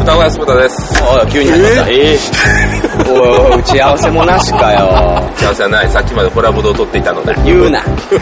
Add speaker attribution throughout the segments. Speaker 1: 歌は安本です。
Speaker 2: おい、急に始まった。えー、おいおい、打ち合わせもなしかよ。
Speaker 1: 幸せはない。さっきまでコラボ堂を撮っていたので。
Speaker 2: 言うな。
Speaker 3: 取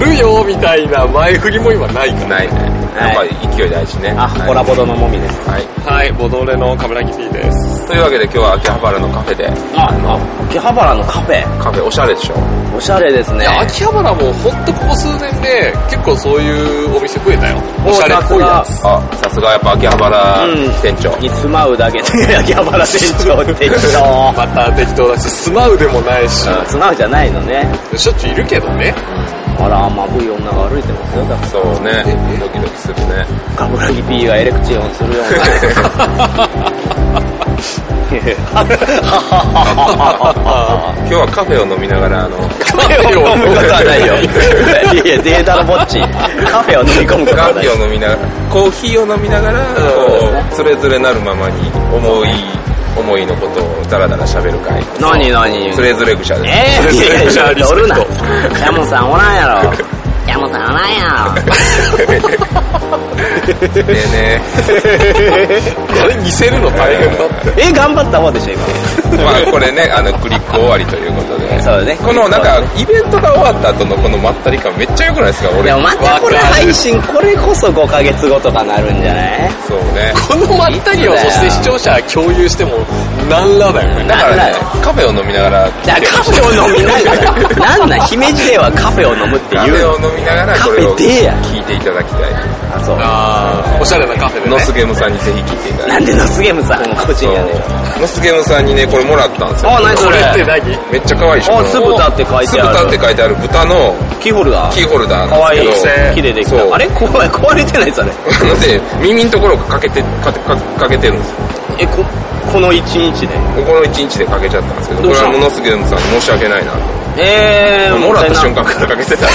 Speaker 3: るよみたいな前振りも今ないか
Speaker 1: ないね。やっぱり勢い大事ね。
Speaker 2: あ、
Speaker 1: はい
Speaker 2: コラボドのもみです。
Speaker 1: はい。
Speaker 3: らはいボドレのカメラギティです
Speaker 1: というわけで今日は秋葉原のカフェで、
Speaker 2: あ、あ秋葉原のカフェ。
Speaker 1: カフェおしゃれでしょ。
Speaker 2: おしゃれですね。
Speaker 3: 秋葉原も本当ここ数年で結構そういうお店増えたよおしゃれっぽいやつ
Speaker 1: あ、さすがやっぱ秋葉原
Speaker 2: うん
Speaker 1: 店長。
Speaker 2: に住まうだけで、 秋葉原店長って人。
Speaker 3: また適当だし住まうでもないし
Speaker 2: うん素直じゃないのね。
Speaker 3: しょっちゅういるけどね
Speaker 2: あら、まぶい女が歩いてますよ。だから
Speaker 1: そうね。ドキドキするね。
Speaker 2: カブラギ P がエレクチオンするような。
Speaker 1: 今日はカフェを飲みながら、あの、
Speaker 2: カフェを飲むことはないよ。いや、データのぼっち。カフェを飲み込むこと
Speaker 1: カ
Speaker 2: は
Speaker 1: フ
Speaker 2: ない
Speaker 1: ェ。を飲みながら、コーヒーを飲みながら、こう、つれづれなるままに、思い、思いのことをダラダラ喋る会。
Speaker 2: 何何
Speaker 1: つれづれぐしゃ
Speaker 2: ええ
Speaker 1: で
Speaker 2: ー、いやいや、乗るな。ヤモさんおらんやろ。ヤモさんおらんや
Speaker 1: す。で ね、
Speaker 3: あれ似せるの大変だって
Speaker 2: ろ。え、頑張った方でしょ、今。
Speaker 1: まあこれね、あの、クリック終わりということで。
Speaker 2: そうね
Speaker 1: このなんか、イベントが終わった後のこのまったり感めっちゃ良くないですか、
Speaker 2: で
Speaker 1: 俺。
Speaker 2: もまたこれ
Speaker 3: わかる
Speaker 2: 配信、これこそ5ヶ月後とかなるんじゃない
Speaker 1: そうね。
Speaker 3: このまったりを
Speaker 2: いつだ
Speaker 3: そ
Speaker 2: よ
Speaker 3: して視聴者共有しても何らだよね
Speaker 1: だから
Speaker 2: なんだ
Speaker 1: ね
Speaker 2: よ、
Speaker 1: カフェを飲みながら、
Speaker 2: じゃあカフェを飲みながら。なんなん、姫路ではカフェを飲むって
Speaker 1: カ
Speaker 2: 言
Speaker 1: フ
Speaker 2: う
Speaker 1: ェを
Speaker 2: の。
Speaker 1: 飲みながら、
Speaker 2: カ
Speaker 1: こ
Speaker 2: フ
Speaker 1: れを
Speaker 2: ェでや
Speaker 1: 聞いていただきたい。
Speaker 2: あ、そう。
Speaker 3: ああおしゃれなカフェでね
Speaker 1: ノスゲムさんにぜひ聞いていただきた。
Speaker 2: ないんでノスゲームさん、個人やねん。
Speaker 1: そうノスゲムさんにね、これもらったんですよ。
Speaker 2: あ、何そ
Speaker 3: こ
Speaker 2: れ
Speaker 3: れ。って何
Speaker 1: めっちゃ可愛いでしょ。
Speaker 2: あ酢豚って書いてある
Speaker 1: 酢豚って書いてある豚の
Speaker 2: キーホルダ
Speaker 1: キ
Speaker 2: ー。
Speaker 1: ーホルダー
Speaker 2: か
Speaker 1: な
Speaker 2: わ
Speaker 1: ん
Speaker 2: いい
Speaker 1: ですけど。
Speaker 3: いい。
Speaker 2: 綺麗でき
Speaker 1: そう
Speaker 2: た。あれ壊壊れてないそれ。
Speaker 1: なので、耳のところかけて、かけかかけてるんですよ。
Speaker 2: え、こ、この1日で。
Speaker 1: この1日でかけちゃったんですけど、こ
Speaker 2: どう
Speaker 1: れ
Speaker 2: した
Speaker 1: は
Speaker 2: の
Speaker 1: ものすげムさんに申し訳ないなと。
Speaker 2: えー、
Speaker 1: もらった瞬
Speaker 2: 間。
Speaker 1: 間からかけてたんで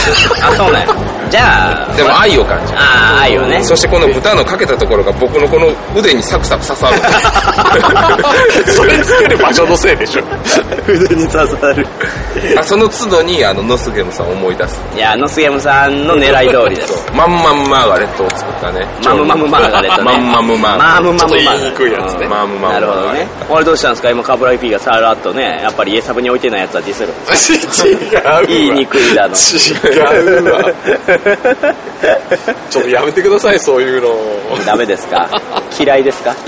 Speaker 2: あ、そうなんや。じゃあ、
Speaker 1: でも愛を感じる
Speaker 2: ああ、愛をね。
Speaker 1: そしてこの豚のかけたところが僕のこの腕にサクサク刺さる
Speaker 3: それつける場所のせいでしょ
Speaker 2: 腕に刺さる。
Speaker 1: あその都度にあのノスゲムさんを思い出す
Speaker 2: いや、ノスゲムさんの狙い通りです。
Speaker 1: マンマンマーガレットを作ったね
Speaker 2: マムマムマーガレットね。
Speaker 1: マンマムマーガレッ
Speaker 2: マムマムマーガレット。
Speaker 3: ちょっと言いにくいやつね
Speaker 2: うん
Speaker 1: マムマムマーガレット
Speaker 2: なるほどね。俺どうしたんですか今、カブライピーがさらっとね、やっぱり家サブに置いてないやつはディスる。
Speaker 3: 違うわ
Speaker 2: 言いにくい だの。
Speaker 3: 違うわ ちょっとやめてくださいそういうの
Speaker 2: ダメですか嫌いですか好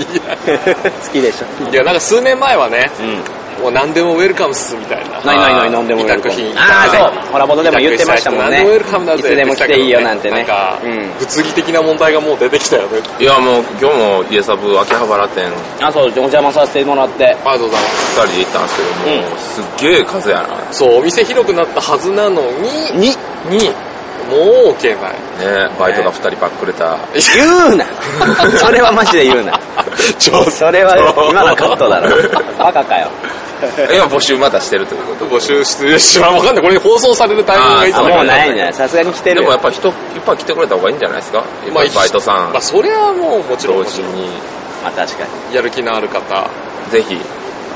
Speaker 2: きでしょ。
Speaker 3: いやなんか数年前はね
Speaker 2: うん。
Speaker 3: もう何でもウェルカムっすみたいな
Speaker 2: ないないない、飲んでも
Speaker 3: 委
Speaker 2: いい。
Speaker 3: 託品
Speaker 2: ああ、そう。ほら、ボトでも言ってましたもんね。
Speaker 3: 何でもウェルカムだぜ
Speaker 2: いつでも来ていいよなんてね。
Speaker 3: なんか
Speaker 2: うん。
Speaker 3: 物理的な問題がもう出てきたよね
Speaker 1: いやもう今日も家サブ秋葉原店
Speaker 2: あ、そう、お邪魔させてもらって。
Speaker 3: ありがとうございます
Speaker 1: 2人で行ったんですけども、
Speaker 2: う
Speaker 1: すっげえ風やな
Speaker 3: そうお店広くなったはずなのに
Speaker 2: に、
Speaker 3: にもう置けない
Speaker 1: ねバイトが2人パックれた
Speaker 2: 言 うなそれはマジで言うな。
Speaker 3: ちょっ
Speaker 2: それは今のカットだろ。バカかよ。
Speaker 1: いや募集まだしてるということ
Speaker 3: と募集して知らんわかんないこれ放送されるタイミング
Speaker 2: あ、
Speaker 3: がいつだ
Speaker 2: も
Speaker 3: か
Speaker 2: う
Speaker 3: 分
Speaker 2: な
Speaker 3: か
Speaker 2: いん
Speaker 3: ん
Speaker 2: じ
Speaker 3: ない
Speaker 2: ゃないさすがに来て
Speaker 1: で
Speaker 2: る
Speaker 1: もや
Speaker 2: よ。
Speaker 1: っぱ人いっぱい来てくれた方がいいんじゃないですかいっぱいバイトさん
Speaker 3: まあそれはもうもちろん
Speaker 1: 同
Speaker 3: もち
Speaker 1: 時
Speaker 3: ろん
Speaker 1: に
Speaker 2: まあ確かに。
Speaker 3: やる気のある方
Speaker 1: ぜひ。い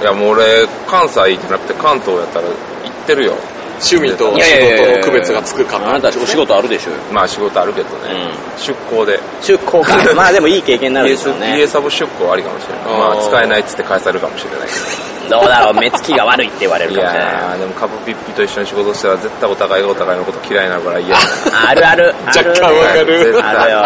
Speaker 1: や、もう俺、関西じゃなくて関東やったら行ってるよ。
Speaker 3: 趣味と仕事の区別がつく
Speaker 2: あな
Speaker 3: 方
Speaker 2: たお仕事あるでしょうよ。
Speaker 1: まあ仕事あるけどね。
Speaker 2: うん
Speaker 1: 出向で。
Speaker 2: 出向か。まあでもいい経験になる
Speaker 1: 家
Speaker 2: でし
Speaker 1: サ
Speaker 2: ょうね。
Speaker 1: ブ出向ありかもしれない。ま
Speaker 3: あ
Speaker 1: あ
Speaker 3: ー
Speaker 1: 使えないっつって返されるかもしれ ない
Speaker 2: どうだろう、目つきが悪いって言われ
Speaker 1: け
Speaker 2: る
Speaker 1: ど。い
Speaker 2: かもしれない。
Speaker 1: やー、でもカブピッピと一緒に仕事したら絶対お互いがお互いのこと 嫌いになるから嫌だ
Speaker 2: あるある。
Speaker 3: 若干わかる
Speaker 1: 絶対。
Speaker 2: あるよ
Speaker 1: う、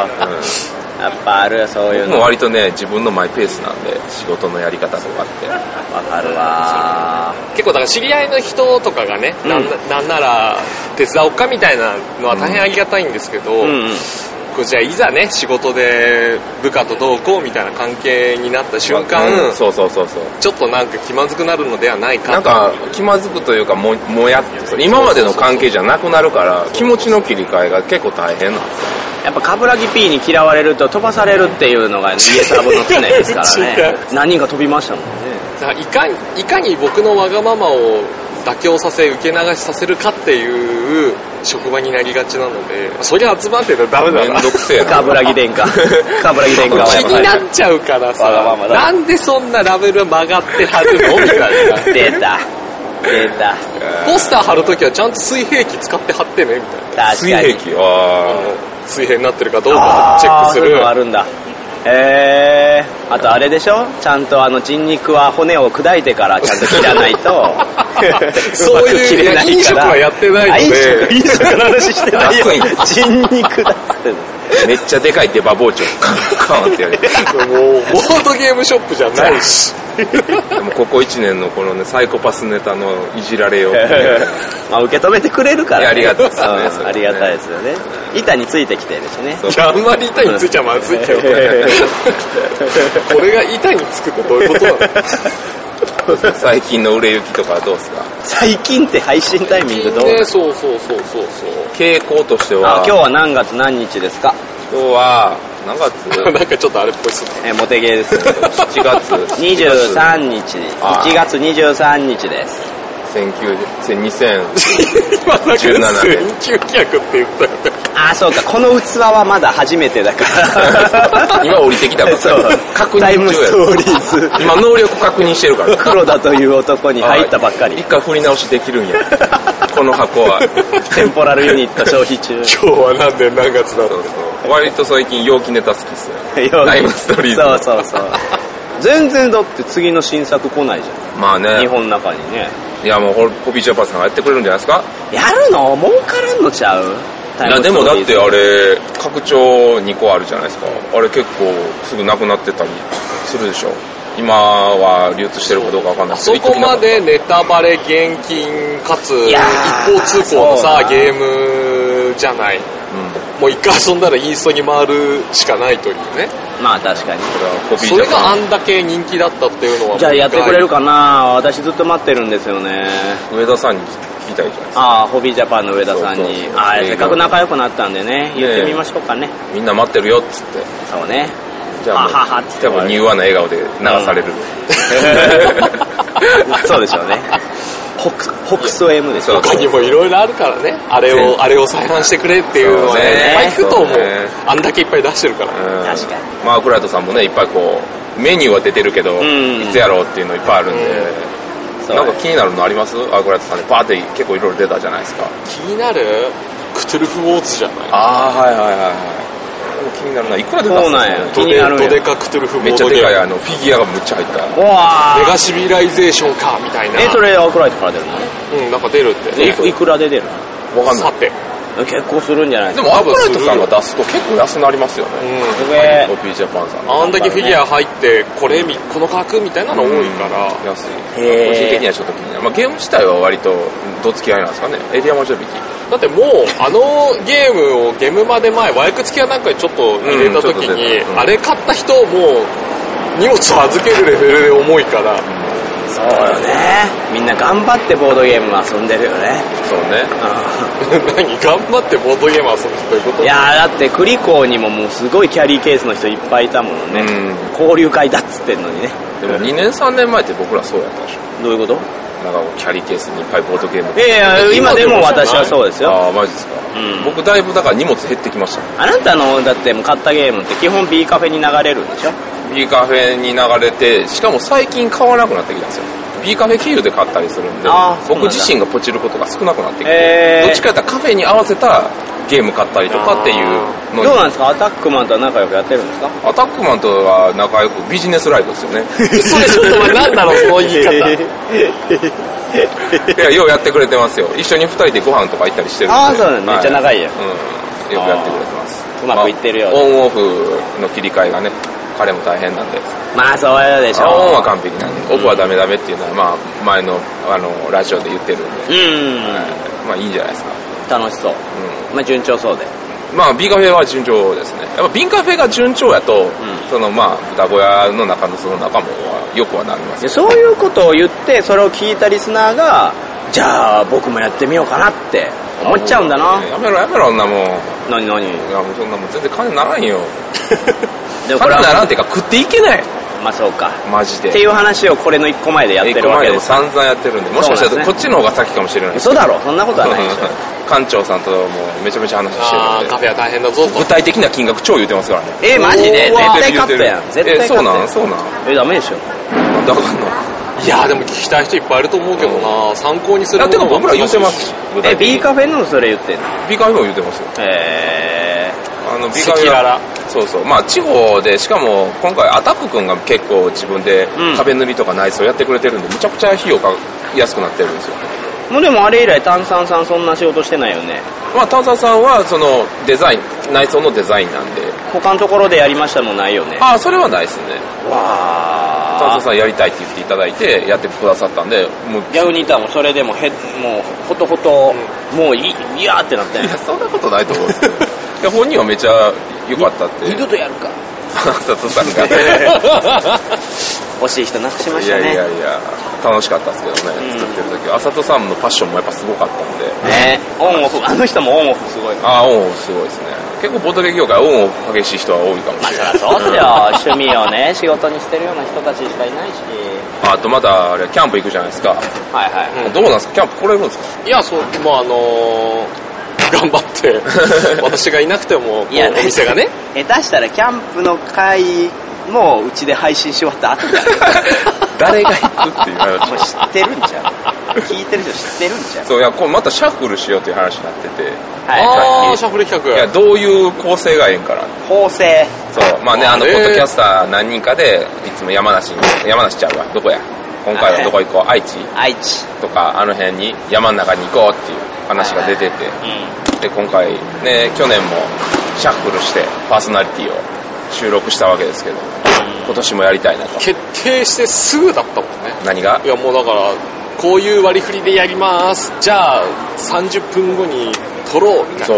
Speaker 2: やっぱあるよ、そういう
Speaker 1: も
Speaker 2: んの。
Speaker 1: う
Speaker 2: わ
Speaker 1: 割とね、自分のマイペースなんで、仕事のやり方とかって。
Speaker 2: かるわ
Speaker 3: 結構だから知り合いの人とかがね、
Speaker 2: うん
Speaker 3: なんななんなら手伝おっかみたいなのは大変ありがたいんですけど、
Speaker 2: ー。うんうん。
Speaker 3: こうじゃあいざね仕事で部下とどうこうみたいな関係になった瞬間、
Speaker 1: うんそうそうそうそう。
Speaker 3: ちょっとなんか気まずくなるのではないか
Speaker 1: なんか気まずくというかももやってする今までの関係じゃなくなるから気持ちの切り替えが結構大変なんですよ
Speaker 2: やっぱカブラギ P に嫌われると飛ばされるっていうのが家サブの常ですからね何人か飛びましたもんね
Speaker 3: だからいかにいかに僕のわがままを妥協させ受け流しさせるかっていう職場になりがちなのでそりゃ集まってたらダメ
Speaker 1: め
Speaker 3: だ
Speaker 1: ん
Speaker 3: な
Speaker 1: どくせえな
Speaker 2: カブラギ殿下カブラギ殿下はやっ
Speaker 3: 気
Speaker 2: ぱ
Speaker 3: に
Speaker 2: り
Speaker 3: なっちゃうからさ
Speaker 2: わがままだ
Speaker 3: なんでそんなラベル曲がって貼るのみたいな
Speaker 2: 出た出た
Speaker 3: ポスター貼るときはちゃんと水平器使って貼ってねみた
Speaker 2: 確
Speaker 3: いな
Speaker 2: かに
Speaker 1: 水平器は
Speaker 3: 水平になってるかどう
Speaker 2: あ
Speaker 3: か
Speaker 2: ー
Speaker 3: チェックす
Speaker 2: そういう
Speaker 3: る
Speaker 2: のがあるんだえー、あとあれでしょちゃんとあの人肉は骨を砕いてからちゃんと切ら ないと
Speaker 3: そういう
Speaker 2: 切れないから
Speaker 3: 飲食はやってないので
Speaker 2: あ飲食飲食の話してないよ
Speaker 1: 出
Speaker 2: 人肉だっつってんの
Speaker 1: めっちゃでかいデバ包丁カンカンってやる
Speaker 3: もうボードゲームショップじゃないし
Speaker 1: でもここ1年のこのねサイコパスネタのいじられよ う
Speaker 2: まあ受け止めてくれるから、ね、
Speaker 1: いやありがたいですねそ
Speaker 2: うん
Speaker 1: れはね
Speaker 2: ありがたいですよね板についてきてるしね
Speaker 1: そう
Speaker 3: いやあんまり板についちゃまずいけどこれが板につくってどういうことなの
Speaker 1: 最近の売れ行きとかはどうですか
Speaker 2: 最近って配信タイミングどう
Speaker 3: ねそうそうそうそうそ
Speaker 1: 傾向として
Speaker 2: あ
Speaker 1: は
Speaker 2: 今日は何月何日ですか
Speaker 1: 今日は何月
Speaker 3: うなんかちょっとあれっぽい っすね
Speaker 2: えーモテゲー です
Speaker 1: 7月
Speaker 2: 23日
Speaker 1: あー
Speaker 2: 1月23日です
Speaker 1: 1900 2000
Speaker 3: 今なんか1900
Speaker 1: 17
Speaker 3: って言ったよね
Speaker 2: ああそうかこの器はまだ初めてだから
Speaker 1: 今降りてきたばっか
Speaker 2: そう
Speaker 1: り確
Speaker 2: タイム
Speaker 1: 認
Speaker 2: ス
Speaker 1: 中や
Speaker 2: トーリーズ
Speaker 1: 今能力確認してるから
Speaker 2: 黒田という男に入ったばっかり
Speaker 1: 一回振り直しできるんやこの箱は
Speaker 2: テンポラルユニット消費 中
Speaker 3: 今日は何年何月だろ
Speaker 1: そううそう割と最近陽気ネタ好きっすねタイムストーリーズ
Speaker 2: そうそうそう全然だって次の新作来ないじ
Speaker 1: まあ
Speaker 2: ゃん
Speaker 1: ね
Speaker 2: 日本の中にね
Speaker 1: いやもうホホビージャパンさんがやってくれるんじゃないですか
Speaker 2: やるの儲からんのちゃう
Speaker 1: いやでもだってあ
Speaker 2: れ
Speaker 1: れ拡張2個あるじゃないですかあれ結構すぐなくなってたりするでしょ今は流通してるかどうかわかんない
Speaker 3: あ
Speaker 1: です
Speaker 3: そ
Speaker 1: けど
Speaker 3: こまでネタバレ厳禁かつ
Speaker 2: い
Speaker 3: 一
Speaker 2: やー
Speaker 3: 方通行の
Speaker 2: そう
Speaker 3: さ
Speaker 2: だ
Speaker 3: ゲームじゃないもう一回遊んだらインストに回るしかないというね
Speaker 2: まあ確かに
Speaker 1: 一
Speaker 3: そ
Speaker 1: 時
Speaker 3: れ
Speaker 1: 間
Speaker 3: があんだけ人気だったっていうのは
Speaker 2: じゃあやってくれるかな私ずっと待ってるんですよね
Speaker 1: 上田さんに聞きたいじゃないですか
Speaker 2: ああホビージャパンの上田さん
Speaker 1: そ
Speaker 2: に
Speaker 1: うそうそう
Speaker 2: ああせっかく仲良くなったんでね
Speaker 1: え
Speaker 2: 言ってみましょうかね
Speaker 1: みんな待ってるよっつって
Speaker 2: そうね
Speaker 1: じゃあもう
Speaker 2: はははっつって
Speaker 1: 多分柔和な笑顔で流される、
Speaker 2: そうでしょうねホクホクソ M でしょ
Speaker 1: そう
Speaker 3: 他にもいろいろあるからねあれ
Speaker 1: 全
Speaker 3: を
Speaker 1: 然
Speaker 3: あれを再販してくれっていうのは
Speaker 1: そう
Speaker 3: ね
Speaker 1: ね
Speaker 3: いっぱい聞くと思う
Speaker 1: そうね
Speaker 3: あんだけいっぱい出してるから
Speaker 1: うん
Speaker 2: 確かに
Speaker 1: まあクラウトさんもねいっぱいこうメニューは出てるけど、
Speaker 2: ん
Speaker 1: いつやろうっていうのいっぱいあるんで、
Speaker 2: そう
Speaker 1: なんか気になるのありますアクラウトさんでパーって結構いろいろ出たじゃないですか
Speaker 3: 気になるクトゥルフウォーズじゃない
Speaker 1: ああはいはいはいはいでも気になるないくら出たんですか
Speaker 2: そうなんや
Speaker 1: ね
Speaker 2: 気になるんや
Speaker 3: どでかクトゥルフボ
Speaker 1: めっ
Speaker 3: ー
Speaker 1: ちゃ
Speaker 3: ドゲ
Speaker 1: で
Speaker 3: ー
Speaker 1: かい
Speaker 3: ム
Speaker 1: あのフィギュアがむっちゃ入った
Speaker 2: うわ
Speaker 3: メ
Speaker 2: ー
Speaker 3: ガシビライゼーションかみたいな
Speaker 2: えそれアークライトから出るの
Speaker 3: うんなんか出るって
Speaker 2: えいくいくらで出る
Speaker 1: わかんな
Speaker 3: さ
Speaker 1: い
Speaker 3: て
Speaker 2: 結構するんじゃない
Speaker 1: で
Speaker 2: で
Speaker 1: もアクラウトさんが出すと結構安なりますよ
Speaker 3: う
Speaker 1: ね、
Speaker 3: ん
Speaker 2: すかえ
Speaker 1: コピージャパンさん
Speaker 3: あんだけフィギュア入ってこれみこの価格みたいなの多いから
Speaker 1: うん安い
Speaker 2: へー
Speaker 1: 個人的にはちょっと気になる、まあ、ゲーム自体は割とどつき合いなんですかねエリアマジョリティ
Speaker 3: だってもうあのゲームをゲームまで前ワイク付きやなんかにちょっと入れた時
Speaker 1: うんちょっと出
Speaker 3: に、
Speaker 1: たうん
Speaker 3: あれ買った人もう荷物を預けるレベルで重いから
Speaker 2: そうよねみんな頑張ってボードゲーム遊んでるよね
Speaker 1: そうね
Speaker 2: う
Speaker 3: 何頑張ってボードゲーム遊ぶ人どういうこ
Speaker 2: ん
Speaker 3: と
Speaker 2: いやーだってクリコーにももうすごいキャリーケースの人いっぱいいたもんね
Speaker 1: う
Speaker 2: 交流会だっつってんのにね
Speaker 1: でも2年3年前って僕らそうやったでしょ
Speaker 2: どういうこと
Speaker 1: なんかこうキャリーケースにいっぱいボードゲーム
Speaker 2: いやいや今でも
Speaker 3: 今でも
Speaker 2: 私はそうですよ
Speaker 1: ああマジですか、
Speaker 2: ん
Speaker 1: 僕だいぶだから荷物減ってきました
Speaker 2: あなたのだってもう買ったゲームって基本 B カフェに流れるんでしょ
Speaker 1: B カフェに流れてしかも最近買わなくなってきたんですよ B カフェ経由で買ったりするんで
Speaker 2: あーそうなん
Speaker 1: 僕
Speaker 2: だ
Speaker 1: 自身がポチることが少なくなってきて、
Speaker 2: えー
Speaker 1: どっちかやったらカフェに合わせたゲーム買ったりとかっていうの
Speaker 2: どうな
Speaker 1: に
Speaker 2: んですかアタックマンとは仲良くやってるんですか
Speaker 1: アタックマンとは仲良くビジネスライブですよね
Speaker 3: それちょっと待って何だろうその言い方
Speaker 1: いやようやってくれてますよ一緒に2人でご飯とか行ったりしてるんで
Speaker 2: ああそうなんだ
Speaker 1: は
Speaker 2: めっちゃ仲いいやん
Speaker 1: うんよくやってくれてます
Speaker 2: あーうまくいってるよう
Speaker 1: まあオンオフの切り替えがね彼も大変なんで
Speaker 2: まあそうでし
Speaker 1: オン
Speaker 2: ょ
Speaker 1: は完璧なんでオフはダメダメっていうのは、まあ、前のあのラジオで言ってるんで、
Speaker 2: うん
Speaker 1: まあいいんじゃないですか、
Speaker 2: 楽しそう
Speaker 1: う
Speaker 2: まあ順調そうで
Speaker 1: ん、まあ B カフェは順調ですねやっぱ B カフェが順調やと、そのまあ豚小屋の中のその仲もよくはなります
Speaker 2: で
Speaker 1: よ
Speaker 2: そういうことを言ってそれを聞いたリスナーがじゃあ僕もやってみようかなって思っちゃうんだな
Speaker 1: やめろやめろあんなもんい
Speaker 2: 何何
Speaker 1: やもうそんなもん全然金ならんよ
Speaker 2: でもこ
Speaker 1: 金
Speaker 2: れ
Speaker 1: ならん
Speaker 2: は
Speaker 1: っていうか食っていけない
Speaker 2: まあそうか
Speaker 1: マジで
Speaker 2: っていう話をこれの一個前でやって
Speaker 1: 一
Speaker 2: る
Speaker 1: 個
Speaker 2: わ
Speaker 1: 前で
Speaker 2: けで
Speaker 1: も
Speaker 2: す
Speaker 1: 散々やってるんでもしかした
Speaker 2: そうなん
Speaker 1: らこ
Speaker 2: ですね
Speaker 1: っちの方が先かもしれない
Speaker 2: 嘘だろそんなことはないでしょ
Speaker 1: 館長さんともうめちゃめちゃ話して
Speaker 3: あ
Speaker 1: るん
Speaker 3: ーカ
Speaker 1: で
Speaker 3: フェは大変だぞと
Speaker 1: 具体的な金額超言うてますからね
Speaker 2: えマジで
Speaker 3: う
Speaker 2: 絶
Speaker 3: わ
Speaker 2: 対勝ったやん絶対
Speaker 1: え
Speaker 2: 勝
Speaker 1: そ
Speaker 2: っ
Speaker 1: う
Speaker 2: た
Speaker 1: な
Speaker 2: や
Speaker 1: ん
Speaker 2: ん
Speaker 1: そうなん
Speaker 2: えダメでしょ
Speaker 1: だから
Speaker 3: いやでも聞きたい人いっぱいいると思うけどな参考にする
Speaker 1: あてか僕ら言うてますし
Speaker 2: え B カフェのそれ言ってんの
Speaker 1: ビカフェも言うてますよ
Speaker 2: へえ
Speaker 1: あのビ
Speaker 3: セ
Speaker 1: カフ
Speaker 3: キ
Speaker 1: ェ
Speaker 3: ラ
Speaker 1: は
Speaker 3: ラ
Speaker 1: そうそうまあ地方でしかも今回アタック君が結構自分で
Speaker 2: うん
Speaker 1: 壁塗りとか内装やってくれてるんで、むちゃくちゃ費用が安くなってるんですよ
Speaker 2: もうでもあれ以来炭酸さんそんな仕事してないよね
Speaker 1: まあ炭酸さんはそのデザイン内装のデザインなんで
Speaker 2: 他のところでやりましたもんないよね
Speaker 1: ああそれはないですね
Speaker 2: わ
Speaker 1: 炭酸さんやりたいって言っていただいてやってくださったんでもう
Speaker 2: 逆に言ったらもうそれでもへもうほとほと、もういいいやーってなったよ
Speaker 1: いやそんなことないと思うんですけどいや本人はめちゃ良かったって
Speaker 2: 二度とやるか
Speaker 1: 花里さんが
Speaker 2: 惜しい人なくしま
Speaker 1: い
Speaker 2: した
Speaker 1: や
Speaker 2: ね
Speaker 1: いやいや楽しかったですけどね、
Speaker 2: うん
Speaker 1: 作ってる時は浅戸さんのパッションもやっぱすごかったんで
Speaker 2: ねオンオフあの人もオンオフすごい
Speaker 1: ああオンオフすごいですね結構ボードゲーム業界オンオフ激しい人は多いかもしれない、
Speaker 2: そうだよ 趣味をね仕事にしてるような人たちしかいないし
Speaker 1: あとまたあれキャンプ行くじゃないですか、
Speaker 2: はいはい、
Speaker 3: うん
Speaker 1: どうなんですかキャンプ来れるんですか
Speaker 3: いや、そう、もうあのー頑張って、私がいなくても、こう
Speaker 2: いや
Speaker 3: お店がね、
Speaker 2: 下手したらキャンプの会もうちで配信し終わった後じゃ
Speaker 1: 誰が行くって いう話
Speaker 2: もう知ってるんじゃん聞いてる人知ってるんじゃん
Speaker 1: そういやこれまたシャッフルしようっていう話になってて
Speaker 2: はい
Speaker 3: あ
Speaker 1: は
Speaker 3: ー、
Speaker 1: い
Speaker 3: シャッフル企
Speaker 1: いや
Speaker 3: 画。
Speaker 1: どういう構成がええんかな
Speaker 2: 法制
Speaker 1: そうまあねあの
Speaker 3: あ
Speaker 1: ポ
Speaker 3: れ
Speaker 1: ッドキャスター何人かでいつも山梨に山梨ちゃうわどこや今回はどこ行こう愛知
Speaker 2: 愛知
Speaker 1: とかあの辺に山の中に行こうっていう話が出てて
Speaker 2: うん
Speaker 1: で今回ね去年もシャッフルしてパーソナリティを収録したわけですけど今年もやりたいなと
Speaker 3: 決定してすぐだったもんね。
Speaker 1: 何が
Speaker 3: いや、もうだから、こういう割り振りでやります。じゃあ、30分後に撮ろう、みたい
Speaker 1: そ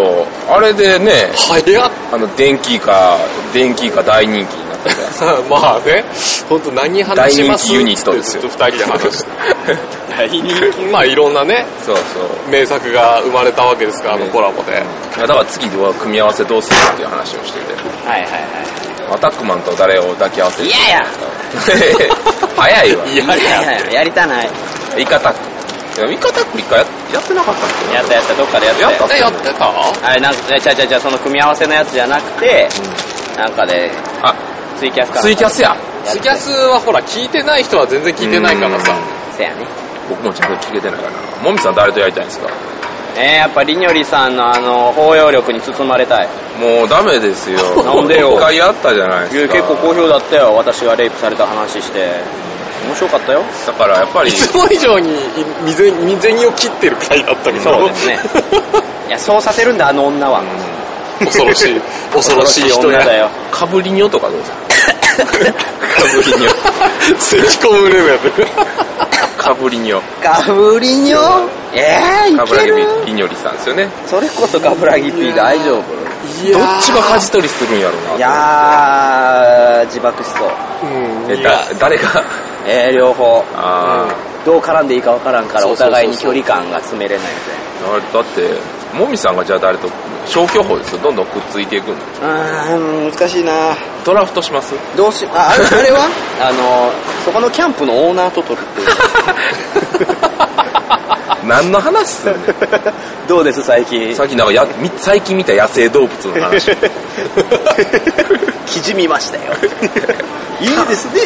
Speaker 3: な。
Speaker 1: うあれでね
Speaker 3: 早っ
Speaker 1: あの電気か電気か大人気になったじゃないですか
Speaker 3: まあね、本当何話します
Speaker 1: 大人気ユニットですよ
Speaker 3: ってずっと二人で話して。 まあいろんなね、
Speaker 1: そうそう
Speaker 3: 名作が生まれたわけですから、あのコラボで。
Speaker 1: いやだから次は組み合わせどうするっていう話をしてて
Speaker 2: はいはいはい
Speaker 1: アタックマンと誰を抱き合わせる
Speaker 2: いやいや
Speaker 1: 早いわ
Speaker 3: いやいや、
Speaker 2: ややりたない
Speaker 1: イカタックいやイカタック一回ややってなかったっけ
Speaker 2: やったやったどっかでやったよ
Speaker 1: やった
Speaker 3: え、やってた
Speaker 2: あれなんかえちゃうちゃうちゃうその組み合わせのやつじゃなくて、なんかで
Speaker 1: あ
Speaker 2: ツイキャスか
Speaker 1: ツイキャスや
Speaker 3: ツイキャスはほら、聞いてない人は全然聞いてないからさ。
Speaker 2: せやね
Speaker 1: 僕もちゃんと聞けてないからなもみさん誰とやりたいんですか
Speaker 2: えー、やっぱりにょりさんのあの包容力に包まれたい
Speaker 1: もうダメです よ
Speaker 2: なんでよ
Speaker 1: 一回やったじゃない
Speaker 2: い
Speaker 1: で
Speaker 2: や
Speaker 1: すか
Speaker 2: 結構好評だったよ私がレイプされた話して面白かったよ
Speaker 1: だからやっぱり
Speaker 3: いつも以上に未然未然を切ってる回だったけど
Speaker 2: そうです ねいやそうさせるんだあの女は
Speaker 3: 恐ろしい恐ろしい人
Speaker 2: 女だ
Speaker 3: や
Speaker 2: よ
Speaker 1: かぶりにょとかどうですかかぶりにょ
Speaker 3: 咳込むレベル
Speaker 1: かぶりにょ
Speaker 2: ガブリニョえー、
Speaker 1: か
Speaker 2: い
Speaker 1: ぶら
Speaker 2: け
Speaker 1: ぎ
Speaker 2: る
Speaker 1: りにょりさんですよね
Speaker 2: それこそガブラギピー大丈夫
Speaker 3: い
Speaker 1: ど
Speaker 3: やー
Speaker 1: っちが舵取りするんやろうない
Speaker 2: やー自爆しそう
Speaker 3: う
Speaker 1: え
Speaker 3: んいや
Speaker 1: だ誰が
Speaker 2: えー、両方
Speaker 1: ああ、
Speaker 2: どう絡んでいいか分からんから
Speaker 3: そう
Speaker 2: お
Speaker 3: そうそうそう
Speaker 2: 互いに距離感が詰めれないみ
Speaker 1: あれだってもみさんがじゃあ誰と消去法ですよどんどんくっついていくの
Speaker 2: たいなうーん難しいな
Speaker 1: ドラフトします
Speaker 2: どうしああれあれは あのそこのキャンプのオーナーと取るっていう
Speaker 1: 何の話すんねん
Speaker 2: どうです最近
Speaker 1: さっきなんかやみ最近見た野生動物の 話
Speaker 2: 記事見ましたよ いいですね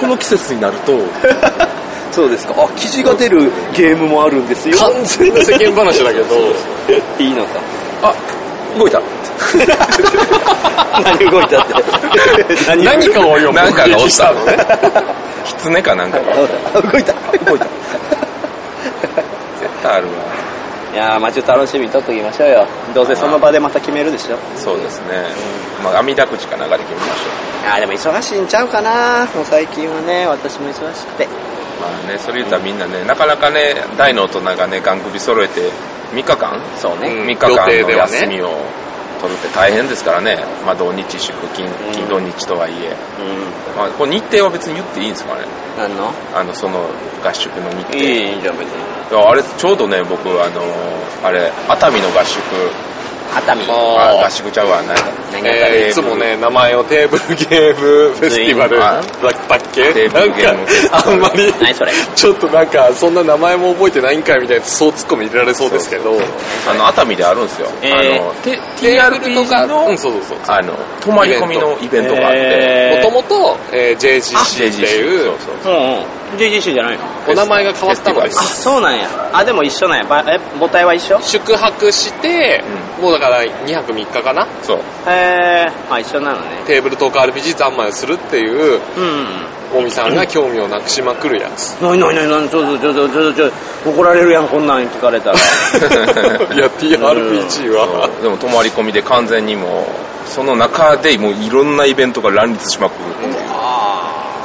Speaker 1: この季節になると
Speaker 2: そうですかあ記事が出るゲームもあるんですよ
Speaker 3: 完全な世間話だけど
Speaker 2: いいのか
Speaker 1: あ動いた
Speaker 2: 何動いたって何動い
Speaker 3: 何かをよ
Speaker 1: なんかが落ちた
Speaker 3: 目
Speaker 1: のね
Speaker 3: 撃
Speaker 1: 狐かなんかが
Speaker 2: たあ動いた動いた
Speaker 1: 絶対あるわ
Speaker 2: いやー街を楽しみに撮っときましょうよどうせその場でまた決めるでしょ
Speaker 1: そうですね、まあ、網だくじかなんかで決めましょ
Speaker 2: あーでも忙しいんちゃうかなもう最近はね私も忙しくて
Speaker 1: うまあねそれ言ったらみんなねなかなかね大の大人がねガン首揃えて3日間
Speaker 2: そうね、
Speaker 3: うん
Speaker 1: 3日間
Speaker 3: 予定
Speaker 1: の
Speaker 3: ではね
Speaker 1: 休みを取るって大変ですからね、まあ、土日祝金金土日とはいえ、
Speaker 2: う
Speaker 1: まあ、これ日程は別に言っていいんですかね
Speaker 2: ん。なんの
Speaker 1: あのその合宿の日程い
Speaker 2: いいじゃん、別に。
Speaker 1: やあれちょうどね僕あのあれ熱海の合宿
Speaker 2: 熱海。
Speaker 3: あ
Speaker 1: あ合宿ちゃうわ何だ
Speaker 2: 何が熱
Speaker 3: えーいつもね名前をテーブルゲームフェスティバルだ
Speaker 1: あ
Speaker 3: ったっけ
Speaker 1: テーブルゲームフェスティ
Speaker 3: なんかあんまり
Speaker 2: 海何それ
Speaker 3: ちょっとなんかそんな名前も覚えてないんかいみたいなそうツッコミ入れられそうですけど
Speaker 1: あの熱海であるんですよ、
Speaker 2: えー
Speaker 1: あのて
Speaker 3: テーブルとか
Speaker 1: TRPG の
Speaker 3: うんそうそうそう
Speaker 1: あの泊まり込みのイベントがあって、
Speaker 2: え
Speaker 3: もともと、えー JGC っていう
Speaker 1: そうそう
Speaker 2: うんうん。 JGC じゃないの
Speaker 3: お名前が変わったので
Speaker 2: あ、
Speaker 3: す
Speaker 2: そうなんや。あ、でも一緒なんや。ばえ、母体は一緒
Speaker 3: 宿泊して、もうだから2泊3日かな
Speaker 1: そう
Speaker 2: へー。あ、一緒なのね。
Speaker 3: テーブルトーク RPG 三昧をするっていう
Speaker 2: うんうんうん。
Speaker 3: 大見さんが興味をなくしまくるや つ
Speaker 2: なになになになにちょっとちょっとちょっとちょっと怒られるやんこんなん聞かれたら
Speaker 3: いや TRPG は
Speaker 1: そうでも泊まり込みで完全にもうその中でもういろんなイベントが乱立しまくる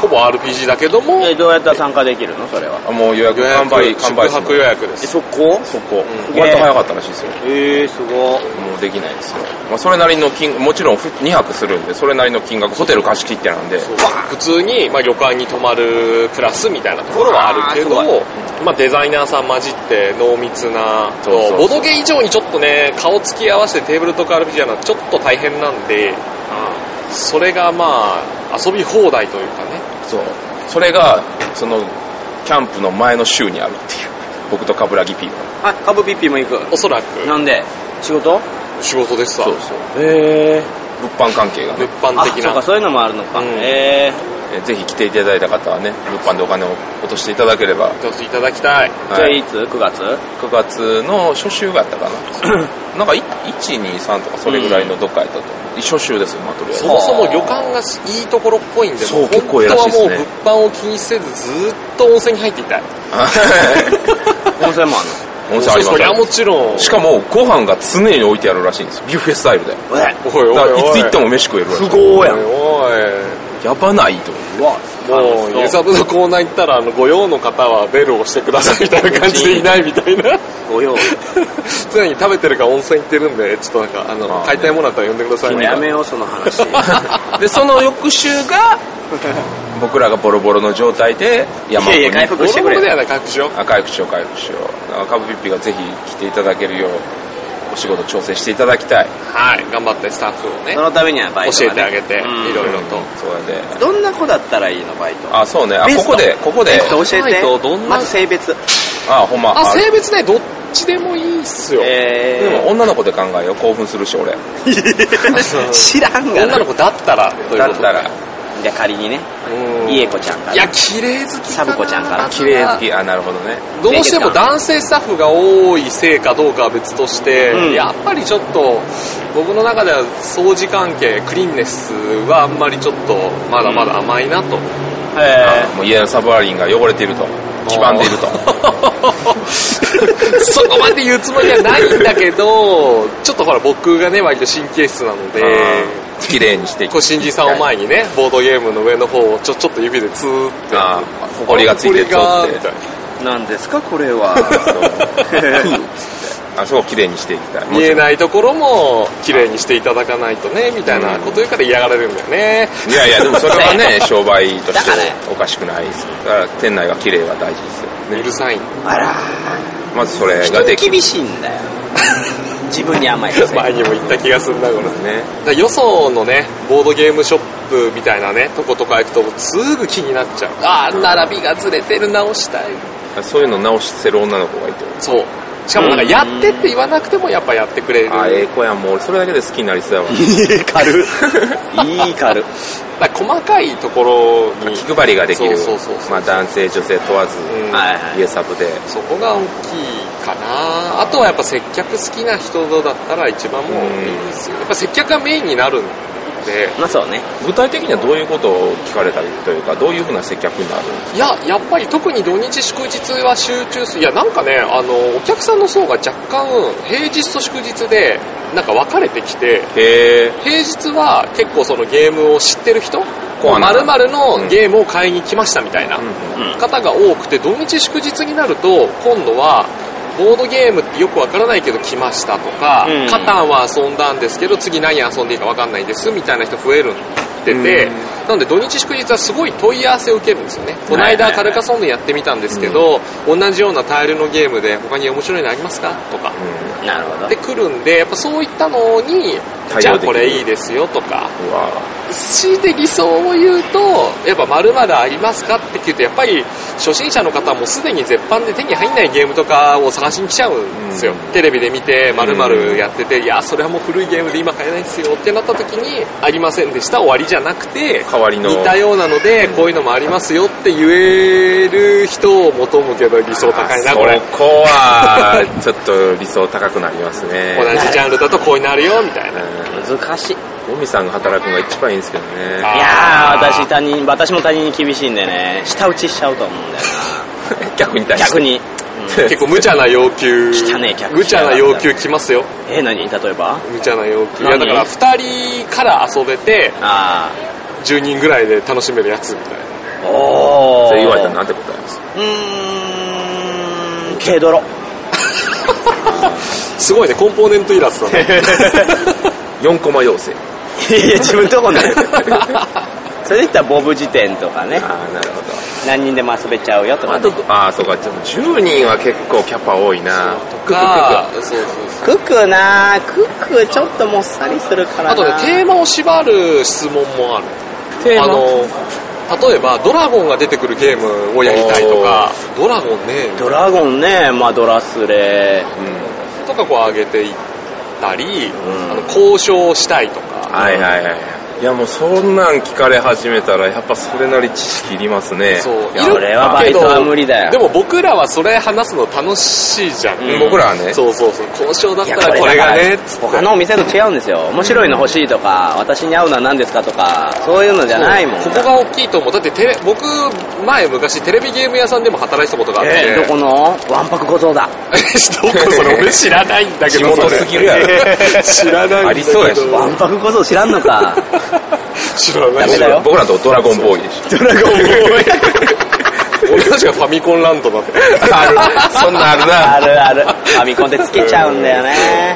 Speaker 3: ほぼ RPG だけども
Speaker 2: えどうやったら参加できるのそれは
Speaker 1: あもう予約
Speaker 3: 予約
Speaker 1: 完売完売
Speaker 3: 宿泊予約で
Speaker 2: え
Speaker 3: す
Speaker 2: そこ
Speaker 1: そこ、
Speaker 3: うん
Speaker 1: 割と早かったらしいですよ
Speaker 2: えー、すご
Speaker 1: もうできないですよ、まあ、それなりの金もちろん2泊するんでそれなりの金額ホテル貸し切ってなんで
Speaker 3: そう普通に、まあ、旅館に泊まるクラスみたいなところはあるけど
Speaker 2: あーすごい
Speaker 3: まあ、デザイナーさん混じって濃密な
Speaker 1: そうそうそう
Speaker 3: ボドゲ以上にちょっとね顔つき合わせてテーブルとか RPG やるのはちょっと大変なんでそれがまあ遊び放題というかね
Speaker 1: そうそれがそのキャンプの前の週にあるっていう僕と冠城 P は
Speaker 2: あカブピッピも行く
Speaker 3: おそらく
Speaker 2: なんで仕事
Speaker 3: 仕事ですわ
Speaker 1: そうそう
Speaker 2: へえ
Speaker 1: 物販関係がね
Speaker 3: 物販
Speaker 2: あ
Speaker 3: 的
Speaker 2: そうか
Speaker 3: な
Speaker 2: そういうのもあるのか、
Speaker 3: うん
Speaker 1: え
Speaker 2: え
Speaker 1: ーぜひ来ていただいた方はね物販でお金を落としていただければ、
Speaker 3: ちょっといただきたい
Speaker 2: ー、じゃあ
Speaker 1: はい
Speaker 2: いつ9月
Speaker 1: 9月の初週があったかな なんか123とかそれぐらいのどっかやったと思う、初週ですよまあとりあえず
Speaker 3: そもそも旅館がいいところっぽいんで
Speaker 1: そう
Speaker 3: も
Speaker 1: 結構偉いらしいっすね
Speaker 3: 本当はもう物販を気にせずずーっと温泉に入っていたい
Speaker 2: 温泉もあ
Speaker 1: 温泉あり
Speaker 3: そりゃ
Speaker 1: ま
Speaker 3: も
Speaker 1: す
Speaker 3: ちろん
Speaker 1: しかもご飯が常に置いてあるらしいんですよビュッフェスタイルで
Speaker 2: るの え
Speaker 3: おいおい
Speaker 1: だか
Speaker 3: お
Speaker 1: ら
Speaker 3: い
Speaker 1: いつ行っても飯食えるらしい
Speaker 2: ご
Speaker 3: おいおい
Speaker 1: やばないと思う
Speaker 2: うわ
Speaker 3: もう、
Speaker 2: 楽
Speaker 3: ユ
Speaker 2: しそ
Speaker 3: ザブのコーナー行ったら、あの、ご用の方はベルを押してくださいみたいな感じでいないみたいな。
Speaker 2: ご 用
Speaker 3: 常に食べてるか温泉行ってるんで、ちょっとなんか、あの、
Speaker 1: まあね
Speaker 3: 買いたいものだったら呼んでください
Speaker 2: もう
Speaker 3: みた
Speaker 2: や
Speaker 3: いな。
Speaker 2: めようその 話
Speaker 1: でその翌週が僕らがボロボロの状態で山奥に
Speaker 2: いやいや回復
Speaker 3: ボ
Speaker 2: して
Speaker 3: ロ
Speaker 2: く
Speaker 3: ボ
Speaker 2: れ
Speaker 3: ロだよね、各所。
Speaker 1: あ回復しよう回復しようあカブピッピがぜひ来ていただけるようお仕事調整していただきたい
Speaker 3: はい。頑張ってスタッフをね
Speaker 2: そ、のためにはバイト、ね、
Speaker 3: 教えてあげて、い
Speaker 2: うん
Speaker 3: ろいろと。
Speaker 1: そうやで
Speaker 2: どんな子だったらいいのバイト
Speaker 1: あそうねあ
Speaker 2: ベ
Speaker 1: こ
Speaker 2: スト
Speaker 1: こでここで
Speaker 2: ベスト教え
Speaker 3: バイ
Speaker 2: て
Speaker 3: トどんな
Speaker 2: まず性別
Speaker 1: あほんま
Speaker 3: あ、
Speaker 1: あ
Speaker 3: 性別ね、どっちでもいいっすよ。
Speaker 1: で
Speaker 2: え
Speaker 1: も女の子で考えよう興奮するし俺
Speaker 2: ー、 知らんがな
Speaker 3: 女の子だったら、という
Speaker 1: だ
Speaker 3: こ
Speaker 1: っ
Speaker 3: と
Speaker 1: たら
Speaker 2: じゃあ仮にね
Speaker 3: うん
Speaker 2: イエコちゃんから
Speaker 3: いや、綺麗好き
Speaker 2: サ
Speaker 3: かな。
Speaker 2: ブ子ちゃんから
Speaker 1: 綺麗好きあなるほどね
Speaker 3: どうしても男性スタッフが多いせいかどうかは別として、
Speaker 2: うん
Speaker 3: やっぱりちょっと僕の中では掃除関係クリーンネスはあんまりちょっとまだまだ甘いな と、
Speaker 2: へ
Speaker 1: もう家のサブマリンが汚れていると黄ばんでいると
Speaker 3: そこまで言うつもりはないんだけどちょっとほら僕がね割と神経質なので
Speaker 1: 綺麗にして
Speaker 3: こう新人さんを前にねボードゲームの上の方をちょちょっと指でツーって
Speaker 1: あほこりがついてるぞ
Speaker 3: ほこ
Speaker 1: っ
Speaker 3: りがみ
Speaker 1: て
Speaker 3: たいな
Speaker 2: なんですかこれは
Speaker 1: あそこ綺麗にしていきたいも
Speaker 3: 見
Speaker 1: ち
Speaker 3: え
Speaker 1: ろん
Speaker 3: ないところも綺麗にしていただかないとねみたいなこと言うから嫌がられるんだよね、
Speaker 1: いやいやでもそれは ね商売と
Speaker 2: だ
Speaker 1: し
Speaker 2: から
Speaker 1: ておかしくないですだから店内が綺麗は大事ですよ
Speaker 3: うるさい
Speaker 2: あら
Speaker 1: まずそれ
Speaker 2: 人
Speaker 1: がで
Speaker 2: に
Speaker 1: きる
Speaker 2: 厳しいんだよ自分に甘いですね
Speaker 3: 前にも言った気がするなこれだか
Speaker 1: ね
Speaker 3: らよそのねボードゲームショップみたいなねとことか行くとすぐ気になっちゃうああ並びがずれてる直したい
Speaker 1: そういうの直してる女の子がいて
Speaker 3: そうしかもなんかやってって言わなくてもやっぱやってくれる
Speaker 1: あええ子やんもう俺それだけで好きになりそうやわ
Speaker 2: 軽いい軽
Speaker 3: だから細かいところに
Speaker 1: 気配りができる
Speaker 3: そうそうそうそう
Speaker 1: まあ男性女性問わず
Speaker 3: うん
Speaker 2: はいはい
Speaker 1: 家サブで
Speaker 3: そこが大きいかなあとはやっぱ接客好きな人だったら一番もういいですよやっぱ接客がメインになるんで
Speaker 2: まあそうね
Speaker 1: 具体的にはどういうことを聞かれたりというかどういうふうな接客になるんです
Speaker 3: いや、やっぱり特に土日祝日は集中する。いや、なんかね、あの、お客さんの層が若干、平日と祝日で、なんか分かれてきて、
Speaker 1: かへえ
Speaker 3: 平日は結構そのゲームを知ってる人
Speaker 1: コアな
Speaker 3: 〇〇のゲームを買いに来ましたみたいな方が多くて、土日祝日になると、今度は、ボードゲームってよくわからないけど来ましたとか、
Speaker 2: うん
Speaker 3: カタンは遊んだんですけど次何遊んでいいかわかんないですみたいな人増えるってて、なんで土日祝日はすごい問い合わせを受けるんですよね。この
Speaker 2: はいはいは
Speaker 3: 間
Speaker 2: い
Speaker 3: カルカソンヌやってみたんですけど、同じようなタイルのゲームで他に面白いのありますかとか、
Speaker 2: なるほど
Speaker 3: で来るんでやっぱそういったの
Speaker 1: 対
Speaker 3: に
Speaker 1: 応できる
Speaker 3: じゃあこれいいですよとか
Speaker 1: うんうわ
Speaker 3: 強いて理想を言うとやっぱ〇〇ありますかって聞くとやっぱり初心者の方はもうすでに絶版で手に入んないゲームとかを探しに来ちゃうんですよ、
Speaker 1: うん
Speaker 3: テレビで見て〇〇やってて、いやそれはもう古いゲームで今買えないですよってなった時にありませんでした終わりじゃなくて
Speaker 1: 代わりの
Speaker 3: 似たようなので、こういうのもありますよって言える人を求むけど理想高いなこれ
Speaker 1: そこはちょっと理想高くなりますね
Speaker 3: 同じジャンルだとこういうのあるよみたいな
Speaker 2: 難しい。い
Speaker 1: うんゴミさんが働くのが一番いいんですけどね
Speaker 2: やー、
Speaker 3: ああー
Speaker 2: 私他人、私も他人に厳しいんでね、舌打ちしちゃうと思うんだよ
Speaker 1: 逆に
Speaker 2: な。
Speaker 1: 対して
Speaker 2: 逆に。
Speaker 3: 結構無茶な要求
Speaker 2: 汚ねえ客
Speaker 3: 無茶な要求来ますよ
Speaker 2: えー、何例えば
Speaker 3: 無茶な要求い
Speaker 2: 何
Speaker 3: やだから2人から遊べて
Speaker 2: あ
Speaker 3: 10人ぐらいで楽しめるやつみたい
Speaker 2: ー。
Speaker 3: な
Speaker 2: おー。
Speaker 1: それ言われたらなんて答えます
Speaker 2: うーん、軽泥。
Speaker 3: すごいねコンポーネントイラストだね
Speaker 1: 4コマ要請
Speaker 2: いやいや、自分とこない。それで言ったらボブ辞典とかね、
Speaker 1: ああなるほど
Speaker 2: 何人でも遊べちゃうよとか、
Speaker 1: あ
Speaker 2: ね。
Speaker 1: とああそうかでも10人は結構キャパ多いな
Speaker 3: がそうそうそう
Speaker 2: ククなーククちょっともっさりするからな
Speaker 3: あとね、テーマを縛る質問もある。あの、例えば、ドラゴンが出てくるゲームをやりたいとか、ドラゴンね、
Speaker 2: ドラゴンね、まあドラスレ、
Speaker 1: うん
Speaker 3: とかこう上げていったり、
Speaker 2: ん
Speaker 3: あの交渉したいとか、
Speaker 1: はいはいはいいやもうそんなん聞かれ始めたらやっぱそれなり知識いりますね
Speaker 3: そう、
Speaker 1: いや
Speaker 2: いろ俺はバイトは無理だよ
Speaker 3: でも僕らはそれ話すの楽しいじゃん。
Speaker 1: うん僕らはね
Speaker 3: そうそうそう、交渉だっ
Speaker 2: いや
Speaker 3: たらこれがね、つって。
Speaker 2: 他のお店と違うんですよ。面白いの欲しいとか、私に合うのは何ですかとか、そういうのじゃないもん。
Speaker 3: ここが大きいと思う。だってテレ、僕、前昔テレビゲーム屋さんでも働いてたことがあって、
Speaker 2: えーどこのわんぱく小僧だ。
Speaker 3: どこそれ俺知らないんだけど
Speaker 1: 地元
Speaker 3: それ
Speaker 1: すぎるやろ
Speaker 3: 知らないんだけど
Speaker 1: ありそうやし
Speaker 2: わんぱく小僧知らんのか。
Speaker 3: 知らない
Speaker 2: ダメだよ
Speaker 1: 僕らとドラゴンボーイでし
Speaker 2: ドラゴン
Speaker 3: 俺たちがファミコンランドだった
Speaker 1: たあるそんなんあるな
Speaker 2: あるある。ファミコンでつけちゃうんだよね。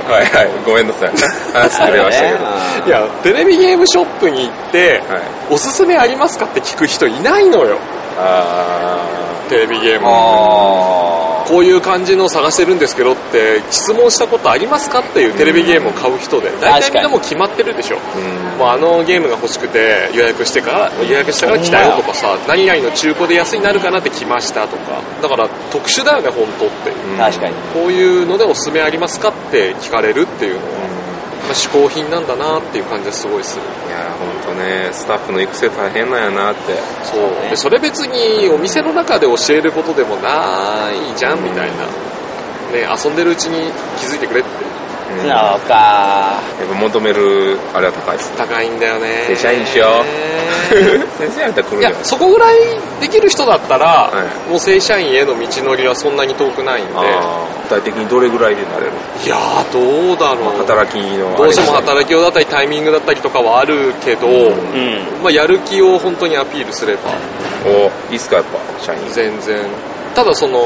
Speaker 1: はいはいごめんなさい話作れましたけどはい
Speaker 3: やテレビゲームショップに行って、
Speaker 1: い
Speaker 3: おすすめありますかって聞く人いないのよ
Speaker 1: あ
Speaker 3: テレビゲー
Speaker 1: ー
Speaker 3: ム
Speaker 1: あ
Speaker 3: こういう感じのを探してるんですけどって質問したことありますかっていうテレビゲームを買う人で大体みんなもう決まってるでしょ
Speaker 1: ーうん
Speaker 3: もうあのゲームが欲しくて予約してから予約してから来たよとかさ何々の中古で安いなるかなって来ましたとかだから特殊だよね本当っていう
Speaker 1: うん
Speaker 2: 確かに。
Speaker 3: こういうのでおすすめありますかって聞かれるっていうのは、
Speaker 1: う
Speaker 3: まあ、嗜好品なんだなっていう感じがすごいする
Speaker 1: んいや本当ねスタッフの育成大変なんやなって
Speaker 3: そうでそれ別にお店の中で教えることでもないじゃんみたいなね遊んでるうちに気づいてくれって
Speaker 1: うんやっ
Speaker 2: そうか。
Speaker 1: ぱ求めるあれは高い です
Speaker 3: 高いんだよね
Speaker 1: 正社員しよ 先生やったら来
Speaker 3: い
Speaker 1: るよ
Speaker 3: やそこぐらいできる人だったら、
Speaker 1: はい
Speaker 3: もう正社員への道のりはそんなに遠くないんで
Speaker 1: あー具体的にどれぐらいでなれる
Speaker 3: いやーどうだろう
Speaker 1: 働きの
Speaker 3: どうしても
Speaker 1: き
Speaker 3: 働きようだったりタイミングだったりとかはあるけど、
Speaker 2: うん。
Speaker 3: まあ、やる気を本当にアピールすれば
Speaker 1: おいいっすかやっぱ社員
Speaker 3: 全然ただその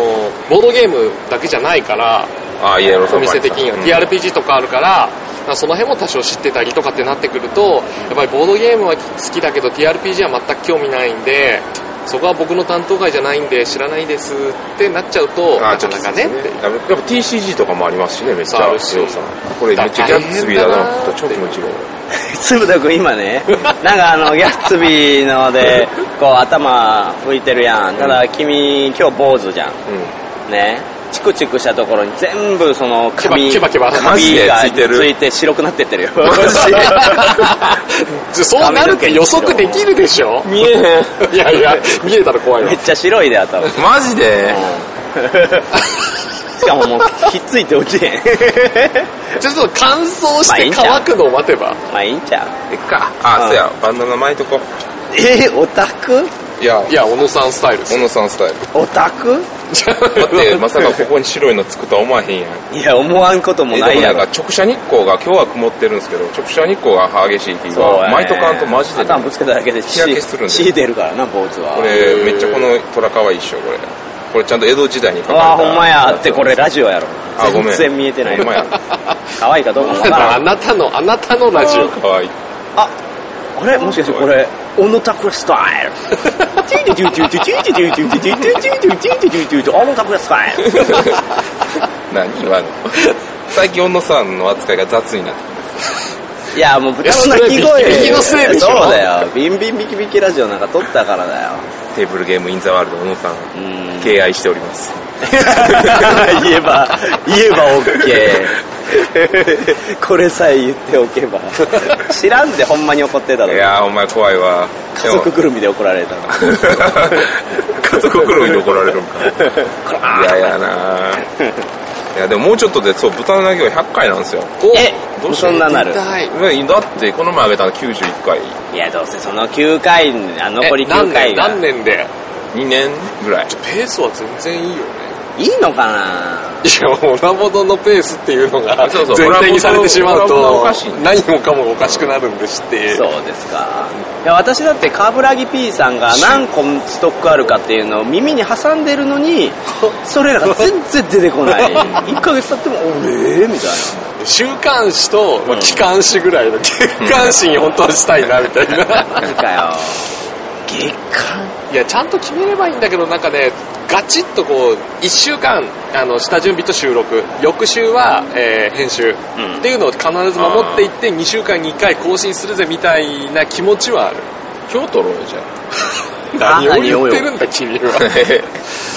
Speaker 3: ボードゲームだけじゃないから
Speaker 1: ああイエロー
Speaker 3: お店的には
Speaker 1: うん
Speaker 3: TRPG とかあるからまあその辺も多少知ってたりとかってなってくるとやっぱりボードゲームは好きだけど TRPG は全く興味ないんでそこは僕の担当外じゃないんで知らないですってなっちゃうと
Speaker 1: ああ
Speaker 3: な
Speaker 1: ち
Speaker 3: か
Speaker 1: ょっときつ
Speaker 3: なか
Speaker 1: いで
Speaker 3: ねっ
Speaker 1: す
Speaker 3: て
Speaker 1: ねやっぱ TCG とかもありますしねめっち
Speaker 3: そうあ
Speaker 1: ゃ
Speaker 3: るし
Speaker 1: 強さこれめっちゃギャッツビーだなとちょっと気持ちいいわ
Speaker 2: つぶたくん今 ね、なんかあの、ギャッツビーので、こう頭拭いてるやん。ただ君、今日坊主じゃん。
Speaker 1: うん
Speaker 2: ね。チクチクしたところに全部その髪、
Speaker 3: ケバケバケバ
Speaker 2: カビが
Speaker 1: マジでついてる
Speaker 2: ついて白くなってってるよ。
Speaker 3: じゃあそうなるって予測できるでしょ
Speaker 1: 見えへん
Speaker 3: いやいや見えたら怖いわ
Speaker 2: めっちゃ白いで頭。うん
Speaker 1: マジで
Speaker 2: しかももうひっついて落ちへ ん。
Speaker 3: ちょっと乾燥
Speaker 2: ま
Speaker 3: し
Speaker 2: あいい
Speaker 3: て
Speaker 2: んちゃう
Speaker 3: 乾くのを待てば
Speaker 2: まあいいんちゃう
Speaker 1: えっかあ
Speaker 2: うん
Speaker 1: そうやバンド名巻いとこ
Speaker 2: えー、オタク
Speaker 1: いや
Speaker 3: いや小野さんスタイルです
Speaker 1: 小野さんスタイル
Speaker 2: オタク
Speaker 1: だってまさかここに白いのつくとは思わへんやん
Speaker 2: いや、思わんことも
Speaker 1: え
Speaker 2: な
Speaker 1: で
Speaker 2: い
Speaker 1: もな
Speaker 2: や
Speaker 1: んか
Speaker 2: ろ。
Speaker 1: 直射日光が今日は曇ってるんですけど直射日光が激しい日
Speaker 2: そうや
Speaker 1: は
Speaker 2: ね
Speaker 1: 毎度かんとマジで
Speaker 2: 頭ぶつけただけで血
Speaker 1: 日焼けするんで
Speaker 2: 血出るからな、坊主は。
Speaker 1: これめっちゃこの虎かわいいっしょこれこれちゃんと江戸時代に書かれた
Speaker 2: ああほんまやってこれラジオやろ
Speaker 1: あごめん
Speaker 2: 全然見えてない
Speaker 1: ほんまや
Speaker 2: 可愛いかどうかもわから
Speaker 3: あ
Speaker 2: ん
Speaker 3: なたのあなたのラジオ
Speaker 1: かわいい
Speaker 2: ああれもしかしてこれオノタクスタイルオノタクスタイル
Speaker 1: 何 今の最近小野さんの扱いが雑になって
Speaker 2: いやもう豚の鳴き声
Speaker 3: いやそれビキビキのせいでしょ
Speaker 2: そうだよビンビンビキビキラジオなんか撮ったからだよ
Speaker 1: テーブルゲームインザワールド小野さん
Speaker 2: うーん
Speaker 1: 敬愛しております
Speaker 2: 言えば言えば OK これさえ言っておけば知らんでほんまに怒ってた
Speaker 1: い
Speaker 2: ろ
Speaker 1: やーお前怖いわ
Speaker 2: 家族ぐるみで怒られたの。
Speaker 1: 家族ぐるみで怒られるん か嫌やなぁいやでももうちょっとでそう豚の投げは100回なんですよ
Speaker 2: え
Speaker 1: どうしよ
Speaker 2: そ
Speaker 1: うん
Speaker 2: ななる。
Speaker 3: 痛い
Speaker 1: だってこの前あげたの91回
Speaker 2: いや、どうせその9回、あ残り
Speaker 3: え何
Speaker 2: 9回
Speaker 3: 年
Speaker 2: が。
Speaker 3: 何年で
Speaker 1: 2年ぐらい
Speaker 3: ペースは全然いいよね
Speaker 2: いいのかない
Speaker 3: やオラボドのペースっていうのが
Speaker 1: そうそう
Speaker 3: 全体にされてしまう
Speaker 1: オラボド
Speaker 3: と
Speaker 1: がおかしいん
Speaker 3: 何もかもおかしくなるんですって
Speaker 2: そうですか。いや、私だって、カーブラギ P さんが何個ストックあるかっていうのを耳に挟んでるのに、それらが全然出てこない。1ヶ月経っても、おえーみたい
Speaker 3: 週刊誌と、まあ、機関誌ぐらいの月刊誌に本当はしたいなみたいな
Speaker 2: な。いいかよ。月間
Speaker 3: いやちゃんと決めればいいんだけどなんかねガチッとこう1週間あの下準備と収録翌週は、えー編集、
Speaker 2: ん
Speaker 3: っていうのを必ず守っていって2週間に1回更新するぜみたいな気持ちはある
Speaker 1: 今日取ろうよじゃ
Speaker 2: あ
Speaker 3: 何を言ってるんだ君は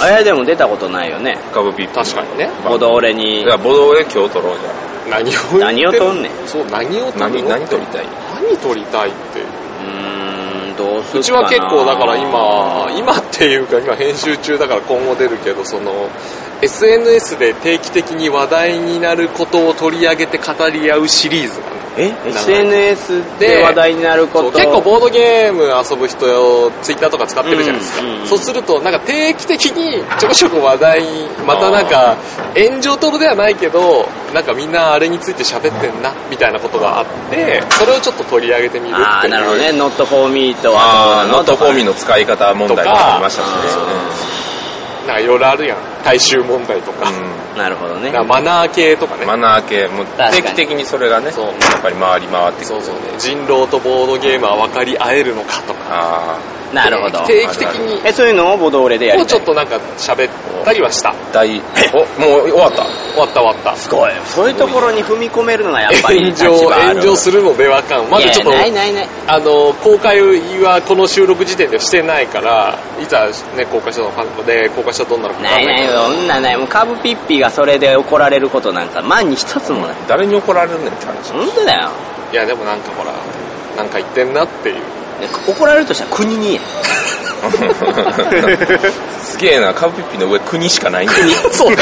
Speaker 1: あ
Speaker 2: あれでも出たことないよね。
Speaker 1: 株ピップ
Speaker 3: 確かにね
Speaker 2: ボド俺に
Speaker 1: じゃ。あボドで今日取ろうじゃん
Speaker 3: 何を
Speaker 2: 何
Speaker 3: 言
Speaker 2: を
Speaker 3: ってる
Speaker 2: 撮んねん。う
Speaker 3: そう何を撮る
Speaker 1: 何何取りたい
Speaker 3: 何撮りたいって
Speaker 2: ーん、どうするかな。
Speaker 3: うちは結構だから今今っていうか今編集中だから今後出るけどその SNS で定期的に話題になることを取り上げて語り合うシリーズなの
Speaker 2: え SNS で話題になること
Speaker 3: そう結構ボードゲーム遊ぶ人ツイッターとか使ってるじゃないですか、
Speaker 2: うんうんうん
Speaker 3: そうするとなんか定期的にちょこちょこ話題またなんか炎上トロではないけどなんかみんなあれについて喋ってんなみたいなことがあってそれをちょっと取り上げてみるっていう
Speaker 2: ああなるほどね「Not for me」と
Speaker 1: あ
Speaker 2: は
Speaker 1: あノットフォーミーの使い方問題もありましたし
Speaker 2: とか
Speaker 3: なんかいろいろあるやん大衆問題とか,、
Speaker 1: ね
Speaker 2: なるほどね
Speaker 3: なんかマナー系とか
Speaker 1: う
Speaker 3: ね
Speaker 1: んマナー系もう
Speaker 2: かに
Speaker 1: 定期的にそれがねや
Speaker 3: そ
Speaker 1: っ
Speaker 3: う
Speaker 1: ぱり回り回ってく
Speaker 3: そ
Speaker 1: る
Speaker 3: うそうね人狼とボードゲームは分かり合えるのかとか
Speaker 1: あ
Speaker 2: なるほど
Speaker 3: 定期的に
Speaker 2: えそういうのをボドーレでや
Speaker 3: も
Speaker 2: り
Speaker 3: うち
Speaker 2: た
Speaker 3: ょ
Speaker 2: い
Speaker 3: っとなんか喋ったりはした
Speaker 1: あ大おもう終わった
Speaker 3: 終わった終わった
Speaker 2: すごいそういうところに踏み込めるのがやっぱり
Speaker 3: 炎
Speaker 2: 立
Speaker 3: 上
Speaker 2: 場ある
Speaker 3: 炎上するのではかんまだちょっと
Speaker 2: いやいやないないない
Speaker 3: あの公開はこの収録時点ではしてないからいざ、ね、公開したのファンで公開したらどうなるか分
Speaker 2: な
Speaker 3: か
Speaker 2: い
Speaker 3: ん
Speaker 2: な
Speaker 3: ない
Speaker 2: い
Speaker 3: けど
Speaker 2: そんなないもうカブピッピがそれで怒られることなんか万に一つもない
Speaker 1: 誰に怒られるねんって 話
Speaker 2: 本当だよ
Speaker 3: いやでもなんかほらなんか言ってんなっ ていう
Speaker 2: で怒られるとしたら国にや
Speaker 1: すげえなカブピッピの上国しかないんだよ
Speaker 3: そう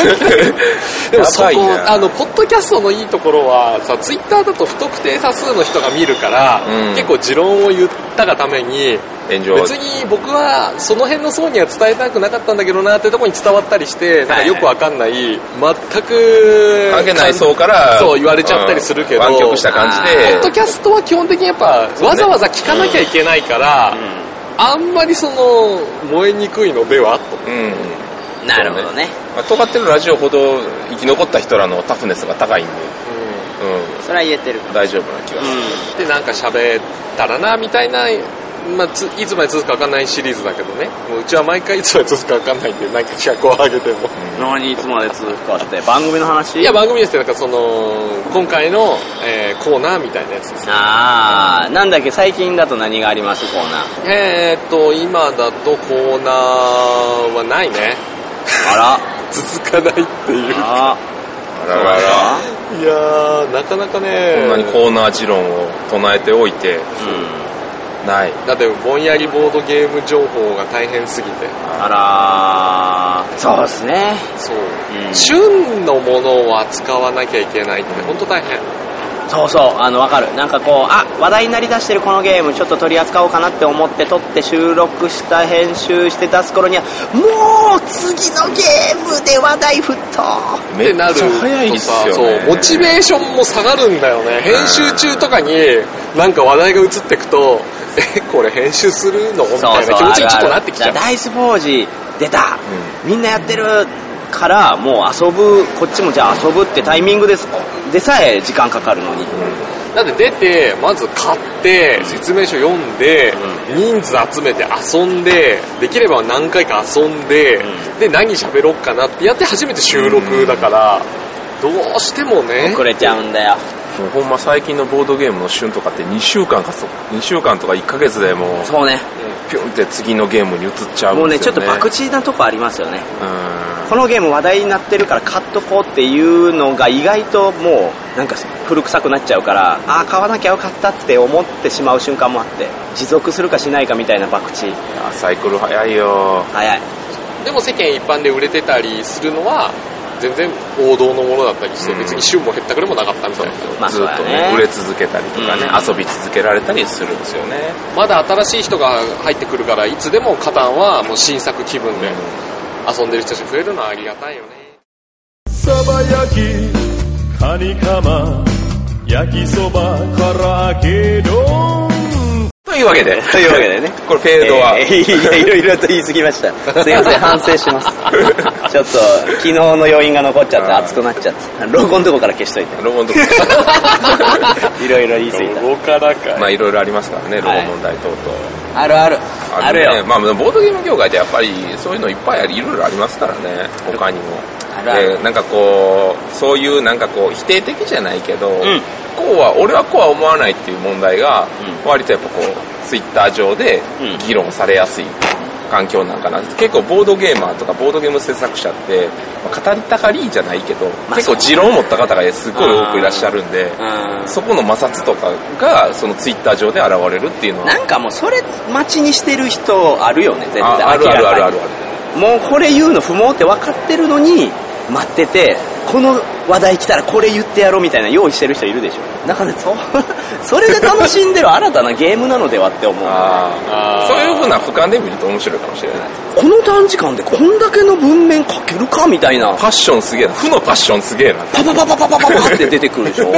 Speaker 3: でもそこ
Speaker 1: やばいな
Speaker 3: あのポッドキャストのいいところはさツイッターだと不特定多数の人が見るから、
Speaker 1: うん
Speaker 3: 結構持論を言ったがために
Speaker 1: 炎上
Speaker 3: 別に僕はその辺の層には伝えたくなかったんだけどなってところに伝わったりしてなんかよくわかんない全く
Speaker 1: 関係ない層から
Speaker 3: そう言われちゃったりするけど
Speaker 1: うん湾曲した感じ
Speaker 3: ポ
Speaker 1: で
Speaker 3: ッドキャストは基本的にやっぱわざわざ聞かなきゃいけないから、あんまりその燃えにくいのではと
Speaker 1: うん
Speaker 2: なるほどね
Speaker 1: まあ尖ってるラジオほど生き残った人らのタフネスが高いんで、う
Speaker 2: それは言えてる
Speaker 1: ん、大丈夫な気が
Speaker 2: う
Speaker 1: する、
Speaker 2: ん
Speaker 3: でなんか喋ったらなみたいな、まあ、ついつまで続くか分かんないシリーズだけどねもううちは毎回いつまで続くか分かんないんでなんか企画を上げても
Speaker 2: 何いつまで続くかって番組の話
Speaker 3: いや番組ですってなんかその今回の、えーコーナーみたいなやつです
Speaker 2: ああなんだっけ最近だと何がありますコーナー
Speaker 3: えー、っと今だとコーナーはないね
Speaker 2: あ ら
Speaker 3: 続かないっていう
Speaker 2: あ
Speaker 1: あららら
Speaker 3: いやーなかなかね
Speaker 1: こんなにコーナー持論を唱えておいて
Speaker 2: うん
Speaker 1: ない
Speaker 3: だってぼんやりボードゲーム情報が大変すぎて
Speaker 2: あらーそうですね
Speaker 3: そう、
Speaker 2: うん
Speaker 3: 旬のものを扱わなきゃいけないって本当大変
Speaker 2: そうそうあのわかるなんかこうあ話題になりだしてるこのゲームちょっと取り扱おうかなって思って撮って収録した編集して出す頃にはもう次のゲームで話題沸騰
Speaker 1: めっちゃ
Speaker 3: とさ
Speaker 1: 早いっすよ、ね、
Speaker 3: そうモチベーションも下がるんだよね編集中とかになんか話題が移ってくとえこれ編集するのみたいな気持ちにちょっとなってきちゃ
Speaker 2: だ
Speaker 3: う
Speaker 2: からダイスフォージ出た、みんなやってるからもう遊ぶこっちもじゃあ遊ぶってタイミングですでさえ時間かかるのに、
Speaker 3: だって出てまず買って説明書読んで、人数集めて遊んでできれば何回か遊んで、
Speaker 2: う
Speaker 3: で何喋ろっかなってやって初めて収録だから、どうしてもね
Speaker 2: 遅れちゃうんだよ
Speaker 1: もうほんま最近のボードゲームの旬とかって2週間かそ2週間とか1ヶ月でもう
Speaker 2: そうね
Speaker 1: ピュンって次のゲームに移っちゃうんですよ、ね、
Speaker 2: もうねちょっと博打なとこありますよね
Speaker 1: うん
Speaker 2: このゲーム話題になってるから買っとこうっていうのが意外ともうなんか古臭くなっちゃうからああ買わなきゃよかったって思ってしまう瞬間もあって持続するかしないかみたいな博打
Speaker 1: いやサイクル早いよ
Speaker 2: 早い
Speaker 3: でも世間一般で売れてたりするのは全然王道のものだったりして、
Speaker 1: うん
Speaker 3: 別に旬も減ったくれもなかったみたいな
Speaker 2: まあ
Speaker 1: ずっと
Speaker 2: そうだ
Speaker 1: ね
Speaker 2: ね
Speaker 1: 売れ続けたりとかね、
Speaker 2: う
Speaker 1: 遊び続けられたりするんですよね、
Speaker 3: まだ新しい人が入ってくるからいつでもカタンはもう新作気分で遊んでる人たちが増えるのはありがたいよね
Speaker 4: サバ焼きカニカマ焼きそばから揚げ丼
Speaker 1: というわけで
Speaker 2: というわけでね
Speaker 1: これフェードは、
Speaker 2: えーいやいろいろと言い過ぎましたすいません反 省しますちょっと昨日の余韻が残っちゃって
Speaker 1: あー
Speaker 2: 熱くなっちゃってロゴのとこから消しとい
Speaker 1: ロボンと か
Speaker 2: ていろいろ言い過ぎ
Speaker 3: 動かなか
Speaker 1: まあいろいろありますからね、ロゴ問題等々。
Speaker 2: たあるあるある
Speaker 1: ね
Speaker 2: よ
Speaker 1: まあ、でもボードゲーム業界でやっぱりそういうのいっぱいあり、いろいろありますからね、他にも。
Speaker 2: あるある
Speaker 1: でなんかこう、そういうなんかこう、否定的じゃないけど、
Speaker 2: ん
Speaker 1: こうは、俺はこうは思わないっていう問題が、
Speaker 2: う
Speaker 1: 割とやっぱこう、ツイッター上で
Speaker 2: うん
Speaker 1: 議論されやすい環境なんかな。結構ボードゲーマーとかボードゲーム制作者って、まあ語りたがりじゃないけど、
Speaker 2: まあ
Speaker 1: 結構持論を持った方がすごい多くいらっしゃるんで、
Speaker 2: うん
Speaker 1: そこの摩擦とかが、そのツイッター上で現れるっていうのは、
Speaker 2: なんかもうそれ待ちにしてる人あるよね絶対
Speaker 1: ああるあるあるあるある。
Speaker 2: もうこれ言うの不毛って分かってるのに待っててこの話題来たらこれ言ってやろうみたいな用意してる人いるでしょだからそ それで楽しんでる新たなゲームなのではって思う
Speaker 1: あ
Speaker 3: あ
Speaker 1: あ
Speaker 3: ー
Speaker 1: そういうふうな俯瞰で見ると面白いかもしれない
Speaker 2: この短時間でこんだけの文面書けるかみたいな
Speaker 1: パッションすげえな負のパッションすげえな
Speaker 2: パパパパパパパって出てくる でしょ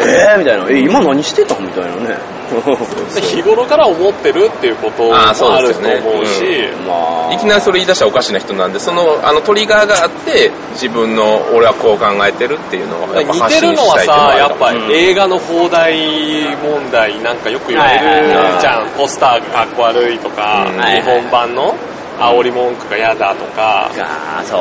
Speaker 2: えーみたいなえ今何してたみたいな ね
Speaker 3: 日頃から思ってるっていうことも
Speaker 1: あ
Speaker 3: あ
Speaker 1: ーそうで
Speaker 3: る
Speaker 1: す
Speaker 3: と
Speaker 1: よね
Speaker 3: 思うし
Speaker 2: まあ
Speaker 1: いきなりそれ言い出したらおかしな人なんでそのあのトリガーがあって自分の俺はこう考えてるっていうのをやっぱ
Speaker 3: 似
Speaker 1: 発
Speaker 3: て
Speaker 1: 信
Speaker 3: るの
Speaker 1: し
Speaker 3: は
Speaker 1: たいっていうのは
Speaker 3: さ
Speaker 1: ある
Speaker 3: や
Speaker 1: か
Speaker 3: っ
Speaker 1: も
Speaker 3: ぱ映画の放題問題なんかよく言われるじゃんポスターがかっこ悪いとか
Speaker 1: うん
Speaker 3: 日本版の煽り文句が嫌だとか
Speaker 2: がそ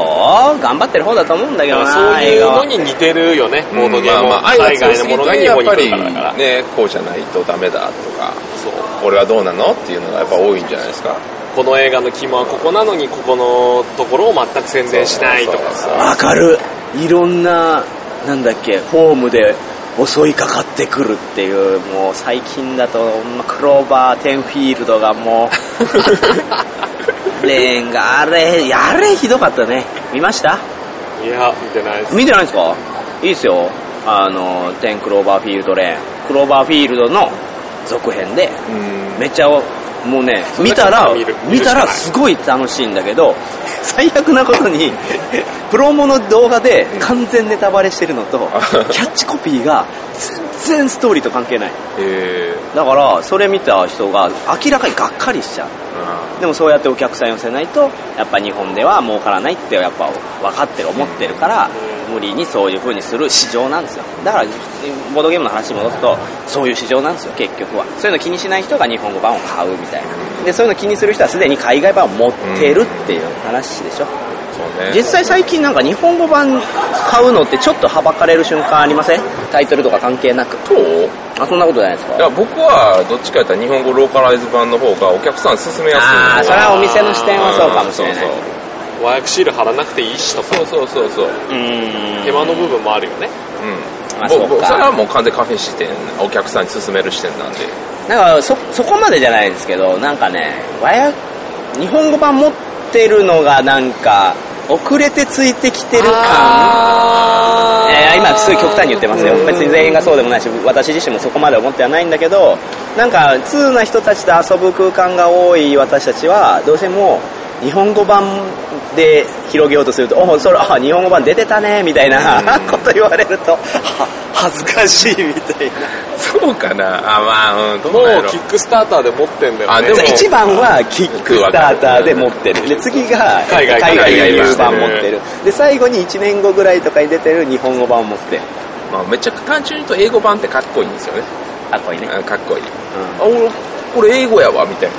Speaker 2: う頑張ってる方だと思うんだけどな
Speaker 3: そうい
Speaker 2: 映
Speaker 3: う
Speaker 2: 画
Speaker 3: の
Speaker 2: は
Speaker 3: に似てるよねボードゲーム
Speaker 1: ま
Speaker 3: は
Speaker 1: あまあ愛が強
Speaker 3: 海外
Speaker 1: す
Speaker 3: の
Speaker 1: ぎ
Speaker 3: ものが
Speaker 1: て
Speaker 3: 日
Speaker 1: やっ
Speaker 3: 本に
Speaker 1: ぱ
Speaker 3: 来
Speaker 1: り
Speaker 3: るからだから
Speaker 1: ねこうじゃないとダメだとか
Speaker 3: そう
Speaker 1: 俺はどうなのっていうのがやっぱ多いんじゃないですか
Speaker 3: この映画の肝はここなのにここのところを全く宣伝しないとか
Speaker 1: そうそう
Speaker 3: さ
Speaker 2: わかるいろんななんだっけフォームで襲いかかってくるっていうもう最近だとまあクローバーテンフィールドがも う レーンがあれあれひどかったね見ました
Speaker 3: いや見てないです
Speaker 2: 見てないんですかいいですよあのテンクローバーフィールドレーンクローバーフィールドの続編で
Speaker 1: うん
Speaker 2: めっちゃもうね
Speaker 3: んな
Speaker 2: 見たら
Speaker 3: 見る
Speaker 2: 見た
Speaker 3: 見るしかな
Speaker 2: ら
Speaker 3: い
Speaker 2: すごい楽しいんだけど最悪なことに プロモの動画で完全ネタバレしてるのとキャッチコピーが全然ストーリーと関係ない
Speaker 1: え
Speaker 2: だからそれ見た人が明らかにがっかりしちゃうでもそうやってお客さん寄せないとやっぱ日本では儲からないってやっぱ分かってる思ってるから無理にそういう風にする市場なんですよだからボードゲームの話に戻すとそういう市場なんですよ結局はそういうの気にしない人が日本語版を買うみたいなでそういうの気にする人はすでに海外版を持ってるっていう話でしょ
Speaker 1: そうね
Speaker 2: 実際最近なんか日本語版買うのってちょっとはばかれる瞬間ありませんタイトルとか関係なく
Speaker 1: そう
Speaker 2: あそんなことないです
Speaker 1: いや
Speaker 2: か
Speaker 1: 僕はどっちかやったら日本語ローカライズ版の方がお客さん勧めやすい
Speaker 2: ああーそれはお店の視点はそうかもしれない
Speaker 1: そう
Speaker 3: 和訳シール貼らなくていいしとか
Speaker 1: そうそうそうそうそう
Speaker 2: うーん
Speaker 3: 手間の部分もあるよね
Speaker 1: うん
Speaker 2: あ
Speaker 1: ぼ
Speaker 2: そうか
Speaker 1: ぼそれはもう完全カフェ視点お客さんに勧める視点なんで
Speaker 2: なんかそ、そこまでじゃないんですけど、なんかね、和訳、日本語版持ってるのがなんか、遅れてついてきてる感。えー今すごい極端に言ってますよ別に全員がそうでもないし私自身もそこまで思ってはないんだけどなんか通な人たちと遊ぶ空間が多い私たちはどうせもう日本語版で広げようとすると「おそれあ日本語版出てたね」みたいな
Speaker 1: うん
Speaker 2: こと言われるとは恥ずかしいみたいな
Speaker 1: そうかなあまあうんど
Speaker 3: も
Speaker 1: うなんや
Speaker 3: う
Speaker 1: ろ
Speaker 3: キックスターターで持ってんだよね
Speaker 1: あでも
Speaker 2: じゃあ1番はキックスターターで持ってるで次が
Speaker 3: 海外
Speaker 2: 海外
Speaker 1: 海外
Speaker 2: 流版
Speaker 1: 流
Speaker 2: 持ってるで最後に1年後ぐらいとかに出てる日本語版を持ってる
Speaker 1: まあ、めちゃく単純に言うと英語版ってかっこいいんですよね
Speaker 2: あこれね
Speaker 1: うんかっこいい あ俺これ英語やわみたいな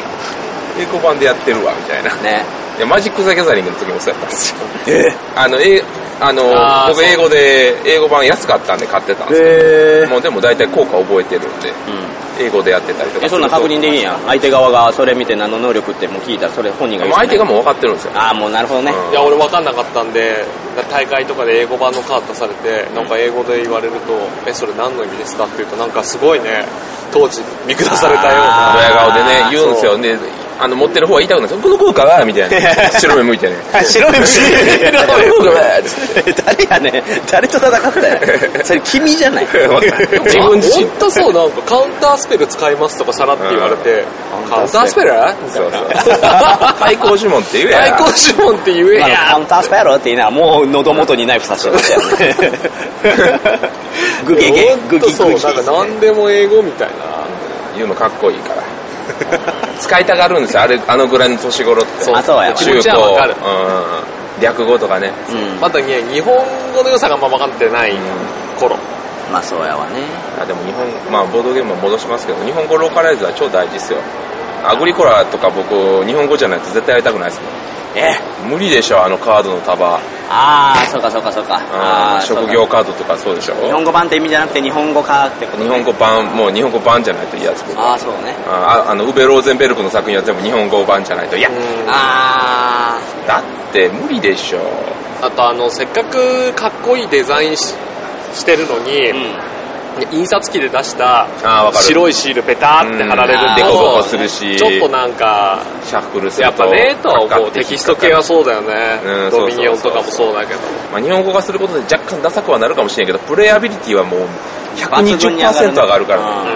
Speaker 1: 英語版でやってるわみたいな
Speaker 2: ね
Speaker 1: いやマジック・ザ・ギャザリングの時もそうやったんですよ
Speaker 5: え
Speaker 1: あの、えあの
Speaker 3: あー
Speaker 1: 僕英語で英語版安かったんで買ってたんです
Speaker 5: え
Speaker 1: けどもうでも大体効果覚えてるんで英語でやってたりとか
Speaker 2: えそんなん確認できんやん相手側がそれ見て何の能力ってもう聞いたらそれ本人が
Speaker 1: もう
Speaker 2: 言う
Speaker 1: 相手
Speaker 2: しかない
Speaker 1: がもう分かってるんですよ
Speaker 2: ああもうなるほどね、
Speaker 1: うん
Speaker 3: いや俺分かんなかったんで大会とかで英語版のカード出されてなんか英語で言われると「えそれ何の意味ですか?」って言うとなんかすごいね当時見下された
Speaker 1: ド
Speaker 3: ような
Speaker 1: ヤ顔で
Speaker 2: あ
Speaker 1: ね
Speaker 2: ー
Speaker 1: 言うんですよであの持ってる方は言いたくないですよこの効果はみたいな白目向いてね
Speaker 5: 白い虫
Speaker 1: この効果は って
Speaker 2: 誰やねん誰と戦ったよそれ君じゃ ない
Speaker 1: 自分自身
Speaker 3: 本当そうなんかカウンタースペル使いますとかさらって言われて
Speaker 2: ん
Speaker 3: カウンタースペル
Speaker 1: そうそう対抗呪文って言え
Speaker 3: 対
Speaker 1: や
Speaker 3: 抗呪文って言え
Speaker 2: 今の
Speaker 3: や
Speaker 2: カウンタースパやろって言いながらもう喉元にナイフ刺してましたよねグゲゲグギ
Speaker 3: 本当そう
Speaker 2: グギ
Speaker 3: なんか何でも英語みたいな
Speaker 1: 言うのかっこいいから使いたがるんですよあれあのぐらいの年頃って
Speaker 2: そうあそうやな
Speaker 1: 中
Speaker 3: 気持ちはわかる
Speaker 1: 高うん略語とかね
Speaker 2: うん
Speaker 3: またね日本語の良さがあんま分かってない頃
Speaker 2: まあそうやわね
Speaker 1: あでも日本、まあ、ボードゲームは戻しますけど日本語ローカライズは超大事ですよアグリコラとか僕日本語じゃないと絶対やりたくないです
Speaker 2: え
Speaker 1: もん無理でしょあのカードの束
Speaker 2: ああそうかそうかそうかあ
Speaker 1: あー
Speaker 2: あそうか
Speaker 1: 職業カードとかそうでしょ
Speaker 2: 日本語版って意味じゃなくて日本語化ってことね
Speaker 1: 日本語版もう日本語版じゃないと嫌です僕
Speaker 2: ああそうね
Speaker 1: ああのウベ・ローゼンベルクの作品は全部日本語版じゃないといや
Speaker 2: あ
Speaker 1: だって無理でしょ
Speaker 3: あとあのせっかくかっこいいデザインししてるのに、
Speaker 2: あうん
Speaker 3: 印刷機で出した
Speaker 1: あーわかる
Speaker 3: 白いシールペタって貼られるんで
Speaker 1: うん凸凹
Speaker 3: こそ
Speaker 1: するし
Speaker 3: ちょっとなんか
Speaker 1: シャッフルする
Speaker 3: やっぱねとは思うテキスト系は
Speaker 1: カッカッて引っかかる
Speaker 3: そうだよね、
Speaker 1: うん
Speaker 3: ドミニオンとかもそうだけど
Speaker 1: まあ、日本語化することで若干ダサくはなるかもしれんけどプレイアビリティはもう120%上がるからね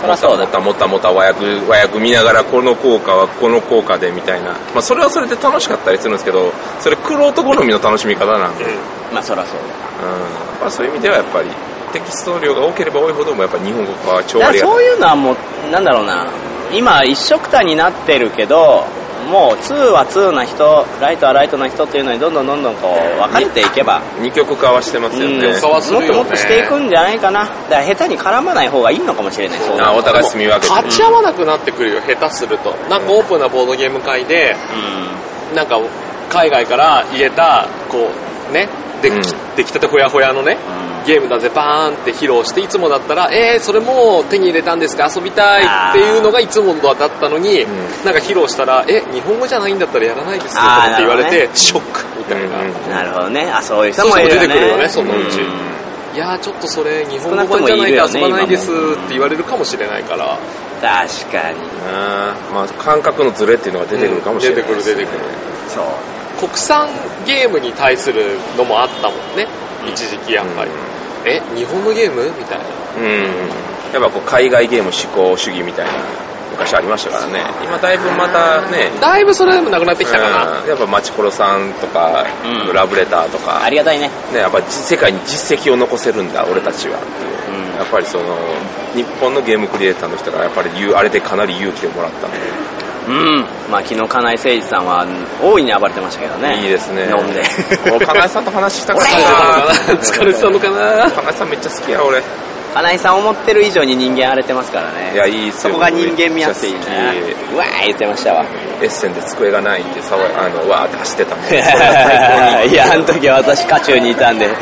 Speaker 2: そりゃそうだ
Speaker 1: もたもたもたもた和訳和訳見ながらこの効果はこの効果でみたいな、まあ、それはそれで楽しかったりするんですけどそれ苦労と好みの楽しみ方なんで、うん
Speaker 2: まあそらそう
Speaker 1: まあ、そういう意味ではやっぱりテキスト量が多ければ多いほどもやっぱ日本語化は超
Speaker 2: だ
Speaker 1: あ
Speaker 2: か
Speaker 1: り
Speaker 2: ら
Speaker 1: がたい
Speaker 2: そういうのはもうなんだろうな今一緒くたになってるけどもう2は2な人ライトはライトな人っていうのにどんどんどんどんこう分かれていけば
Speaker 1: 二極化はしてますよね
Speaker 3: んそう
Speaker 2: もっともっとしていくんじゃないかなだから下手に絡まない方がいいのかもしれないそう
Speaker 1: あお互い住み分けて
Speaker 3: 勝ち合わなくなってくるよ下手するとなんかオープンなボードゲーム会でなんか海外から入れたこうねでき,、
Speaker 1: うん
Speaker 3: できたてほやほやのねゲームだぜバーンって披露していつもだったら「えー、それもう手に入れたんですか遊びたい」っていうのがいつもだったのに、
Speaker 1: ん
Speaker 3: なんか披露したら「え日本語じゃないんだったらやらないですよ」と
Speaker 2: あー
Speaker 3: かって言われ
Speaker 2: なる
Speaker 3: て、
Speaker 2: ほどね
Speaker 3: ショックみたいな、
Speaker 1: うんうん
Speaker 2: うんなるほどねあそういう
Speaker 3: そ
Speaker 2: 人
Speaker 3: う
Speaker 2: もい
Speaker 3: いう
Speaker 2: る
Speaker 3: 人
Speaker 2: よ
Speaker 3: 出て
Speaker 2: ね
Speaker 3: くるよねそのうち、
Speaker 1: うん
Speaker 3: いやーちょっとそれ日本語版じゃないと遊ばないですって言われるかもしれないから、
Speaker 2: 確かに
Speaker 1: あーまあ、感覚のズレっていうのが出てくるかもしれない
Speaker 3: うん出てくる出てくる
Speaker 2: そう
Speaker 3: 国産ゲームに対するのもあったもんね一時期やっぱり、え日本のゲームみたいな
Speaker 1: うん、やっぱこう海外ゲーム志向主義みたいな昔ありましたからね今だいぶまたね
Speaker 3: だいぶそれでもなくなってきたかな、
Speaker 1: うんやっぱマチコロさんとか、
Speaker 2: うん
Speaker 1: ラブレターとか
Speaker 2: ありがたいね
Speaker 1: ね、やっぱじ世界に実績を残せるんだ俺たちは、やっぱりその日本のゲームクリエイターの人がやっぱり言うあれでかなり勇気をもらったので
Speaker 2: うんまあ昨日金井誠司さんは大いに暴れてましたけどね
Speaker 1: いいですね
Speaker 2: 飲んで
Speaker 1: 俺金井さんと話したかった
Speaker 3: あ
Speaker 1: な
Speaker 3: ー疲れてたのかな
Speaker 1: 金井さんめっちゃ好きや俺い
Speaker 2: 金井さん思ってる以上に人間荒れてますからね
Speaker 1: やいいっす
Speaker 2: そ
Speaker 1: よ
Speaker 2: こが人間味あっていいね
Speaker 1: めっちゃ好き
Speaker 2: うわー言ってました わ
Speaker 1: エッセンで机がないって騒いあのわーって走ってた もん
Speaker 2: いやあの時は私渦中にいたんでもう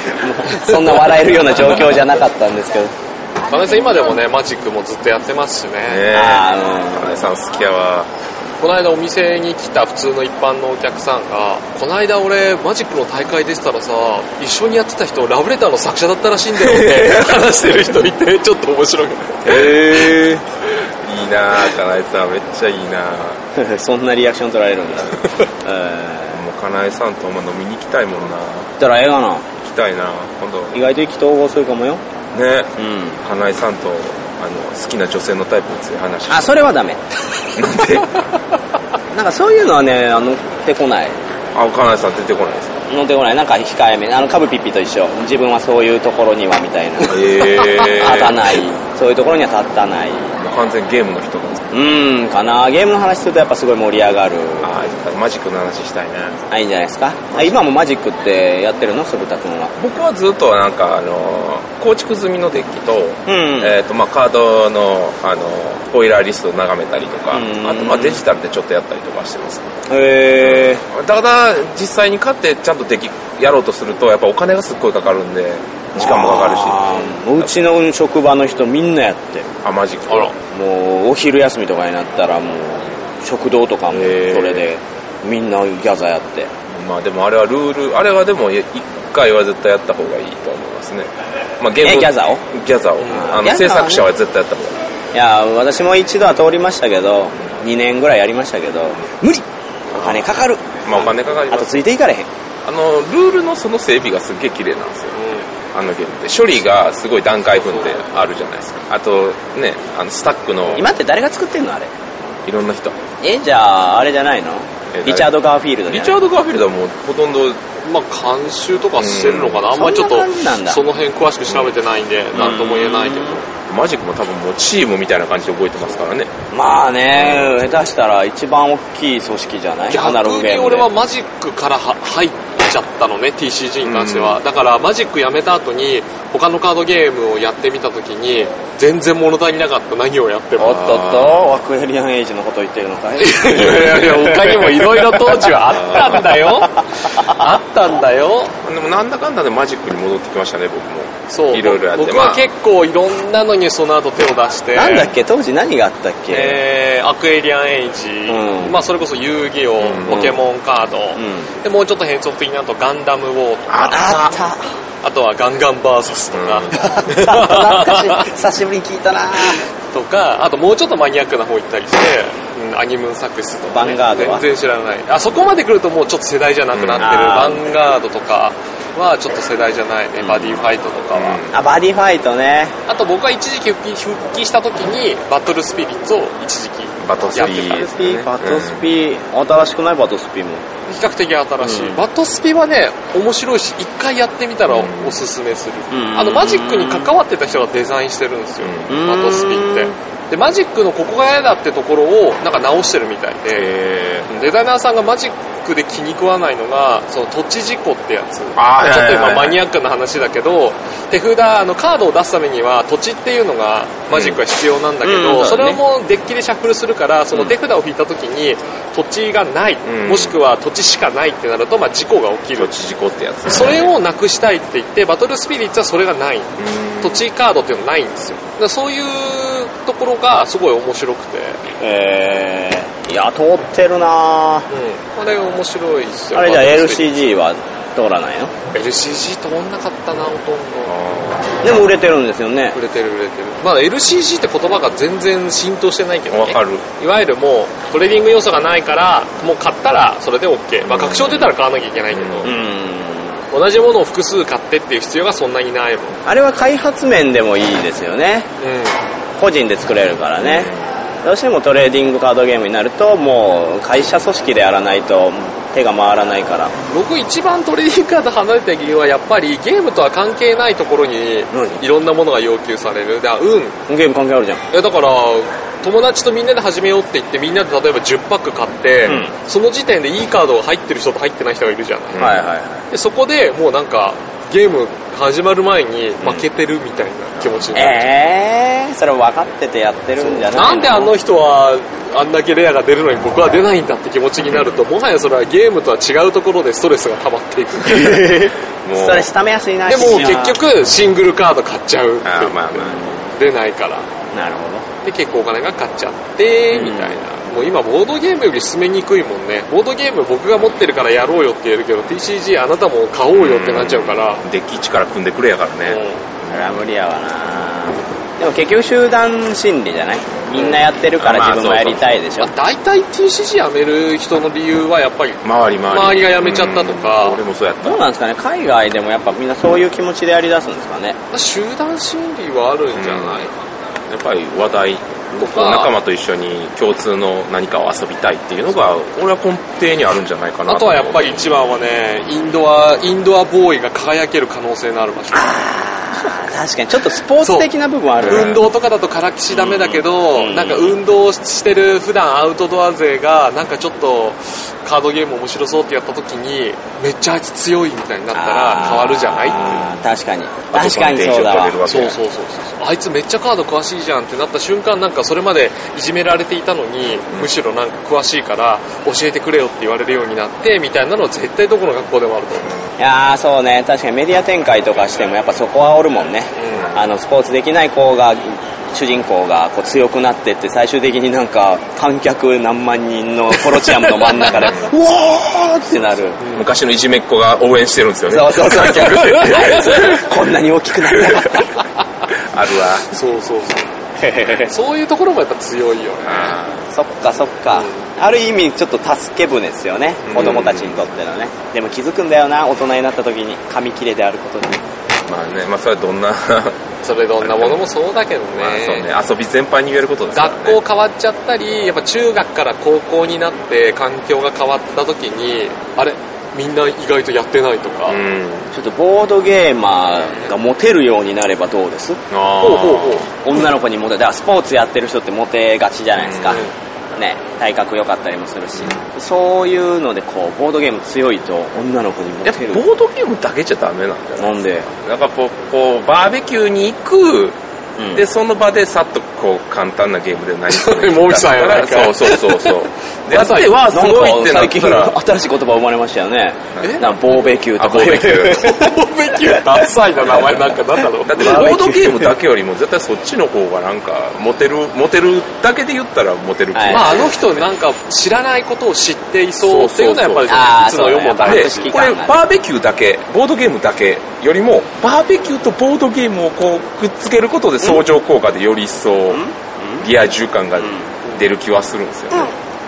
Speaker 2: そんな笑えるような状況じゃなかったんですけど
Speaker 3: 金井さん今でもねマジックもずっとやってますしね
Speaker 1: ね
Speaker 2: あ
Speaker 1: 金井さん好きやわ
Speaker 3: この間お店に来た普通の一般のお客さんが「この間俺マジックの大会出てたらさ一緒にやってた人ラブレターの作者だったらしいんだよ」 って話してる人いてちょっと面白い
Speaker 1: ええいいなあ金井さんめっちゃいいなあ
Speaker 2: の そんなリアクション取られる んだえ
Speaker 1: もう金井さんとお前飲みに行きたいもんな
Speaker 2: ー言ったらええがな
Speaker 1: 行きたいな今度
Speaker 2: 意外と意気投合するかもよ
Speaker 1: ね
Speaker 2: うん
Speaker 1: 金井さんとあの好きな女性のタイプについて話
Speaker 2: あそれはダメ
Speaker 1: なんで
Speaker 2: なんかそういうのはねあの乗ってこない
Speaker 1: あ金井さん出てこないですか
Speaker 2: 乗ってこないなんか控えめあのカブピッピと一緒自分はそういうところにはみたいな立
Speaker 1: ええ
Speaker 2: たないそういうところには立たない
Speaker 1: 完全にゲームの人なんですか
Speaker 2: ううんかなゲームの話するとやっぱすごい盛り上がる
Speaker 1: ああマジックの話したいね
Speaker 2: あいいんじゃないですかあ今もマジックってやってるのそぶたくんは
Speaker 1: 僕はずっとなんかあの構築済みのデッキと,、
Speaker 2: ん
Speaker 1: えーとまあ、カードのあのボイラーリストを眺めたりとか
Speaker 2: うん
Speaker 1: あとまあデジタルでちょっとやったりとかしてます
Speaker 2: へえ
Speaker 1: ただ実際に買ってちゃんとできやろうとするとやっぱお金がすっごいかかるんで時間もかかるし
Speaker 2: うちの職場の人みんなやってる
Speaker 1: あマジック
Speaker 3: あら
Speaker 2: もうお昼休みとかになったらもう食堂とかもそ
Speaker 1: へー
Speaker 2: れでみんなギャザやって
Speaker 1: まあでもあれはルールあれはでも一回は絶対やった方がいいと思いますね、まあ、ゲ
Speaker 2: えギャザーを
Speaker 1: ギャザーを
Speaker 2: ん
Speaker 1: あの
Speaker 2: ギャザーね
Speaker 1: 制作者は絶対やった方がいい
Speaker 2: いや私も一度は通りましたけど2年ぐらいやりましたけど無理お金かかる
Speaker 1: まあお金かかり
Speaker 2: あ
Speaker 1: ま
Speaker 2: と
Speaker 1: す
Speaker 2: ついていかれへん
Speaker 1: あのルールのその整備がすっげえ綺麗なんですよあのゲームって処理がすごい段階踏んであるじゃないですかあとねあのスタックの
Speaker 2: 今って誰が作ってんのあれ
Speaker 1: いろんな人
Speaker 2: えじゃああれじゃないの
Speaker 1: え
Speaker 2: リチャード・ガーフィールドじゃ
Speaker 1: リ
Speaker 2: ない
Speaker 1: チャード・ガーフィールドはもうほとんど
Speaker 3: まあ監修とかしてるのかな、あんまりちょっと
Speaker 2: そんな感じなんだ
Speaker 3: その辺詳しく調べてないんで何とも言えないけど
Speaker 1: マジックも多分もうチームみたいな感じで動いてますからね
Speaker 2: まあね下手したら一番大きい組織じゃないアナログ
Speaker 3: 逆
Speaker 2: ゲーム
Speaker 3: に
Speaker 2: で
Speaker 3: 俺はマジックからは入っちゃったのね TCG に関しては、だからマジックやめた後に他のカードゲームをやってみた時に全然物足りなかった何をやって
Speaker 2: お
Speaker 3: も
Speaker 2: っとっとワクエリアンエイジのこと言ってるのかい
Speaker 3: いやいやいや他にもいろいろ当時はあったんだよあったんだよ
Speaker 1: でもなんだかんだでマジックに戻ってきましたね僕も
Speaker 3: そう
Speaker 1: いろいろやって
Speaker 3: 僕
Speaker 1: ま
Speaker 3: は
Speaker 1: あ
Speaker 3: 結構いろんなのにその後手を出して
Speaker 2: なんだっけ当時何があったっけ、
Speaker 3: えーアクエリアンエイジ、
Speaker 2: うん
Speaker 3: まあ、それこそ遊戯王、
Speaker 1: うん
Speaker 3: ポケモンカード、
Speaker 2: ん
Speaker 3: でもうちょっと変則的になるとガンダムウォーとか
Speaker 1: あ
Speaker 2: あった
Speaker 3: あとはガンガンバーサスとか、
Speaker 1: うん
Speaker 2: あった懐かしい久しぶりに聞いたな
Speaker 3: とかあともうちょっとマニアックな方行ったりして、うんアニムーンサックスとか、
Speaker 2: ヴァンガードは
Speaker 3: 全然知らないあそこまで来るともうちょっと世代じゃなくなってる、ヴァンガードとかはちょっと世代じゃないね、バディファイトとかは、
Speaker 1: うん
Speaker 2: あバディファイトね
Speaker 3: あと僕は一時期復帰復帰した時にバトルスピリッツを一時期
Speaker 1: バトスピ
Speaker 3: やってた
Speaker 1: いい
Speaker 3: ん
Speaker 1: で
Speaker 3: ですす
Speaker 1: ね
Speaker 2: バトスピ、新しくないバトスピも
Speaker 3: 比較的新しい、
Speaker 2: うん
Speaker 3: バトスピはね面白いし一回やってみたら
Speaker 1: うん
Speaker 3: おすすめする、
Speaker 2: うん
Speaker 3: あのマジックに関わってた人がデザインしてるんですよ、
Speaker 2: うん
Speaker 3: バトスピってでマジックのここが嫌だってところをなんか直してるみたいで
Speaker 1: え
Speaker 3: デザイナーさんがマジックで気に食わないのがその土地事故ってやつ
Speaker 1: あー
Speaker 3: ちょっと
Speaker 1: はいはいは
Speaker 3: 今
Speaker 1: い
Speaker 3: マニアックな話だけど手札あのカードを出すためには土地っていうのがマジックは必要なんだけ
Speaker 2: うんう
Speaker 3: ど、
Speaker 2: ん
Speaker 3: それをもうデッキでシャッフルするからその手札を引いた時に土地がない、
Speaker 1: うん
Speaker 3: もしくは土地しかないってなると、まあ、事故が起き
Speaker 1: ー、
Speaker 3: る
Speaker 1: 地事故ってやつ、
Speaker 3: それをなくしたいって言ってバトルスピリッツはそれがない土地カードっていうのはないんですよだからそういうところがすごい面白くて、
Speaker 2: えー、いや通ってるな
Speaker 3: うん、あれ面白いですよ
Speaker 2: あれじゃあ
Speaker 3: バトルスピリッ
Speaker 2: LCG は通らないの
Speaker 3: ツ LCG 通んなかったなほとんど
Speaker 2: でも売れてるんですよね
Speaker 3: 売れてる売れてるまだ LCG って言葉が全然浸透してないけど、ね、
Speaker 1: わかる
Speaker 3: いわゆるもうトレーディング要素がないからもう買ったらそれで OK、まあ、確証出たら買わなきゃいけないけど
Speaker 2: う、ん
Speaker 3: 同じものを複数買ってっていう必要がそんなにないもん、うん、
Speaker 2: あれは開発面でもいいですよね個人で作れるからねどうしてもトレーディングカードゲームになるともう会社組織でやらないと手が回らないから
Speaker 3: 僕一番トレーディングカード離れた理由はやっぱりゲームとは関係ないところに
Speaker 2: 何
Speaker 3: いろんなものが要求されるだから運
Speaker 2: ゲーム関係あるじゃん
Speaker 3: いやだから友達とみんなで始めようって言ってみんなで例えば10パック買って、
Speaker 2: うん
Speaker 3: その時点でいいカードが入ってる人と入ってない人がいるじゃない、
Speaker 1: うん
Speaker 2: はいはいは
Speaker 3: でそこでもうなんかゲーム始まる前に負けてるみたいな気持ち
Speaker 2: い
Speaker 3: になる、
Speaker 2: ええー、それ分かっててやってるんじゃないの
Speaker 3: なんであの人はあんだけレアが出るのに僕は出ないんだって気持ちになるともはやそれはゲームとは違うところでストレスが溜 まっていくで
Speaker 1: もう
Speaker 2: それ下目安いな
Speaker 3: も
Speaker 2: しな
Speaker 3: 結局シングルカード買っちゃうって
Speaker 1: あーまあま
Speaker 3: 出ないから
Speaker 2: なるほど
Speaker 3: で結構お金が買っちゃってみたいな、もう今ボードゲームより進めにくいもんねボードゲーム僕が持ってるからやろうよって言えるけど TCG あなたも買おうよってなっちゃうから、
Speaker 1: あデッキ力組んでくれやからね
Speaker 2: それは無理やわなでも結局集団心理じゃないみんなやってるから
Speaker 1: まあ
Speaker 2: 自分もやりたいでしょ、
Speaker 3: まあ、大体 TCG 辞める人の理由はやっぱり
Speaker 1: 周り周り
Speaker 3: 周りがやめちゃったとか
Speaker 1: うん俺もそうやった
Speaker 2: どうなんですかね海外でもやっぱみんなそういう気持ちでやりだすんですかね
Speaker 3: 集団心理はあるんじゃない、
Speaker 1: やっぱり話題僕は仲間と一緒に共通の何かを遊びたいっていうのが俺は根底にあるんじゃないかな
Speaker 3: あとはやっぱり一番はねインドアインドアボーイが輝ける可能性のある場所
Speaker 2: 確かにちょっとスポーツ的な部分はある
Speaker 3: 運動とかだとからきしダメだけど、
Speaker 2: うん
Speaker 3: なんか運動してる普段アウトドア勢がなんかちょっとカードゲーム面白そうってやった時にめっちゃあいつ強いみたいになったら変わるじゃない
Speaker 2: あー確かに
Speaker 1: あと
Speaker 2: 確かにそう
Speaker 1: そのテン
Speaker 2: だ
Speaker 1: ション取れるわ
Speaker 2: わ
Speaker 1: け
Speaker 3: そうそうそうそうあいつめっちゃカード詳しいじゃんってなった瞬間なんかそれまでいじめられていたのにむしろなんか詳しいから教えてくれよって言われるようになってみたいなのは絶対どこの学校でもあると思う
Speaker 2: いやーそうね確かにメディア展開とかしてもやっぱそこはおるもんね、あのスポーツできない子が主人公がこう強くなってって最終的になんか観客何万人のコロチアムの真ん中 でうおーってなる
Speaker 1: 昔のいじめっ子が応援してるんですよね
Speaker 2: そうそうそうそ
Speaker 1: 観
Speaker 2: う
Speaker 1: 客って
Speaker 2: あいつこんなに大きくなりたかった
Speaker 1: あるわ
Speaker 3: そうそうそうそういうところもやっぱ強いよね
Speaker 2: そっかそっか、ある意味ちょっと助け舟ですよね
Speaker 1: うん
Speaker 2: 子供たちにとってのねでも気づくんだよな大人になった時に紙切れであることに
Speaker 1: まあねまあそれはどん なまあ
Speaker 3: それどんなものもそうだけどね,、
Speaker 1: そうね遊び全般に言えることですからね
Speaker 3: 学校変わっちゃったりやっぱ中学から高校になって環境が変わった時にあれみんな意外とやってないとか、
Speaker 1: うん
Speaker 2: ちょっとボードゲーマーがモテるようになればどうです
Speaker 1: あ
Speaker 3: ほうほうほう
Speaker 2: 女の子にモテだからスポーツやってる人ってモテがちじゃないですか、 ね体格良かったりもするしそういうのでこうボードゲーム強いと女の子にモ
Speaker 1: やっ
Speaker 2: テ
Speaker 1: ぱ
Speaker 2: る
Speaker 1: ボードゲームだけじゃダメなんだよ
Speaker 2: なんで
Speaker 1: なんかこうこうバーベキューに行く
Speaker 2: うん
Speaker 1: でその場でさっとこう簡単なゲームで何する
Speaker 3: もう一歳やないか
Speaker 1: そうそうそうそうでやってはす
Speaker 2: なん
Speaker 1: ごいってな
Speaker 2: か
Speaker 1: っ
Speaker 2: 最近
Speaker 1: たら
Speaker 2: 新しい言葉生まれましたよね
Speaker 1: え
Speaker 2: なんかボーベキュー
Speaker 1: あ
Speaker 2: とか
Speaker 1: ボーベキュー
Speaker 3: ほうバーベキューダサいな名前なんかなんだろう
Speaker 1: だ ってボードゲームだけよりも絶対そっちの方がなんかモテるモテるだけで言ったらモテる気が
Speaker 2: はい
Speaker 3: まあ、あの人なんか知らないことを知ってい そうっていうのはやっぱり
Speaker 2: あー
Speaker 3: 普通の世も
Speaker 2: そうだ
Speaker 3: 大
Speaker 2: ね
Speaker 1: で
Speaker 2: 半年期
Speaker 1: これ
Speaker 2: 間がね
Speaker 1: バーベキューだけボードゲームだけよりもバーベキューとボードゲームをこうくっつけることで相乗効果でより一層リア充感が出る気はするんですよね、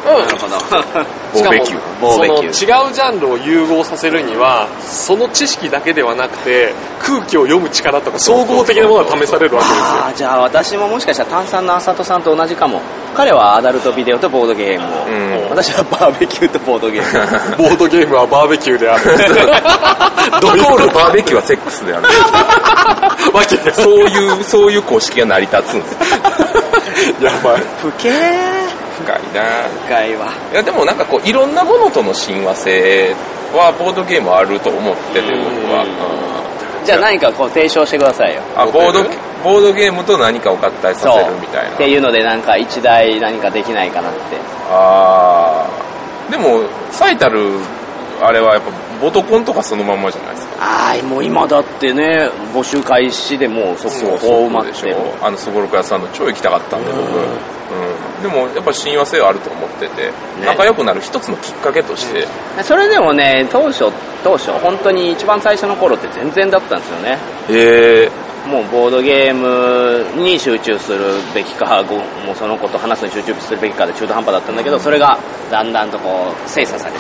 Speaker 2: なるほど
Speaker 1: ボーベキュー
Speaker 2: ボーベキュー
Speaker 3: その違うジャンルを融合させるにはその知識だけではなくて空気を読む力とか総合的なものが試されるわけですよ
Speaker 2: ああじゃあ私ももしかしたら炭酸のあさとさんと同じかも彼はアダルトビデオとボードゲームを、
Speaker 1: うん
Speaker 2: 私はバーベキューとボードゲーム
Speaker 3: ボードゲームはバーベキューであ る。
Speaker 1: ドイコールバーベキューはセックスである
Speaker 3: わけです。
Speaker 1: そういう そういう公式が成り立つんですよ
Speaker 3: やばい。
Speaker 2: 不敬
Speaker 1: 深いな
Speaker 2: 深いわ
Speaker 1: いやでもなんかこういろんなものとの親和性はボードゲームはあると思ってて僕は、うん
Speaker 2: じゃあ何かこう提唱してくださいよ
Speaker 1: あボードボードゲームと何かを合体さ
Speaker 2: そ
Speaker 1: せ
Speaker 2: う
Speaker 1: るみたいな
Speaker 2: っていうのでなんか一台何かできないかなって
Speaker 1: ああでも最たるあれはやっぱボトコンとかそのまんまじゃないですか
Speaker 2: ああもう今だってね募集開始でもうそここ埋ま
Speaker 1: で
Speaker 2: っ
Speaker 1: して
Speaker 2: る
Speaker 1: ょあのすごろく屋さんの超行きたかったんで僕、うんでもやっぱ親和性はあると思ってて、仲良くなる一つのきっかけとして、
Speaker 2: それでもね当初当初本当に一番最初の頃って全然だったんですよね
Speaker 1: ええ
Speaker 2: もうボードゲームに集中するべきかごもうその子と話すのに集中するべきかで中途半端だったんだけどそれがだんだんとこう精査されてね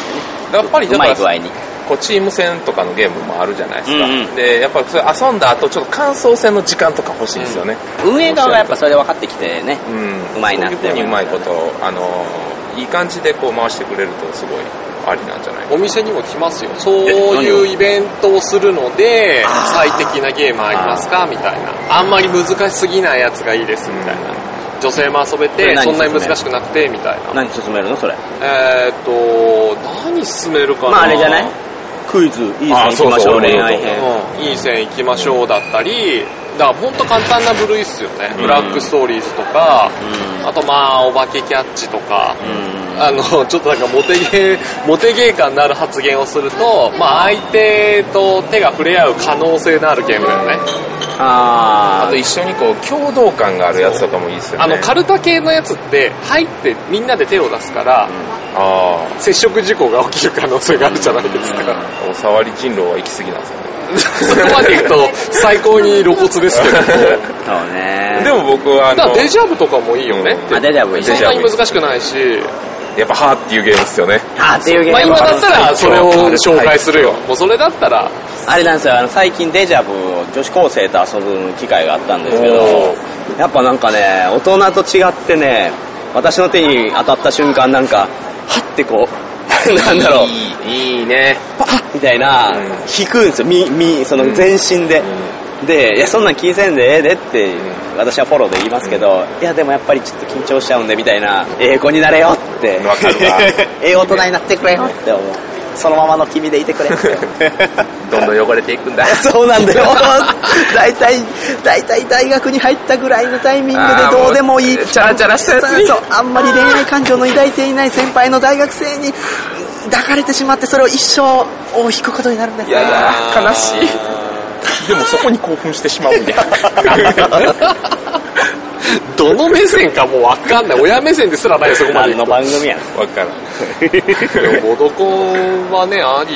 Speaker 1: やっぱり
Speaker 2: う
Speaker 1: だか
Speaker 2: ま
Speaker 1: ら
Speaker 2: い具合に
Speaker 1: こうチーム戦とかのゲームもあるじゃないですか、
Speaker 2: うんうん
Speaker 1: でやっぱそれ遊んだ後ちょっと感想戦の時間とか欲しいんですよね、
Speaker 2: 運営側がやっぱそれで分かってきてね
Speaker 1: うん
Speaker 2: うまいなって
Speaker 1: そういうふうにうまいことをあのーいい感じでこう回してくれるとすごいありなんじゃないか
Speaker 3: お店にも来ますよ。そういうイベントをするので、最適なゲームありますかみたいな。あんまり難しすぎないやつがいいです、みたいな。女性も遊べ
Speaker 2: それ
Speaker 3: て、
Speaker 2: 何
Speaker 3: そんなに難しくなくて、みたいな。
Speaker 2: 何進めるのそれ
Speaker 3: えーっと、何進めるかな
Speaker 2: まああれじゃないクイズいい線いきましょう
Speaker 1: あそうそう
Speaker 2: 恋愛編
Speaker 3: うん、いい線行きましょうだったり、だから本当簡単な部類っすよね。ブラックストーリーズとか、あとまあ、お化けキャッチとか、あの、ちょっとなんかモテゲー、モテゲー感のある発言をすると、まあ相手と手が触れ合う可能性のあるゲームだよね。
Speaker 2: あ
Speaker 1: あと一緒にこう共同感があるやつとかもいいですよ
Speaker 3: あ
Speaker 1: ね
Speaker 3: の、カルタ系のやつって、入ってみんなで手を出すから、
Speaker 1: あ
Speaker 3: 接触事故が起きる可能性があるじゃないですか。
Speaker 1: あおさわり人狼は行き過ぎなんですよね
Speaker 3: そこまで行くと、最高に露骨ですけど。
Speaker 2: ーそうね
Speaker 1: でも僕はあ
Speaker 3: だから
Speaker 1: の
Speaker 3: デジャブとかもいいよね。
Speaker 1: うん
Speaker 2: あデジャブいい
Speaker 3: そ
Speaker 1: デ
Speaker 3: ん
Speaker 1: ジャ
Speaker 3: な
Speaker 1: ブ
Speaker 3: に難しくないし、
Speaker 1: やっぱ「は」っていうゲームですよね
Speaker 2: あーっていうゲーム
Speaker 3: まあ今だったらそれを紹介するよ
Speaker 1: は。
Speaker 3: もうそれだったら、
Speaker 2: あれなんですよあの最近デジャブを女子高生と遊ぶ機会があったんですけ
Speaker 1: お
Speaker 2: どやっぱなんかね大人と違ってね私の手に当たった瞬間なんかはってこう なんだろう
Speaker 1: いいいいね
Speaker 2: パッみたいな、
Speaker 1: うん
Speaker 2: 引くんですよみみその全身で、で、いや、そんなん気にせんでええでって、私はフォローで言いますけど、いや、でもやっぱりちょっと緊張しちゃうんで、みたいな、ええ子になれよって。
Speaker 1: わかる わ
Speaker 2: ええ大人になってくれよって思う。そのままの君でいてくれって。
Speaker 1: どんどん汚れていくんだ
Speaker 2: そうなんだよ。大体、大体大学に入ったぐらいのタイミングで
Speaker 1: あーもう
Speaker 2: どうでもいい。
Speaker 1: チャラチャラしたやつに
Speaker 2: そう、あんまり恋愛感情の抱いていない先輩の大学生に抱かれてしまって、それを一生を引くことになるんです
Speaker 1: やだ悲しいでもそこに興奮してしまうんだよ
Speaker 3: どの目線かもうわかんない。親目線ですらないよ、そこまで行くと。
Speaker 2: 番組やん。
Speaker 1: わからん
Speaker 3: でもボドコンはね、あり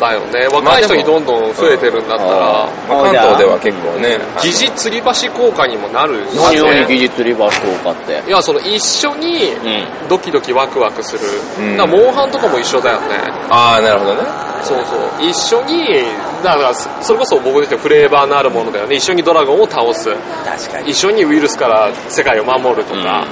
Speaker 3: だよね。若い人にどんどん増えてるんだったら、
Speaker 1: まあ関東では結構ねあの
Speaker 3: 疑似吊り橋効果にもなるしね
Speaker 2: 術リバース効果って
Speaker 3: い。や、その一緒に
Speaker 2: う
Speaker 3: ドキドキワクワクする。
Speaker 1: うん
Speaker 3: だからモンハンとかも一緒だよね。
Speaker 1: ああなるほどね
Speaker 3: そうそう。一緒に、だから、それこそ僕で言ってフレーバーのあるものだよね。一緒にドラゴンを倒す。
Speaker 2: 確か。
Speaker 3: 一緒にウイルスから世界を守るとか。
Speaker 1: あ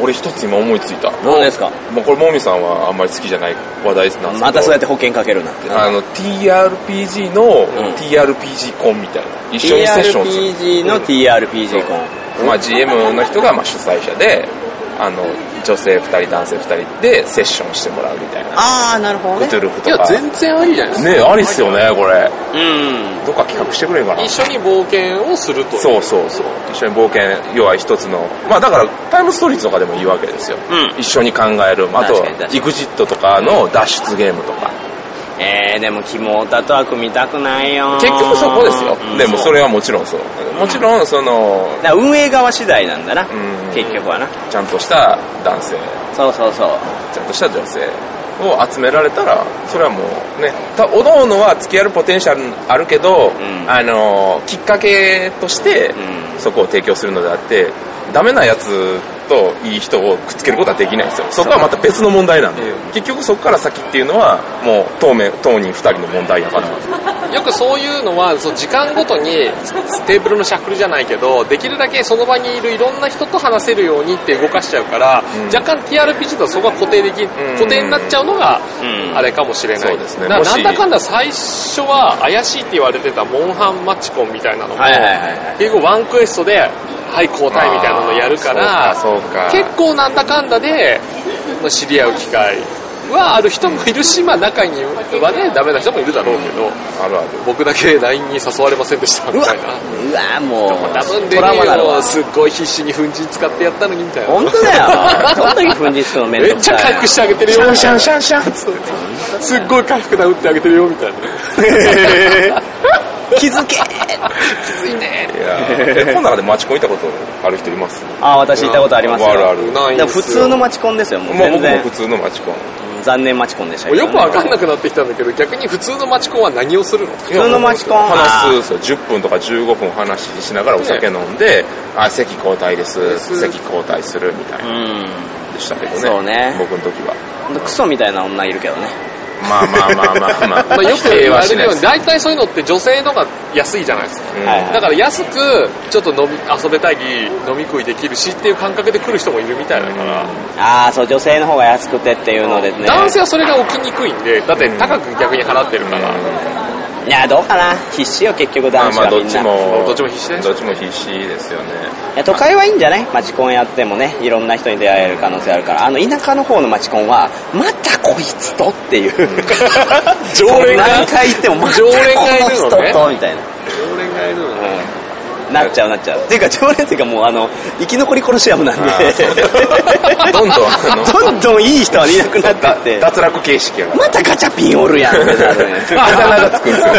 Speaker 1: 俺一つ今思いついた
Speaker 2: どうですか
Speaker 1: もうこれもみさんはあんまり好きじゃない話題なんですけど
Speaker 2: またそうやって保険かけるな。
Speaker 1: あの TRPG の
Speaker 2: ん
Speaker 1: TRPG コンみたいな一緒にセッションする
Speaker 2: TRPG の TRPG コン。
Speaker 1: まあ、GM の人がまあ主催者であの女性2人男性2人でセッションしてもらうみたいな
Speaker 2: あー、なるほど
Speaker 1: ウ
Speaker 2: ね
Speaker 1: ト。ゥルフ
Speaker 3: い
Speaker 1: と
Speaker 3: や、
Speaker 1: か
Speaker 3: 全然ありじゃないですか。
Speaker 1: ねありっすよねこれ
Speaker 2: うん。
Speaker 1: どっか企画してくれんかな
Speaker 3: 一緒に冒険をするという。
Speaker 1: そうそうそう一緒に冒険要は一つのまあだからタイムストーリーズとかでもいいわけですよ、
Speaker 2: うん
Speaker 1: 一緒に考えるあと
Speaker 2: 確かに確かに
Speaker 1: EXIT とかの脱出ゲームとか
Speaker 2: えー、でもキモオタとは組みたくないよ
Speaker 1: 結局そこですよ、
Speaker 2: うん
Speaker 1: でもそれはもちろんそうもちろんその
Speaker 2: だから運営側次第なんだな、
Speaker 1: ん
Speaker 2: 結局はな
Speaker 1: ちゃんとした男性
Speaker 2: そうそうそう
Speaker 1: ちゃんとした女性を集められたらそれはもうねたおのおのは付き合えるポテンシャルあるけど、
Speaker 2: ん
Speaker 1: あのきっかけとして
Speaker 2: うん
Speaker 1: そこを提供するのであってダメなやつといい人をくっつけることはできないんですよそこはまた別の問題なんで、結局そこから先っていうのはもう当面当人2人の問題やから、
Speaker 3: よくそういうのはそう時間ごとにテーブルのシャッフルじゃないけどできるだけその場にいるいろんな人と話せるようにって動かしちゃうから、
Speaker 1: うん
Speaker 3: 若干 TRPG とそこが固定でき、
Speaker 1: ん
Speaker 3: 固定になっちゃうのが
Speaker 2: うん
Speaker 3: あれかもしれない、
Speaker 1: そうですね
Speaker 3: な
Speaker 1: もし
Speaker 3: なんだかんだ最初は怪しいって言われてたモンハンマッチコンみたいなのも、
Speaker 2: はいはいはいはい
Speaker 3: 結構ワンクエストではい交代みたいなのをやるから
Speaker 1: あーそうかそうか
Speaker 3: 結構なんだかんだでまあ知り合う機会はある人もいるし、まあ、中にはねダメな人もいるだろうけど、
Speaker 1: あるある
Speaker 3: 僕だけ LINE に誘われませんでしたみたいな
Speaker 2: うわーもう
Speaker 3: 多分
Speaker 2: ト
Speaker 3: デ
Speaker 2: ラウマだ
Speaker 3: ニ
Speaker 2: ろ
Speaker 3: オすっごい必死に粉塵使ってやったのにみたいな
Speaker 2: 本当だよその時粉塵するの面
Speaker 3: め
Speaker 2: 倒
Speaker 3: っ
Speaker 2: く
Speaker 3: ち
Speaker 2: さい
Speaker 3: ゃ隠してあげてるよシャンシャンシャンつってすっごい回復打ってあげてるよみたいな
Speaker 2: 気づけ
Speaker 3: きついね
Speaker 1: いやーえこの中でマチコンいたことある人います
Speaker 2: ああ私行ったことありますよ
Speaker 1: あるある
Speaker 3: ないん
Speaker 2: だから
Speaker 3: です
Speaker 2: 普
Speaker 3: よ
Speaker 2: 通のマチコンですよもう
Speaker 1: もう
Speaker 2: 全
Speaker 1: 僕も
Speaker 2: 然
Speaker 1: 普通のマチコン
Speaker 2: 残念マチコンでした
Speaker 3: も
Speaker 2: け
Speaker 3: う
Speaker 2: どね
Speaker 3: よくわかんなくなってきたんだけど逆に普通のマチコンは何をするの
Speaker 2: 普通のマチコン
Speaker 1: 話すんですよ10分とか15分話しながらお酒飲んで、あ席交代です
Speaker 3: す
Speaker 1: 席交代するみたいな
Speaker 2: う
Speaker 1: でしたけどね
Speaker 2: そうね
Speaker 1: 僕の時は
Speaker 2: んクソみたいな女いるけどね
Speaker 1: まあまあまあまあまあ、
Speaker 3: まあ、よく
Speaker 1: 否定
Speaker 3: 言わ
Speaker 1: は
Speaker 3: れ
Speaker 1: し
Speaker 3: る
Speaker 1: ないで
Speaker 3: ように
Speaker 1: す
Speaker 3: 大体そういうのって女性のが安いじゃないですか、
Speaker 1: うん
Speaker 2: はいはい
Speaker 3: だから安くちょっと飲み遊べたり飲み食いできるしっていう感覚で来る人もいるみたいだから、
Speaker 2: ああそう女性の方が安くてっていうのでね
Speaker 3: 男性はそれが起きにくいんでだって高く逆に払ってるから、
Speaker 2: いやどうかな必死よ結局
Speaker 1: まあ
Speaker 2: 男子
Speaker 1: まあ
Speaker 2: はみ
Speaker 1: どっ
Speaker 2: ん
Speaker 1: ち
Speaker 2: な、
Speaker 1: も
Speaker 3: どっちも必死でしょ
Speaker 1: どっちも必死ですよね
Speaker 2: いや都会はいいんじゃないマチコンやってもねいろんな人に出会える可能性あるからあの田舎の方のマチコンはまたこいつとっていう
Speaker 3: 常連が
Speaker 2: 何回行ってもまたこ
Speaker 3: 常連がいるの
Speaker 2: の
Speaker 3: ね
Speaker 2: 人とみたいな
Speaker 3: 常連がいるのね
Speaker 2: なっちゃうなっちゃうっていうか常連っていうかもうあの生き残りコロシアム なんで
Speaker 1: あーそうどんどんあの
Speaker 2: どんどんいい人はいなくな
Speaker 1: だ
Speaker 2: ってって
Speaker 1: 脱落形式や から
Speaker 2: またガチャピンおるやんってなるね
Speaker 1: あだ名がつくんですよ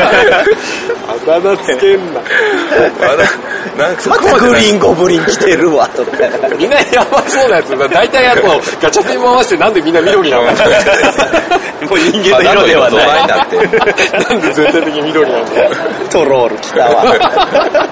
Speaker 3: あだ名つけんな
Speaker 1: あだなんかそ
Speaker 2: ま
Speaker 1: こま
Speaker 2: た
Speaker 1: で
Speaker 2: グ
Speaker 1: ない
Speaker 2: リーンゴブリン来てるわとか
Speaker 3: みんなやばそうなやつだ大体あとガチャピン回してなんでみんな緑な の
Speaker 2: もう人間の色ではない
Speaker 1: あだ名の土台になって
Speaker 3: なんで全体的に緑なの
Speaker 2: トロール来たわ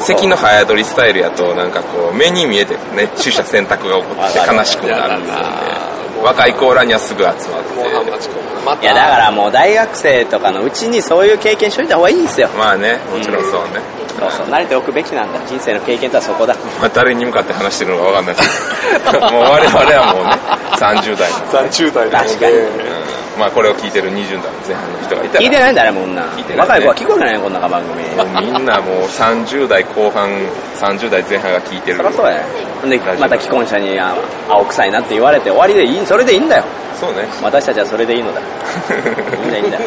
Speaker 1: 席の早取りスタイルやとなんかこう目に見えてね取捨選択が起こって悲しくもなるんですよね若いコーラにはすぐ集まって
Speaker 3: モンハンマチコンまた
Speaker 2: いやだからもう大学生とかのうちにそういう経験しといた方がいいんですよ
Speaker 1: まあねもちろんそうね、
Speaker 2: そうそう慣れておくべきなんだ人生の経験とはそこだ
Speaker 1: まあ、誰に向かって話してるのか分かんないですけどもう我々はもうね30代の、
Speaker 3: 30代なの
Speaker 2: 確かに
Speaker 3: で
Speaker 1: うんまあこれを聞いてる20代の前半の人がいたら
Speaker 2: 聞いてないんだね、もんな。
Speaker 1: 聞いてないね
Speaker 2: 若い子は聞くわけないよ、こんな番組。
Speaker 1: もうみんなもう30代後半30代前半が聞いてる
Speaker 2: そりゃそうやね。ほんで、また既婚者にあ青臭いなって言われて終わりでいい、それでいいんだよ。
Speaker 1: そうね
Speaker 2: 私たちはそれでいいのだ。いいんだ、いいんだ。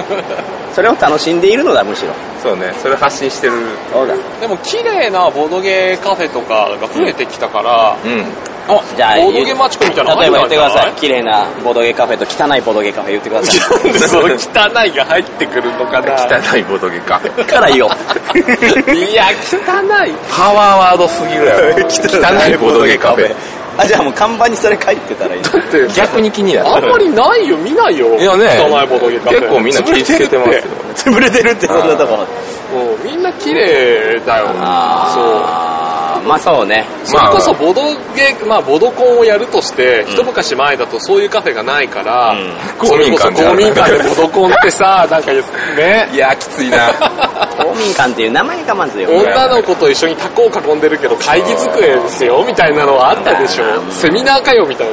Speaker 2: それを楽しんでいるのだ、むしろ。
Speaker 1: そうねそれ発信してる
Speaker 2: そうだ。
Speaker 3: でも綺麗なボードゲーカフェとかが増えてきたから、
Speaker 1: うん
Speaker 3: あ
Speaker 2: じゃあ、
Speaker 3: ボードゲーマチコみたいなの
Speaker 2: 例えば言ってくださ
Speaker 3: あ
Speaker 2: い
Speaker 3: る。ん
Speaker 2: 綺麗なボードゲーカフェと汚いボードゲーカフェ言ってくだ
Speaker 3: じゃ
Speaker 2: さ
Speaker 3: ない なんでその汚いが入ってくるのかな
Speaker 1: 汚いボトゲか
Speaker 2: い。からよ。
Speaker 3: いや汚い
Speaker 1: パワーワードすぎるやろ汚いボードゲカフェ
Speaker 2: あ、じゃあもう看板にそれ書いてたらいいの。
Speaker 1: 逆に気にな
Speaker 3: あん
Speaker 1: る
Speaker 3: まりないよ見ないよ
Speaker 1: いやね
Speaker 3: 汚いボードゲーカフェ
Speaker 1: 結構みんな気つけてますよ
Speaker 2: 潰れてるって、そんなとこ。
Speaker 3: うんみんな綺麗だよそう
Speaker 2: あーまあそうね。
Speaker 3: それこそボードゲー、まあ、ボードコンをやるとして、一昔前だとそういうカフェがないから、
Speaker 1: うん
Speaker 3: それこそ公
Speaker 1: 公
Speaker 3: 民
Speaker 1: 民館
Speaker 3: 館で
Speaker 1: で
Speaker 3: ボードコンっ てさ、なんかね、
Speaker 1: いやきつい な
Speaker 2: 公民館っていう名前がまずよ。
Speaker 3: 女の子と一緒にタコを囲んでるけど会議机ですよみたいなのはあったでしょセミナーかよみたい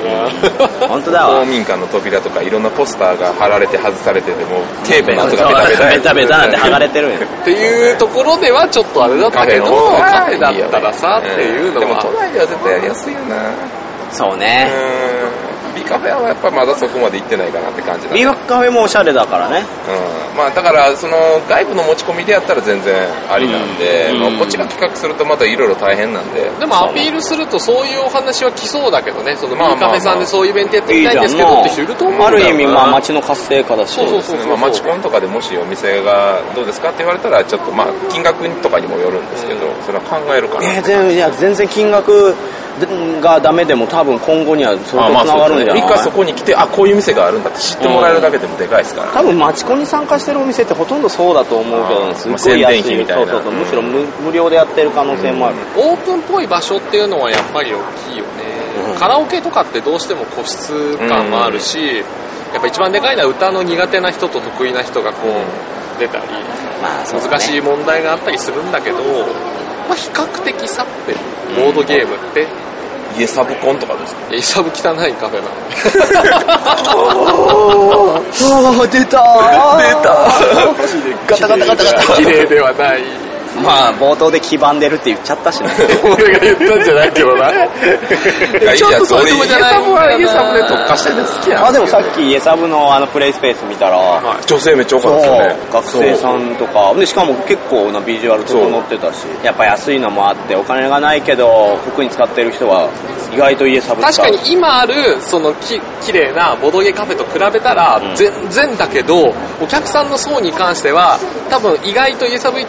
Speaker 3: な
Speaker 2: 本当だ
Speaker 1: 公
Speaker 2: わ。
Speaker 1: 民館の扉とかいろんなポスターが貼られて外されててもテープの跡がベタベタや
Speaker 2: ベタベタなんて剥がれてるんや。
Speaker 3: っていうところではちょっとあれだったけどカフェだ
Speaker 1: いいよ
Speaker 3: っ
Speaker 1: ね
Speaker 3: たらさっていうの
Speaker 1: でも都
Speaker 3: は
Speaker 1: 内では絶対やりやすいよなう
Speaker 2: そうね。
Speaker 1: んビカフェはやっぱまだそこまで行ってないかなって感じだ
Speaker 2: ビーバックカフェもおしゃれだからね。
Speaker 1: うんまあだからその外部の持ち込みでやったら全然ありなんで、
Speaker 2: うん
Speaker 1: まあこっちが企画するとまたいろいろ大変なんで
Speaker 3: でもアピールするとそういうお話は来そうだけどねそのミニカフェさんでそういうイベントやって
Speaker 2: いい
Speaker 3: み
Speaker 2: じ
Speaker 3: たいん
Speaker 2: ゃん
Speaker 3: ですけど
Speaker 2: も
Speaker 3: って人いると思うんだ
Speaker 2: あ
Speaker 3: よ
Speaker 2: る
Speaker 3: な
Speaker 2: 意味、まあ街の活性化だし。
Speaker 3: そうそうそう
Speaker 1: まあマチコンとかでもしお店がどうですかって言われたらちょっとまあ金額とかにもよるんですけど、それは考えるかな、
Speaker 2: えー全いや全然金額がダメでも多分今後にはそれとつながるんじゃない、
Speaker 1: 一回そこに来てあこういう店があるんだって知ってもらえるだけでもでかいですから、
Speaker 2: 多分マチコンに参加してるお店ってほとんどそうだと思うけど、
Speaker 1: あー
Speaker 2: すっごい安い
Speaker 1: まあ宣伝費みたいな
Speaker 2: そうそうそう
Speaker 1: うん
Speaker 2: むしろ無無料でやってる可能性もある、
Speaker 3: オープンっぽい場所っていうのはやっぱり大きいよね、カラオケとかってどうしても個室感もあるし、やっぱ一番でかいのは歌の苦手な人と得意な人がこう出たり
Speaker 2: まあそうだね
Speaker 3: 難しい問題があったりするんだけど、まあ、比較的さってボードゲームって、
Speaker 1: 家サブコンとかですか
Speaker 3: イサブ汚いカフェなの
Speaker 2: ああ出たー出たガタガタガタガ
Speaker 3: 綺
Speaker 2: タ
Speaker 3: 麗ではない
Speaker 2: まあ冒頭で黄ばんでるって言っちゃ ったしね
Speaker 3: 俺が言ったんじゃないけどなちょっとそういうとこじゃない
Speaker 1: 家サブで特化してて好きや
Speaker 2: あでもさっきイエサブのあのプレイスペース見たら、
Speaker 1: 女性めっちゃ多
Speaker 2: そう
Speaker 1: かったですよね
Speaker 2: 学生さんとかでしかも結構なビジュアル整ってたしやっぱ安いのもあってお金がないけど服に使ってる人は意外と家サブ
Speaker 3: 確
Speaker 2: 使う
Speaker 3: かに今あるそのき綺麗なボドゲカフェと比べたら全然だけどお客さんの層に関しては多分意外とイエサブ行っ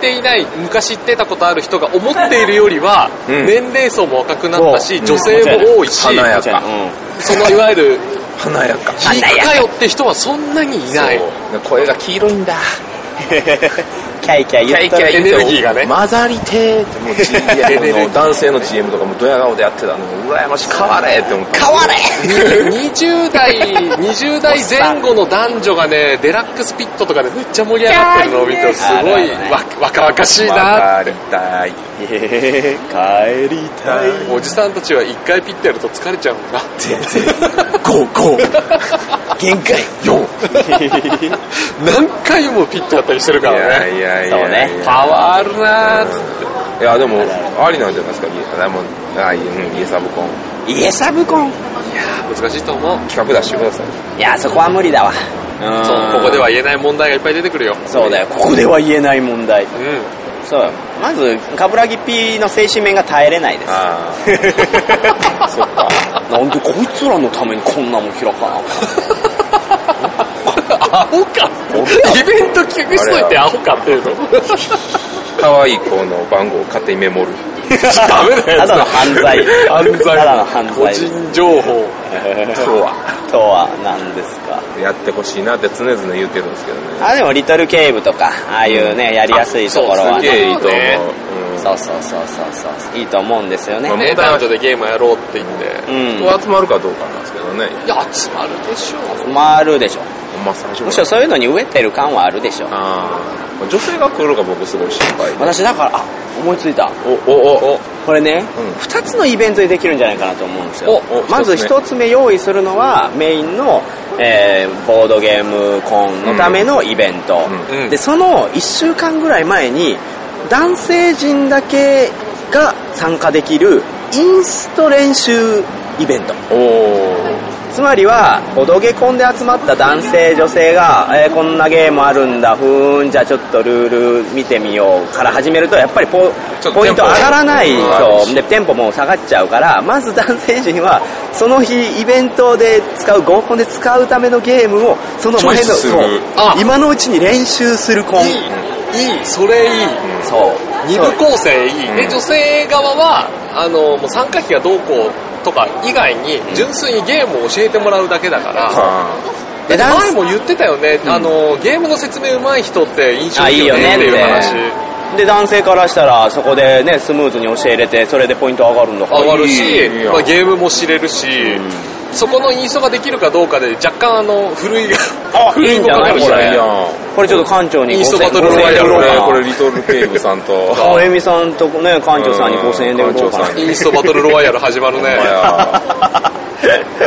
Speaker 3: ていない昔行ってたことある人が思っているよりは
Speaker 1: うん
Speaker 3: 年齢層も若くなったし
Speaker 2: うん
Speaker 3: 女性も多いし
Speaker 1: 華や
Speaker 2: 確かに
Speaker 3: そのいわゆる
Speaker 1: 華やか
Speaker 3: 皮膚かよって人はそんなにいない
Speaker 1: そう声が黄色いんだ
Speaker 2: うんキャイキャイ言っと
Speaker 3: エ
Speaker 2: る
Speaker 3: ネルギーがね
Speaker 1: 混ざりてーってもう GM の男性の GM とかもドヤ顔でやってたのもう羨ましい変われって思って
Speaker 2: 変わ
Speaker 3: 20代20代前後の男女がねデラックスピットとかでめっちゃ盛り上がってるのを見てすごいわ若々しいな
Speaker 1: 変わりたい
Speaker 2: れ帰りたい
Speaker 3: おじさんたちは一回ピッてやると疲れちゃうんだ
Speaker 1: 全然ゴーゴー
Speaker 2: 限界
Speaker 1: よ
Speaker 3: 何回もピッてやったりしてる
Speaker 1: い
Speaker 3: から
Speaker 1: や
Speaker 3: ね
Speaker 1: いやいや
Speaker 2: そうね
Speaker 1: いや
Speaker 3: パワーあるなーっつって
Speaker 1: いやでもありなんじゃないですか家あもうあいいうん家サブコン
Speaker 2: 家サブコン
Speaker 3: 難しいと思う
Speaker 1: 企画出してください
Speaker 2: いやそこは無理だわ
Speaker 3: そうここでは言えない問題がいっぱい出てくるよ
Speaker 2: そうだよここでは言えない問題
Speaker 3: うん
Speaker 2: そうよまず冠城 P の精神面が耐えれないです
Speaker 1: あ
Speaker 2: そっか。なんでこいつらのためにこんなもん開か なあ
Speaker 3: アホかイベント企画しといてアホかって いうの
Speaker 1: あ可愛い子の番号を勝手にメモる
Speaker 3: ダメだよ
Speaker 2: ただの犯罪。
Speaker 3: 犯罪
Speaker 2: ただの犯罪
Speaker 3: 個
Speaker 2: です。
Speaker 3: 人情報
Speaker 1: そうは
Speaker 2: とは何ですか。
Speaker 1: やってほしいなって常々言ってるんですけどね
Speaker 2: あ、でもリトルケーブとか、ああいうね、やりやすいところは
Speaker 1: すげえいい
Speaker 2: ね。
Speaker 1: と思う、
Speaker 3: ね
Speaker 1: うん
Speaker 2: そうそうそうそうそう。いいと思うんですよね。
Speaker 1: まあ
Speaker 3: ね男女でゲームやろうって言って
Speaker 2: うん。
Speaker 1: ここ集まるかどうかなんですけどね
Speaker 3: いや集まるでしょう
Speaker 2: まああるでしょ。
Speaker 1: ほんま最初
Speaker 2: むしろそういうのに飢えてる感はあるでしょ。
Speaker 1: あまあ女性が来るのが僕すごい心配で
Speaker 2: 私だからあ思いついた
Speaker 1: おおおお
Speaker 2: これね、
Speaker 1: うん
Speaker 2: 2つのイベントでできるんじゃないかなと思うんですよ
Speaker 1: おお
Speaker 2: まず
Speaker 1: 一
Speaker 2: 1つ目用意するのはメインの、えーボードゲームコンのためのイベント、
Speaker 3: うんうん
Speaker 2: でその1週間ぐらい前に男性陣だけが参加できるインスト練習イベント
Speaker 1: お
Speaker 2: つまりは、おどげコンで集まった男性、女性が、えーこんなゲームあるんだ、ふーん、じゃあちょっとルール見てみようから始めると、やっぱりポ
Speaker 1: ちょっと
Speaker 2: ポイント
Speaker 1: テン
Speaker 2: 上
Speaker 1: ポ
Speaker 2: がらない
Speaker 1: うん上がる
Speaker 2: と、
Speaker 1: し
Speaker 2: で、テンポも下がっちゃうから、まず男性陣は、その日、イベントで使う、合コンで使うためのゲームを、その前の、
Speaker 1: チョイスする
Speaker 2: そう
Speaker 3: あ
Speaker 2: 今のうちに練習するコン。
Speaker 3: いいいいそれいい
Speaker 2: そう。
Speaker 3: 二部構成いい、で
Speaker 1: うん
Speaker 3: 女性側はあのもう参加費がどうこうとか以外に純粋にゲームを教えてもらうだけだから、
Speaker 1: は
Speaker 2: で
Speaker 3: だって前
Speaker 2: 男
Speaker 3: も言ってたよね、あのゲームの説明うまい人って印象
Speaker 2: あ、い
Speaker 3: いい
Speaker 2: いよ
Speaker 3: よね
Speaker 2: ね
Speaker 3: っ
Speaker 2: ってて
Speaker 3: いう話
Speaker 2: で、男性からしたら、そこでね、スムーズに教えれて、それでポイント上がるんだから。
Speaker 3: 上がるし
Speaker 1: いいいいよ
Speaker 3: まあ、ゲームも知れるし、そこの印象ができるかどうかで若干あの古いが
Speaker 2: あ
Speaker 3: 古
Speaker 2: いいんじゃない
Speaker 3: 語
Speaker 1: いい
Speaker 3: が
Speaker 2: これ
Speaker 1: やいや
Speaker 2: これちょっと館長に
Speaker 3: インストバトルロ
Speaker 1: こ
Speaker 3: イヤ
Speaker 1: れ
Speaker 3: ル
Speaker 1: これこ
Speaker 2: こ
Speaker 1: れ
Speaker 2: れ
Speaker 1: リトルケイブさん と
Speaker 2: あえみさんとね館長さんに5000円で売ろうか
Speaker 1: う
Speaker 2: なんい
Speaker 3: インストバトルロワイヤル始まるね
Speaker 1: いや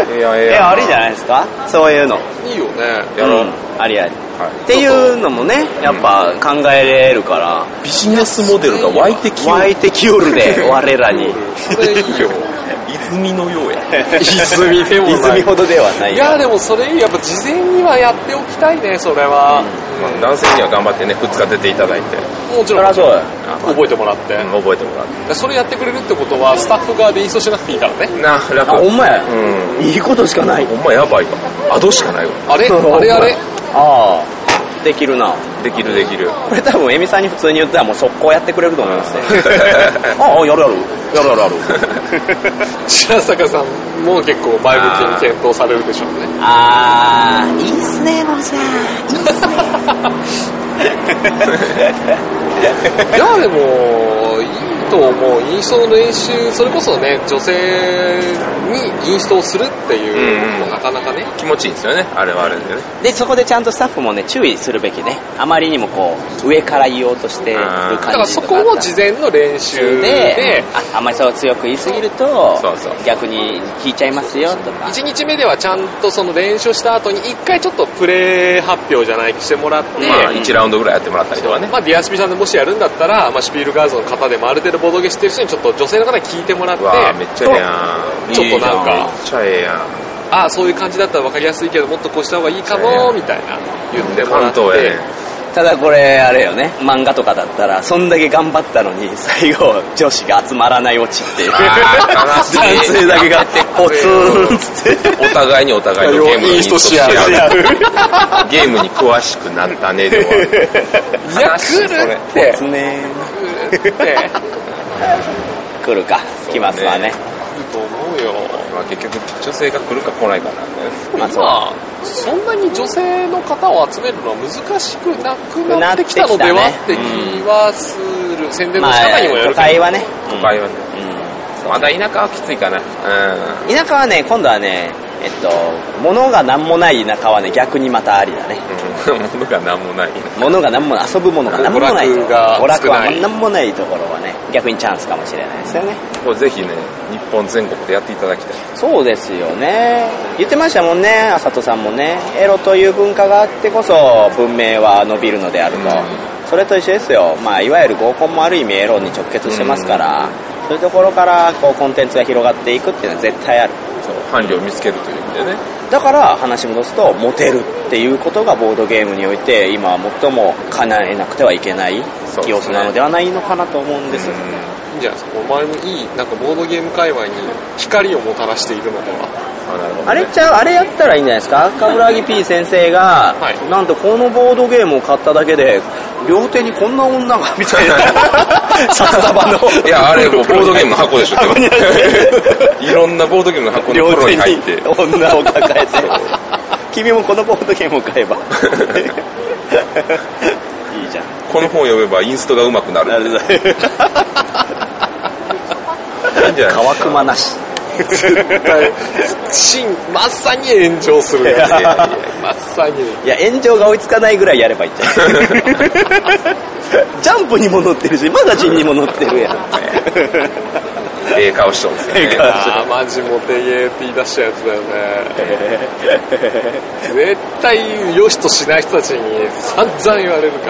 Speaker 1: いやい
Speaker 2: やありじゃ
Speaker 1: ん
Speaker 2: ないですかそういうの
Speaker 3: いいよね
Speaker 1: やろう、
Speaker 2: ありあり
Speaker 1: は
Speaker 2: っていうのもねやっぱ考えれるから
Speaker 1: い、ビジネスモデルが湧いてきよ
Speaker 2: 湧いてきよる で我らに
Speaker 3: それいいよ
Speaker 1: 泉のようや
Speaker 3: 泉でもない
Speaker 2: 泉ほどではないい
Speaker 3: やでもそれいいやっぱ事前にはやっておきたいねそれは、
Speaker 1: まあ男性には頑張ってね2日出ていただいて、
Speaker 3: もち
Speaker 2: そり
Speaker 3: ろ
Speaker 2: ゃ
Speaker 3: ん
Speaker 2: そうだよ
Speaker 3: 覚えてもらって、
Speaker 1: うん覚えてもらって
Speaker 3: それやってくれるってことはスタッフ側でインストしなくていいからね
Speaker 1: な楽
Speaker 2: あほんまや
Speaker 1: うん
Speaker 2: いいことしかない
Speaker 1: ほんまやばいわアドしかないわ
Speaker 3: あれあれあれ
Speaker 2: ああできるな
Speaker 1: できるできる
Speaker 2: これ多分えみさんに普通に言ったらもう速攻やってくれると思うんですねああやるやるやるやるやる
Speaker 3: 白坂さんも結構前向きに検討されるでしょう ね
Speaker 2: あーいいっすねもんさん
Speaker 3: いやでもいいと思うインストの練習それこそね女性にインストをするっていうのもなかなかね、
Speaker 1: 気持ちいいんですよねあれはあれでね
Speaker 2: でそこでちゃんとスタッフもね注意するべきねあまりにもこう上から言おうとしてる感じと
Speaker 3: だ
Speaker 2: か
Speaker 3: からそこも事前の練習で
Speaker 2: でああんまりそう強く言いすぎると
Speaker 1: そうそう
Speaker 2: 逆に聞いちゃいますよとか
Speaker 3: 1日目ではちゃんとその練習した後に1回ちょっとプレー発表じゃないしてもらって、
Speaker 1: まあ1ラウンドぐらいやってもらったりとかね
Speaker 3: まあ、ディアスピさんでもしやるんだったら、まあ、シュピールガールズの方でもある程度ボードゲーしてる人にちょっと女性の方に聞いてもらっ
Speaker 1: うわー
Speaker 3: て
Speaker 1: めっちゃええやん
Speaker 3: ちょっとなんか
Speaker 1: いいやめっちゃええやん
Speaker 3: ああそういう感じだったら分かりやすいけどもっとこうした方がいいかもみたいな言ってもら
Speaker 1: 関
Speaker 3: って
Speaker 1: 東やね
Speaker 2: ただこれあれよね漫画とかだったらそんだけ頑張ったのに 最後女子が集まらないオチっ ていう
Speaker 1: あ
Speaker 2: 男
Speaker 1: ー悲しい
Speaker 2: 性だけがポツーンっつって
Speaker 1: お互いにお互いのゲームに ゲームに詳しくなったねでも
Speaker 3: いや来るって
Speaker 2: つね
Speaker 3: 来るって
Speaker 2: 来るか来ますわね
Speaker 3: と思うよ
Speaker 1: まあ結局女性が来るか来ないかなんだよね
Speaker 2: まあそう
Speaker 3: 今そんなに女性の方を集めるのは難しくなくなってきたのでは
Speaker 2: なっ
Speaker 3: って
Speaker 2: て
Speaker 3: 気
Speaker 2: きたね
Speaker 3: はする宣伝
Speaker 2: ま
Speaker 3: の仕
Speaker 2: あ
Speaker 3: 方にもよ
Speaker 2: 都
Speaker 3: るけど
Speaker 2: 会はね
Speaker 1: 都会はね
Speaker 2: うん
Speaker 1: まだ田舎はきついかなうん
Speaker 2: 田舎はね今度はねえっと物が何もない田舎はね逆にまたありだね
Speaker 1: うん物が何もない
Speaker 2: 物が何も遊ぶものが何もない
Speaker 3: 娯楽が
Speaker 2: 娯楽
Speaker 3: 少
Speaker 2: は
Speaker 3: ない
Speaker 2: 何もないところはね逆にチャンスかもしれないですよね
Speaker 1: これぜひね日本全国でやっていただきたい
Speaker 2: そうですよね言ってましたもんねあさとさんもねエロという文化があってこそ文明は伸びるのであると、
Speaker 1: う
Speaker 2: それと一緒ですよまあいわゆる合コンもある意味エロに直結してますから、そういうところからこうコンテンツが広がっていくっていうのは絶対ある
Speaker 1: そう伴侶を見つけるという意味でね
Speaker 2: だから話戻すとモテるっていうことがボードゲームにおいて今最も叶えなくてはいけない
Speaker 1: そうですね
Speaker 2: 要素なのではないのかなと思うんです
Speaker 1: うん
Speaker 3: いいんじゃないですかお前もいいなんかボードゲーム界隈に光をもたらしているのでは
Speaker 1: あなるほどね
Speaker 2: あれちゃうあれやったらいいんじゃないですか冠城 P 先生が、
Speaker 3: はい
Speaker 2: なんとこのボードゲームを買っただけで両手にこんな女がみ たいな札束の
Speaker 1: いやあれもうボードゲームの箱でしょ
Speaker 2: 箱に入っ
Speaker 1: いろんなボードゲームの箱の
Speaker 2: 両
Speaker 1: 袋
Speaker 2: 手
Speaker 1: に入っ
Speaker 2: に
Speaker 1: て
Speaker 2: 女を抱えて君もこのボードゲーム を買えばいいじゃん
Speaker 1: この本読めばインストが上手くなる いいんじゃない
Speaker 2: 川熊なし
Speaker 3: 真まさに炎上するや つ
Speaker 1: いやいやいや
Speaker 3: まさに
Speaker 2: いや炎上が追いつかないぐらいやればいいんじゃないジャンプにも載ってるしマガジンにも載ってるやん
Speaker 1: ええ顔しとるんですよ、ね。
Speaker 2: ええ顔
Speaker 3: あーマジモテゲーって言い出したやつだよね絶対良しとしない人たちに散々言われるか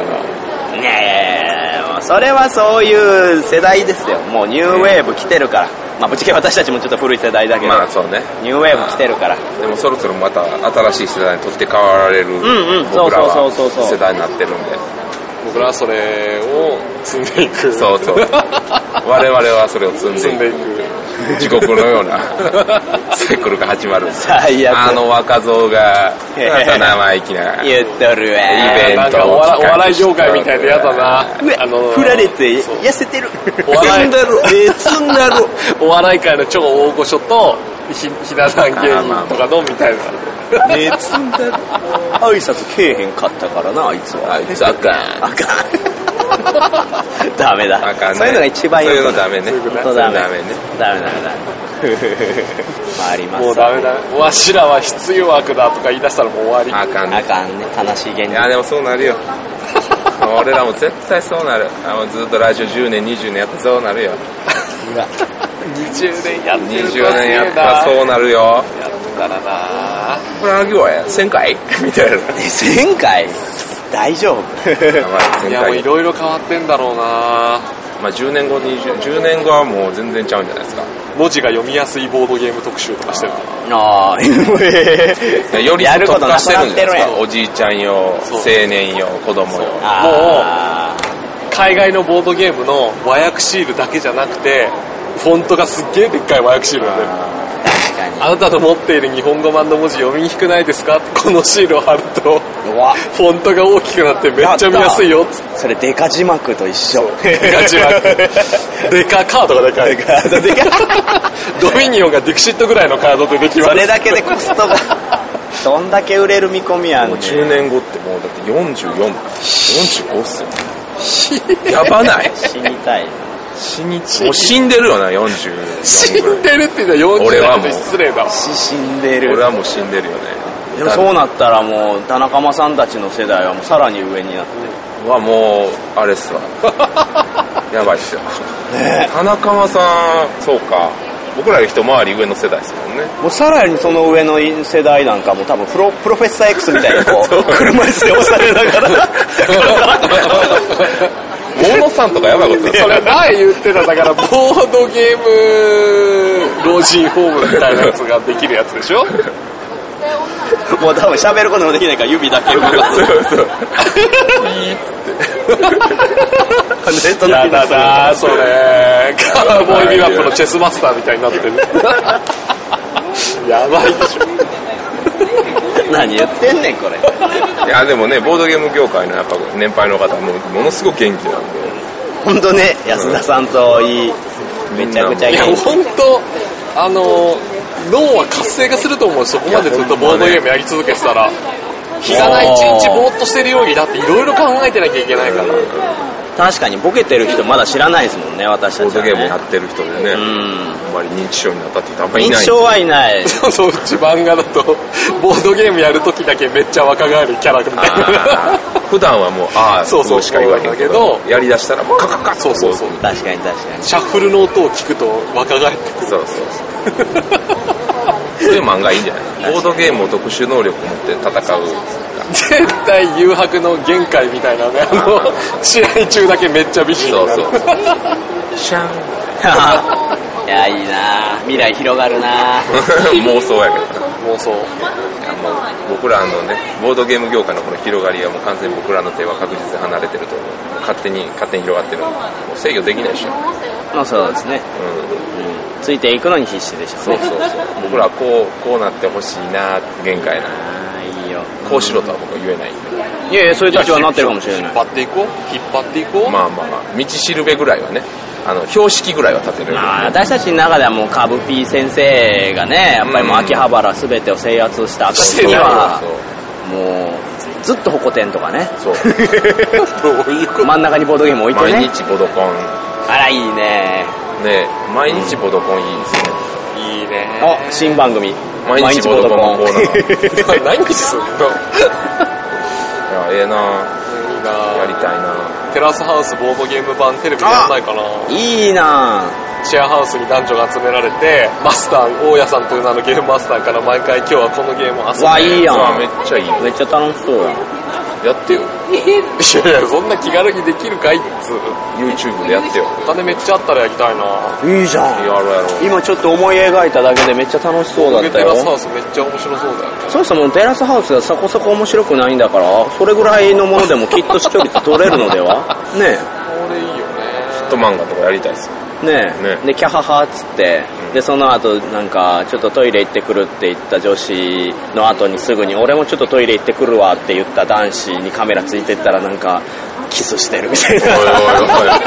Speaker 3: ら
Speaker 2: ねえもうそれはそういう世代ですよもうニューウェーブ来てるからまあぶっちゃけ私たちもちょっと古い世代だけど、
Speaker 1: まあそうね。
Speaker 2: ニューウェーブ来てるから
Speaker 1: でもそろそろまた新しい世代に取って変わられる
Speaker 2: んうん
Speaker 1: 僕ら
Speaker 2: そうそうそうそう
Speaker 1: は
Speaker 2: そ
Speaker 1: 世
Speaker 2: う
Speaker 1: 代になってるんで。
Speaker 3: 僕らはそれを積んでいく
Speaker 1: そうそう。我々はそれを積ん
Speaker 3: 積ん
Speaker 1: で
Speaker 3: で
Speaker 1: い
Speaker 3: い
Speaker 1: く。
Speaker 3: く
Speaker 1: 地獄のようなサイクルが始まるんです。
Speaker 2: 最悪
Speaker 1: あの若造が、
Speaker 2: へへ
Speaker 1: なんか生意気な。
Speaker 2: 言っとるわ
Speaker 1: イベン
Speaker 3: なんかお笑お笑い業界みたいで嫌だ
Speaker 2: うわ
Speaker 3: な。あの
Speaker 2: 振られて
Speaker 3: そう
Speaker 2: 痩せてる
Speaker 3: お笑い
Speaker 2: 積んだろえー積んだろ
Speaker 3: お笑い界の超大御所と、ひひな壇芸人とかのみたいな。
Speaker 2: ね積んだろ挨拶けえへんかったからなあいつは
Speaker 1: あいつあかん。
Speaker 2: あかん ダメだ
Speaker 1: あかんね。
Speaker 2: そういうのが一番
Speaker 1: そういう
Speaker 2: よ
Speaker 1: の
Speaker 2: くな
Speaker 1: ダ
Speaker 2: い
Speaker 1: メね。
Speaker 3: そういうことね
Speaker 2: 本当
Speaker 1: ダ
Speaker 2: ダ
Speaker 1: メ
Speaker 2: メ
Speaker 1: ダメね。
Speaker 2: ダメダメダメまああります
Speaker 3: もうダメだ。わしらは必要悪だとか言い出したらもう終わ
Speaker 1: あかん
Speaker 2: あ
Speaker 1: ね。
Speaker 2: かんね悲しい現
Speaker 1: い
Speaker 2: 実
Speaker 1: や、でもそうなるよ。俺らも絶対そうなる。あもうずっとラジオ10年、20年やってそうなるよ。
Speaker 3: り。20年やって
Speaker 1: 20
Speaker 3: るとすげえな。
Speaker 1: 年やったらそうなるよ。
Speaker 3: やったらな
Speaker 1: これあげようや。1000回みたいな。
Speaker 2: 前回大丈夫
Speaker 1: やばい1000
Speaker 3: い
Speaker 1: 回
Speaker 3: やもういろいろ変わってんだろうな
Speaker 1: まあ、10年後20、10年後はもう全然ちゃうんじゃないですか。
Speaker 3: 文字が読みやすいボードゲーム特集とかしてるから。
Speaker 2: ああ
Speaker 1: より
Speaker 2: やるこ
Speaker 1: 特
Speaker 2: と
Speaker 1: 化
Speaker 2: なく
Speaker 1: して
Speaker 2: な
Speaker 1: るん
Speaker 2: っ
Speaker 1: じ
Speaker 2: て
Speaker 1: ゃ
Speaker 2: る
Speaker 1: ないで
Speaker 2: や
Speaker 1: す
Speaker 2: ん
Speaker 1: か。おじいちゃん用、
Speaker 3: そう
Speaker 1: 青年用、子供用。
Speaker 2: あー
Speaker 3: 海外のボードゲームの和訳シールだけじゃなくて、フォントがすっげえでっかい和訳シールが出る。
Speaker 2: 確かに
Speaker 3: あなたの持っている日本語版の文字読みにくくないですかこのシールを貼ると、
Speaker 2: うわ
Speaker 3: フォントが大きくなってめっちゃ見やすいよっつっ
Speaker 2: それデカ字幕と一緒
Speaker 3: て。ガチは。でかカードがでかい。
Speaker 2: でかい
Speaker 3: ドミニオンがディクシットぐらいのカードでできます。
Speaker 2: それだけでコストがどんだけ売れる見込みやん
Speaker 1: も
Speaker 2: ね
Speaker 1: う10年後ってもうだって44、45っすよ。やばない。
Speaker 2: 死にたい
Speaker 3: 死にち
Speaker 1: もう死んでるよな、44
Speaker 3: 死
Speaker 1: ぐら
Speaker 3: ん
Speaker 1: い。
Speaker 3: でるっていうのは
Speaker 1: 俺
Speaker 3: 40
Speaker 1: は
Speaker 3: 代
Speaker 1: も
Speaker 3: と
Speaker 1: う
Speaker 3: 失礼だわ。
Speaker 2: 死死んで
Speaker 1: 俺
Speaker 2: る
Speaker 1: はもう死んでるよね。
Speaker 2: でもそうなったらもう田中間さんたちの世代はもうさらに上になって
Speaker 1: はもう、あれっすわ。やばいっすよ。田中間さん、そうか。僕らより一回り上の世代ですもんね。
Speaker 2: もうさらにその上の世代なんかもう多分プロプロフェッサー X みたいにこ う車椅子で押されながら
Speaker 1: 大野さんとかやばいことです
Speaker 3: そ
Speaker 1: よ。
Speaker 3: れ前言ってただからボードゲーム老人ホームみたいなやつができるやつでしょ
Speaker 2: もう多分喋ることもできないから指だ け動かす
Speaker 1: そうそう。
Speaker 2: ネット
Speaker 3: や
Speaker 2: 泣き出
Speaker 3: だ
Speaker 2: す
Speaker 3: なそれカーボーイビバップのチェスマスターみたいになってる やばいでし ょ
Speaker 2: 何言ってんねんこれ
Speaker 1: いやでもねボードゲーム業界のやっぱ年配の方もものすごく元気なんで
Speaker 2: 本当ね安田さんといいめちゃくちゃ
Speaker 3: い
Speaker 2: いい
Speaker 3: や本当あの脳は活性化すると思うそこまでずっとボードゲームやり続けてたら日がない一日ぼーっとしてるよりだっていろいろ考えてなきゃいけないから
Speaker 2: 確かにボケてる人まだ知らないですもんね私
Speaker 1: ボ
Speaker 2: た
Speaker 1: ー
Speaker 2: ち
Speaker 1: ド
Speaker 2: は、
Speaker 1: ゲ
Speaker 2: ね、
Speaker 1: ームやってる人でね、
Speaker 2: う
Speaker 1: あんまり認知症になったって人あんまりい
Speaker 2: ん
Speaker 1: な
Speaker 2: 認
Speaker 1: い
Speaker 2: 知症はいない
Speaker 3: そううち漫画だとボードゲームやるときだけめっちゃ若返るキャラみたい
Speaker 1: あ
Speaker 3: な
Speaker 1: ー普段はもうああ
Speaker 3: そうそう
Speaker 1: しか言わへんけど
Speaker 3: だけ
Speaker 1: やりだしたらもうカカカ
Speaker 3: そうそうそう
Speaker 2: 確かに確 かに
Speaker 3: シャッフルの音を聞くと若返って
Speaker 1: そうそうそうそういう漫画いいんじ ゃないボードゲームを特殊能力を持って戦う
Speaker 3: 絶対誘白の限界みたいなねあの試合中だけめっちゃ美人に
Speaker 1: そう
Speaker 3: なる
Speaker 1: そうシャン
Speaker 2: いやいいな未来広がるな
Speaker 1: 妄想やけどな
Speaker 3: 妄想
Speaker 1: いやもう僕らのねボードゲーム業界のこの広がりはもう完全に僕らの手は確実に離れてると思う勝手に勝手に広がってるもう制御できないでしょ
Speaker 2: まあそうですね、
Speaker 1: う
Speaker 2: うん、ついていくのに必死でしょうね
Speaker 1: ん、そうそうそう僕らはこうこうなってほしいな限界な
Speaker 2: ああいいよ
Speaker 1: こうしろとは僕は言えないんで
Speaker 2: いやいやそういう立場になってるかもしれない
Speaker 3: 引っ張っていこう引っ張っていこう、
Speaker 1: まあまあまあ道しるべぐらいはねあの標識ぐらいは立てれる
Speaker 2: まあ、私たちの中ではもうカブピー先生がねやっぱりもう秋葉原全てを制圧した後にはもうずっとホコ天とかね
Speaker 1: そうそうそう
Speaker 3: どういうこと
Speaker 2: 真ん中にボードゲーム置いて
Speaker 1: 毎
Speaker 2: ね
Speaker 1: 日ボドコン
Speaker 2: あらいいね
Speaker 1: ね毎日ボドコンいいですね
Speaker 3: いいね
Speaker 2: お新番組
Speaker 1: 毎日ボードコンコーナー
Speaker 3: 何すんの
Speaker 1: いやええない
Speaker 3: いな
Speaker 1: やりたいな
Speaker 3: テラスハウスボードゲーム版テレビやんないかない
Speaker 2: いなぁ
Speaker 3: シェアハウスに男女が集められてマスター大家さんという名のゲームマスターから毎回今日はこのゲームを遊んで
Speaker 2: わいいやん
Speaker 1: うわめっちゃいい
Speaker 2: めっちゃ楽しそうやん
Speaker 1: やってよ
Speaker 3: いやいやそんな気軽にできるかいっつう
Speaker 1: YouTube でやってよ
Speaker 3: お金めっちゃあったらやりたいない
Speaker 2: いじゃ
Speaker 1: や
Speaker 2: ん
Speaker 1: ろうやろう
Speaker 2: 今ちょっと思い描いただけでめっちゃ楽しそうだっ
Speaker 3: テ
Speaker 2: た
Speaker 3: ラスハ
Speaker 2: よ
Speaker 3: ウスめっちゃ面白そうだよね
Speaker 2: そもそもテラスハウスがそこそこ面白くないんだからそれぐらいのものでもきっと視聴率取れるのではね
Speaker 3: これいいよ
Speaker 1: ヒッ
Speaker 3: ね
Speaker 1: ト漫画とかやりたいっすよ
Speaker 2: えねえ
Speaker 1: ねえ
Speaker 2: でキャハハっつって、
Speaker 1: うん
Speaker 2: でその後なんかちょっとトイレ行ってくるって言った女子の後にすぐに俺もちょっとトイレ行ってくるわって言った男子にカメラついてったらなんかキスしてるみたい
Speaker 1: おいおいおい
Speaker 2: な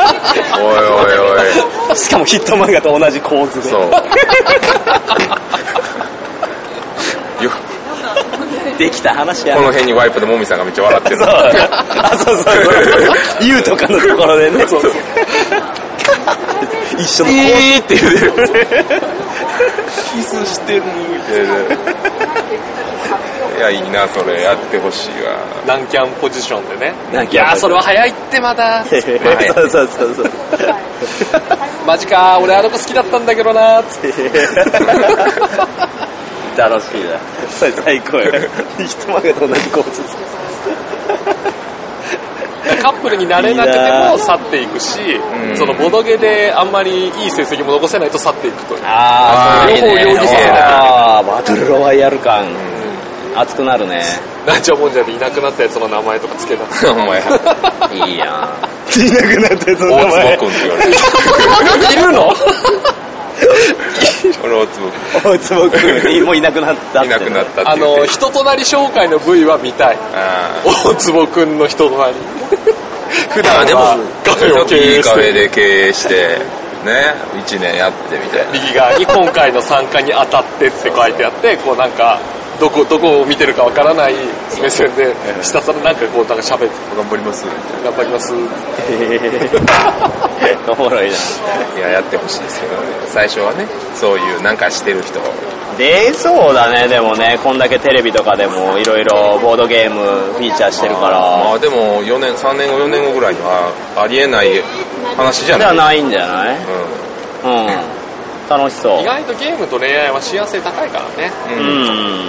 Speaker 1: おいおいおい
Speaker 2: しかもヒット漫画と同じ構図で
Speaker 1: そうよ
Speaker 2: できた話や
Speaker 1: こ
Speaker 2: な
Speaker 1: の辺にワイプでもみさんがめっちゃ笑ってる
Speaker 2: そう。 あ、そうそうそうそう。言うとかのところでね。一緒のコー
Speaker 1: えーって言うてるキスしてるいやいいなそれやってほしいわ
Speaker 3: ランキャンポジションでね
Speaker 2: ラン
Speaker 3: い
Speaker 2: キャンポジション
Speaker 3: やーそれは早いってま だ
Speaker 2: そうそうそうそう。
Speaker 3: マジかー俺あの子好きだったんだけどなーっつって
Speaker 2: 楽しいな。それ最高や。一間がと同じ構図です。
Speaker 3: カップルになれなくて
Speaker 2: いいな
Speaker 3: も
Speaker 2: ー
Speaker 3: 去っていくし
Speaker 1: うん
Speaker 3: そのボドゲであんまりいい成績も残せないと去っていくという
Speaker 2: あ
Speaker 1: あー
Speaker 2: ー、
Speaker 1: いいね
Speaker 2: 両方両
Speaker 1: いいね
Speaker 2: あーバトルロワイヤル感。熱くなるね。
Speaker 3: なんちゃもんじゃでいなくなったやつの名前とかつけ た
Speaker 1: お前
Speaker 2: いいやん。いなくなってその
Speaker 1: 大坪君って言われる
Speaker 3: いるの
Speaker 1: 俺大坪
Speaker 2: 大坪君もういなくなったっ
Speaker 1: 君い
Speaker 2: て
Speaker 1: なくなったって
Speaker 3: あ
Speaker 1: 言って
Speaker 3: の人となり紹介の V は見たい
Speaker 1: あー
Speaker 3: 大坪くんの人とな り普段
Speaker 1: あでも
Speaker 3: はカフェを経
Speaker 1: いい
Speaker 3: 営
Speaker 1: カ
Speaker 3: し
Speaker 1: フ
Speaker 3: て
Speaker 1: ェで経営してね1年やってみたいな
Speaker 3: 右側に今回の参加に当たってって書いてあってこうなんかどこどこを見てるかわからない目線でひたすらなんかこうなんか喋って
Speaker 1: 頑張ります
Speaker 3: 頑張ります
Speaker 2: おもろいな。
Speaker 1: いややってほしいですけどね最初はねそういうなんかしてる人
Speaker 2: 出そうだねでもねこんだけテレビとかでもいろいろボードゲームフィーチャーしてるか
Speaker 1: ま
Speaker 2: ら
Speaker 1: あでも4年3年後4年後ぐらいにはありえない話じゃ
Speaker 2: で
Speaker 1: な
Speaker 2: はいないんじゃない
Speaker 1: うん
Speaker 2: うん楽しそう
Speaker 3: 意外とゲームと恋愛は幸せ高いからね
Speaker 2: う
Speaker 1: うん
Speaker 2: ん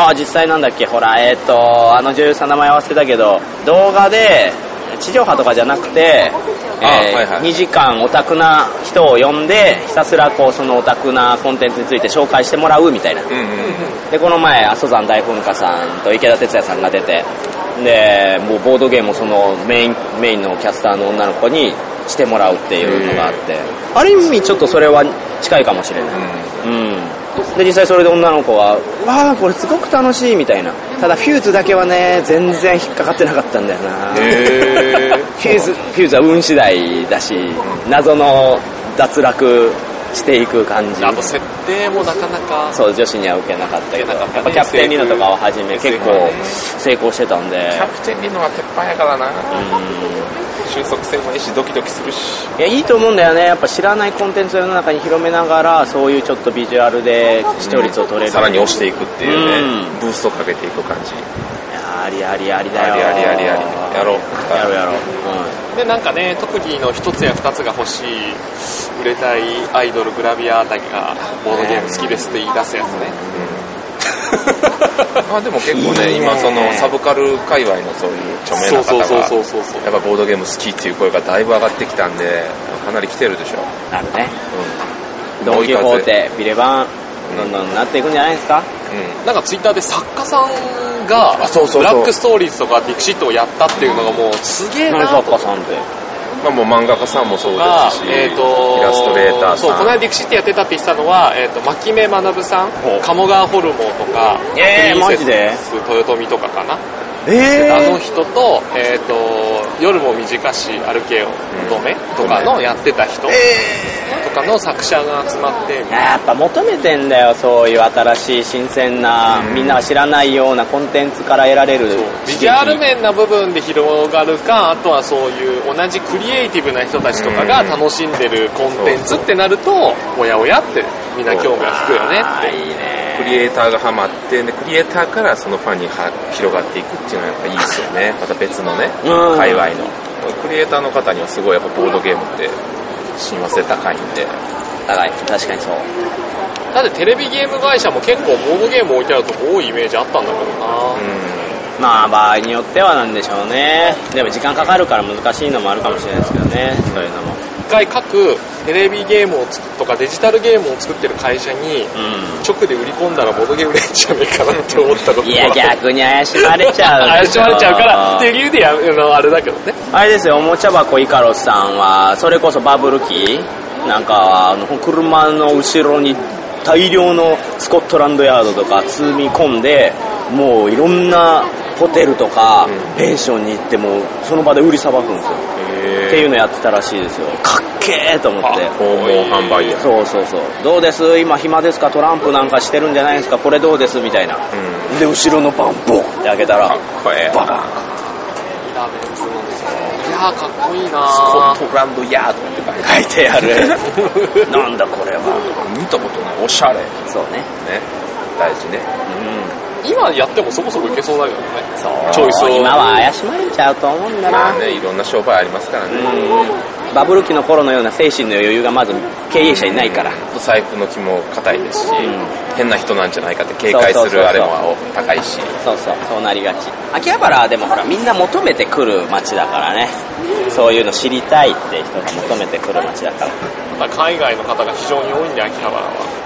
Speaker 2: あ実際なんだっけほらえっ、とあの女優さん名前忘れたけど動画で地上波とかじゃなくて、え
Speaker 1: あはいはい
Speaker 2: 2時間オタクな人を呼んでひたすらこうそのオタクなコンテンツについて紹介してもらうみたいな
Speaker 1: うんうん
Speaker 2: でこの前阿蘇山大噴火さんと池田哲也さんが出てでもうボードゲームをそのメインメインのキャスターの女の子にしてもらうっていうのがあってある意味ちょっとそれは近いかもしれない、うん、で実際それで女の子は「わあこれすごく楽しい」みたいなただフューズだけはね全然引っかかってなかったんだよな
Speaker 1: へえ
Speaker 2: フューズフューズは運次第だし謎の脱落していく感じ
Speaker 3: あと設定もなかなか
Speaker 2: そう女子には受けなかったけど
Speaker 3: 受
Speaker 2: やっ
Speaker 3: けなかったね
Speaker 2: ぱキャプテンリノとかをはじめ
Speaker 3: SF
Speaker 2: 結構成功してたんで
Speaker 1: キャプテンリノは鉄板やからな収束性もいいしドキドキするし
Speaker 2: いやいいと思うんだよねやっぱ知らないコンテンツを世の中に広めながらそういうちょっとビジュアルで視聴率を取れる
Speaker 1: さらに押していくっていうね、
Speaker 2: うん
Speaker 1: ブーストかけていく感じ
Speaker 2: いやありありありだよ
Speaker 1: ありありありありやろう
Speaker 2: やろうやろう、
Speaker 3: でなんかね特技の一つや二つが欲しい売れたいアイドルグラビアあたりがボードゲーム好きですって言い出すやつね
Speaker 1: まあでも結構ね
Speaker 2: いいね
Speaker 1: 今そのサブカル界隈のそういう著名
Speaker 3: そう
Speaker 1: な方
Speaker 3: そう
Speaker 1: が
Speaker 3: そうそうそうそう
Speaker 1: やっぱボードゲーム好きっていう声がだいぶ上がってきたんでかなり来てるでしょ、
Speaker 2: うんなるね
Speaker 1: うん、
Speaker 2: ドン・キホ
Speaker 1: 追い
Speaker 2: ー
Speaker 1: 風
Speaker 2: テビレバンどんどんなっていくんじゃないですか
Speaker 1: うん
Speaker 3: なんかツイッターで作家さんが
Speaker 1: あそうそうそう
Speaker 3: ブラックストーリーズとかディクシットをやったっていうのがもうすげえ
Speaker 2: 何
Speaker 3: な
Speaker 2: 作
Speaker 3: と
Speaker 2: 家さんって
Speaker 1: まあもう漫画家さんもそうで
Speaker 3: か
Speaker 1: すし、
Speaker 3: えーと
Speaker 1: イラストレーターさん
Speaker 3: そうこの間ディクシットやってたって言ってたのは、えー、と牧目学さん
Speaker 2: ほう
Speaker 3: 鴨川ホルモンとか
Speaker 2: えー
Speaker 3: プリンセス
Speaker 2: マジで
Speaker 3: 豊臣とかかな、あの
Speaker 2: え
Speaker 3: 人と,、えー、と夜も短し歩けよ乙女とかのやってた人とかの作者が集まって
Speaker 2: やっぱ求めてんだよそういう新しい新鮮な、みんなが知らないようなコンテンツから得られる
Speaker 3: ビジュアル面な部分で広がるかあとはそういう同じクリエイティブな人たちとかが
Speaker 1: うん
Speaker 3: 楽しんでるコンテンツってなるとおやおやってみんな興味が引くよね
Speaker 2: あーいいね
Speaker 1: クリエイターがハマってでクリエイターからそのファンには広がっていくっていうのはやっぱいいですよねまた別のね
Speaker 2: うん
Speaker 1: 界隈のクリエイターの方にはすごいやっぱボードゲームって親和性高いんで
Speaker 2: 高い確かにそう
Speaker 3: だってテレビゲーム会社も結構ボードゲーム置いてあるとこ多いイメージあったんだけどな、
Speaker 1: う
Speaker 2: まあ場合によってはなんでしょうねでも時間かかるから難しいのもあるかもしれないですけどねそういうのも
Speaker 3: 一回各テレビゲームを作とかデジタルゲームを作ってる会社に
Speaker 2: う
Speaker 3: 直で売り込んだらボードゲーム売れんじゃねえかなって思ったところ
Speaker 2: んいや逆に怪しまれちゃう
Speaker 3: 怪しまれちゃうからっていう
Speaker 2: う
Speaker 3: 理由でやるのはあれだけどね
Speaker 2: あれですよおもちゃ箱イカロスさんはそれこそバブル機なんかあの車の後ろに大量のスコットランドヤードとか積み込んでもういろんなホテルとかペンションに行ってもうその場で売りさばくんですよ
Speaker 1: ん
Speaker 2: っていうのやってたらしいですよかっけーと思って
Speaker 1: 訪問販売や
Speaker 2: そうそうそうどうです今暇ですかトランプなんかしてるんじゃないですかこれどうですみたいな、
Speaker 1: う
Speaker 2: で後ろのバンボンって開けたら
Speaker 1: かっこええ
Speaker 2: バカ
Speaker 3: いやーかっこいいな
Speaker 1: スコットランドヤードって書いてあ る
Speaker 2: ンなんだこれは
Speaker 1: 見たことないおしゃれね
Speaker 2: そうね
Speaker 1: 大事ね
Speaker 2: うん
Speaker 3: 今やってもそこそこいけそうだけどね
Speaker 2: そう
Speaker 3: チョイスを
Speaker 2: 今は怪しまれちゃうと思うんだ
Speaker 1: ま
Speaker 2: な、
Speaker 1: あねいろんな商売ありますからね、
Speaker 2: うんバブル期の頃のような精神の余裕がまず経営者いないから、
Speaker 1: 財布の気も硬いですし、
Speaker 2: ん
Speaker 1: 変な人なんじゃないかって警戒するあれも高いし
Speaker 2: そうそうそうなりがち秋葉原はでもほらみんな求めてくる街だからねそういうの知りたいって人が求めてくる街だから
Speaker 3: まあ海外の方が非常に多いんで秋葉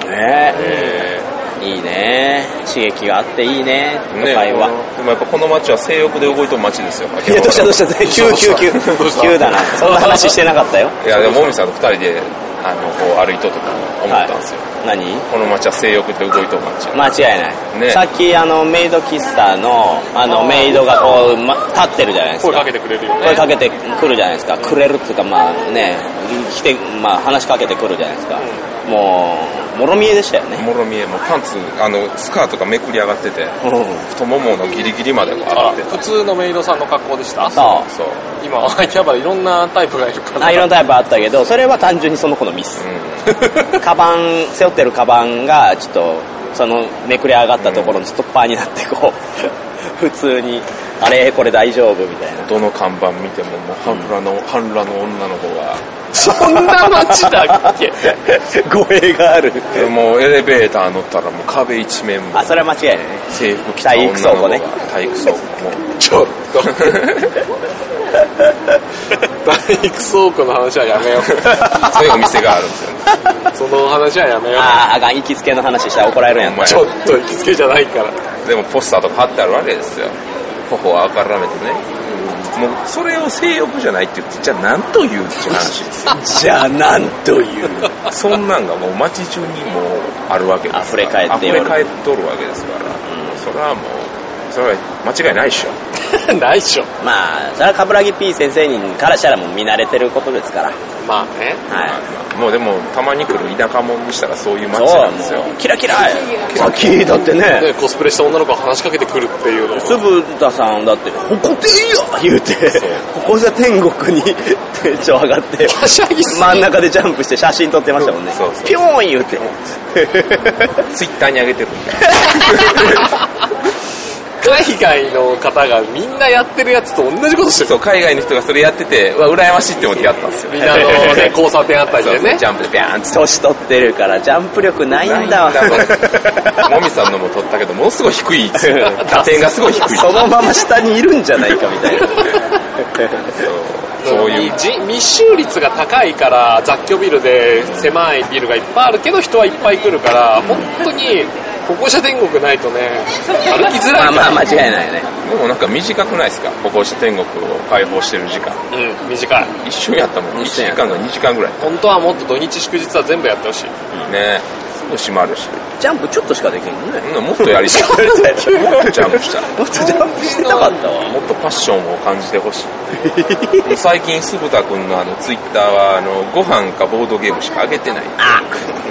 Speaker 3: 原は
Speaker 2: ね
Speaker 1: え
Speaker 2: いいね刺激があっていいね
Speaker 1: え
Speaker 2: 都
Speaker 1: ね
Speaker 2: 会は、
Speaker 1: でもやっぱこの街は性欲で動いてる街ですよ
Speaker 2: いやどうしたどうした急急急
Speaker 1: どうした
Speaker 2: 急だなそんな話してなかったよ
Speaker 1: いやでももみさんと二人であのこう歩いとったから思ったんですよ、
Speaker 2: 何
Speaker 1: この街は性欲で動いとる街
Speaker 2: 間違いない、
Speaker 1: ね
Speaker 2: さっきあのメイド喫茶のあのメイドがこう、ま、立ってるじゃないです
Speaker 3: 声
Speaker 2: か
Speaker 3: かけてくれるよね
Speaker 2: 声かけてくるじゃないですかくれるっていうかまあね来て、まあ、話しかけてくるじゃないですか、もうもろ見えでしたよね、
Speaker 1: もろ見えもうパンツあのスカートがめくり上がってて
Speaker 2: うん、
Speaker 1: 太もものギリギリまで上が
Speaker 3: あ
Speaker 1: って
Speaker 3: 普
Speaker 1: た
Speaker 3: 通のメイドさんの格好でした
Speaker 2: そう
Speaker 1: そう
Speaker 3: 今秋葉原いろんなタイプがいるから
Speaker 2: アイロンタイプあったけどそれは単純にその子のミス、カバン背負ってるカバンがちょっとそのめくれ上がったところのストッパーになってこう 普通にあれこれ大丈夫みたいな
Speaker 1: どの看板見てももう半裸の、半裸の女の子が
Speaker 3: そんな街だっけ
Speaker 2: 語弊がある
Speaker 1: でもうエレベーター乗ったらもう壁一面も
Speaker 2: あそれは間違いないね
Speaker 1: 制服着た女の子が体育倉庫もう
Speaker 3: ちょっと大育倉庫の話はやめよ
Speaker 1: そういうお店があるんですよね
Speaker 3: うその話はやめよ
Speaker 2: あああかん行きつけの話したら怒られるんや
Speaker 1: お
Speaker 2: ん
Speaker 1: 前
Speaker 3: うちょっと行きつけじゃないから
Speaker 1: でもポスターとか貼ってあるわけですよ頬を赤らめてねもうそれを性欲じゃないって言ってじゃあ何と言うって話ですよ
Speaker 2: じゃあなんという
Speaker 1: そんなんがもう街中にもうあるわけですから
Speaker 2: 溢れ返ってお
Speaker 1: 溢
Speaker 2: る
Speaker 1: れ返っとるわけですから、それはもうそれは間違いないでしょ
Speaker 3: ないっしょ
Speaker 2: まあそれは冠城 P 先生にからしたらもう見慣れてることですから
Speaker 3: まあね
Speaker 2: はい
Speaker 1: もうでもたまに来る田舎者にしたらそういう街
Speaker 2: そう
Speaker 1: なんですよ
Speaker 2: もうキラキラさっきだってね
Speaker 3: でコスプレした女の子が話しかけてくるって いうのも
Speaker 2: 粒田さんだって「ここでいいよ!」言うてここじゃ天国に店長上がって
Speaker 3: はしゃぎすぎ
Speaker 2: 真ん中でジャンプして写真撮ってましたもんね
Speaker 1: そうそう
Speaker 2: ピョーン言うて
Speaker 1: ツイッターに上げてるんで
Speaker 3: 海外の方がみんなやってるやつと同じこ として
Speaker 1: そ
Speaker 3: る
Speaker 1: う海外の人がそれやっててうわ羨ましいって思ってやったんですよ
Speaker 3: みんなあのね交差点あったり
Speaker 1: そう
Speaker 3: で
Speaker 1: そう
Speaker 3: ね
Speaker 1: ジャンプでビャーンって
Speaker 2: 年取ってるからジャンプ力ないんだわ
Speaker 1: もみさんのも撮ったけど、ものすごい低い。 打点がすごい低い。
Speaker 2: そのまま下にいるんじゃないかみたいな
Speaker 1: そういう。
Speaker 3: じ密集率が高いから雑居ビルで狭いビルがいっぱいあるけど人はいっぱい来るから本当に歩行者天国ないとね歩きづ
Speaker 2: ま
Speaker 3: らい
Speaker 2: あまあ間違いないね
Speaker 1: でもなんか短くないですか歩行者天国を開放してる時間。
Speaker 3: うん短い
Speaker 1: 一瞬やったもん。1
Speaker 2: 一
Speaker 1: 時
Speaker 2: 瞬やっ
Speaker 1: 間
Speaker 2: た
Speaker 1: か2時間ぐらい。
Speaker 3: 本当はもっと土日祝日は全部やってほしい
Speaker 1: ねすぐ閉まるし。
Speaker 2: ジャンプちょっとしかできんのね
Speaker 1: うんもっとやりたい。もっとジャンプしたい。
Speaker 2: もっとジャンプしてたかったわ
Speaker 1: もっとパッションを感じてほ しい。最近、すぶたくんのあの、ツイッターは、あの、ご飯かボードゲームしか上げてない。
Speaker 2: あ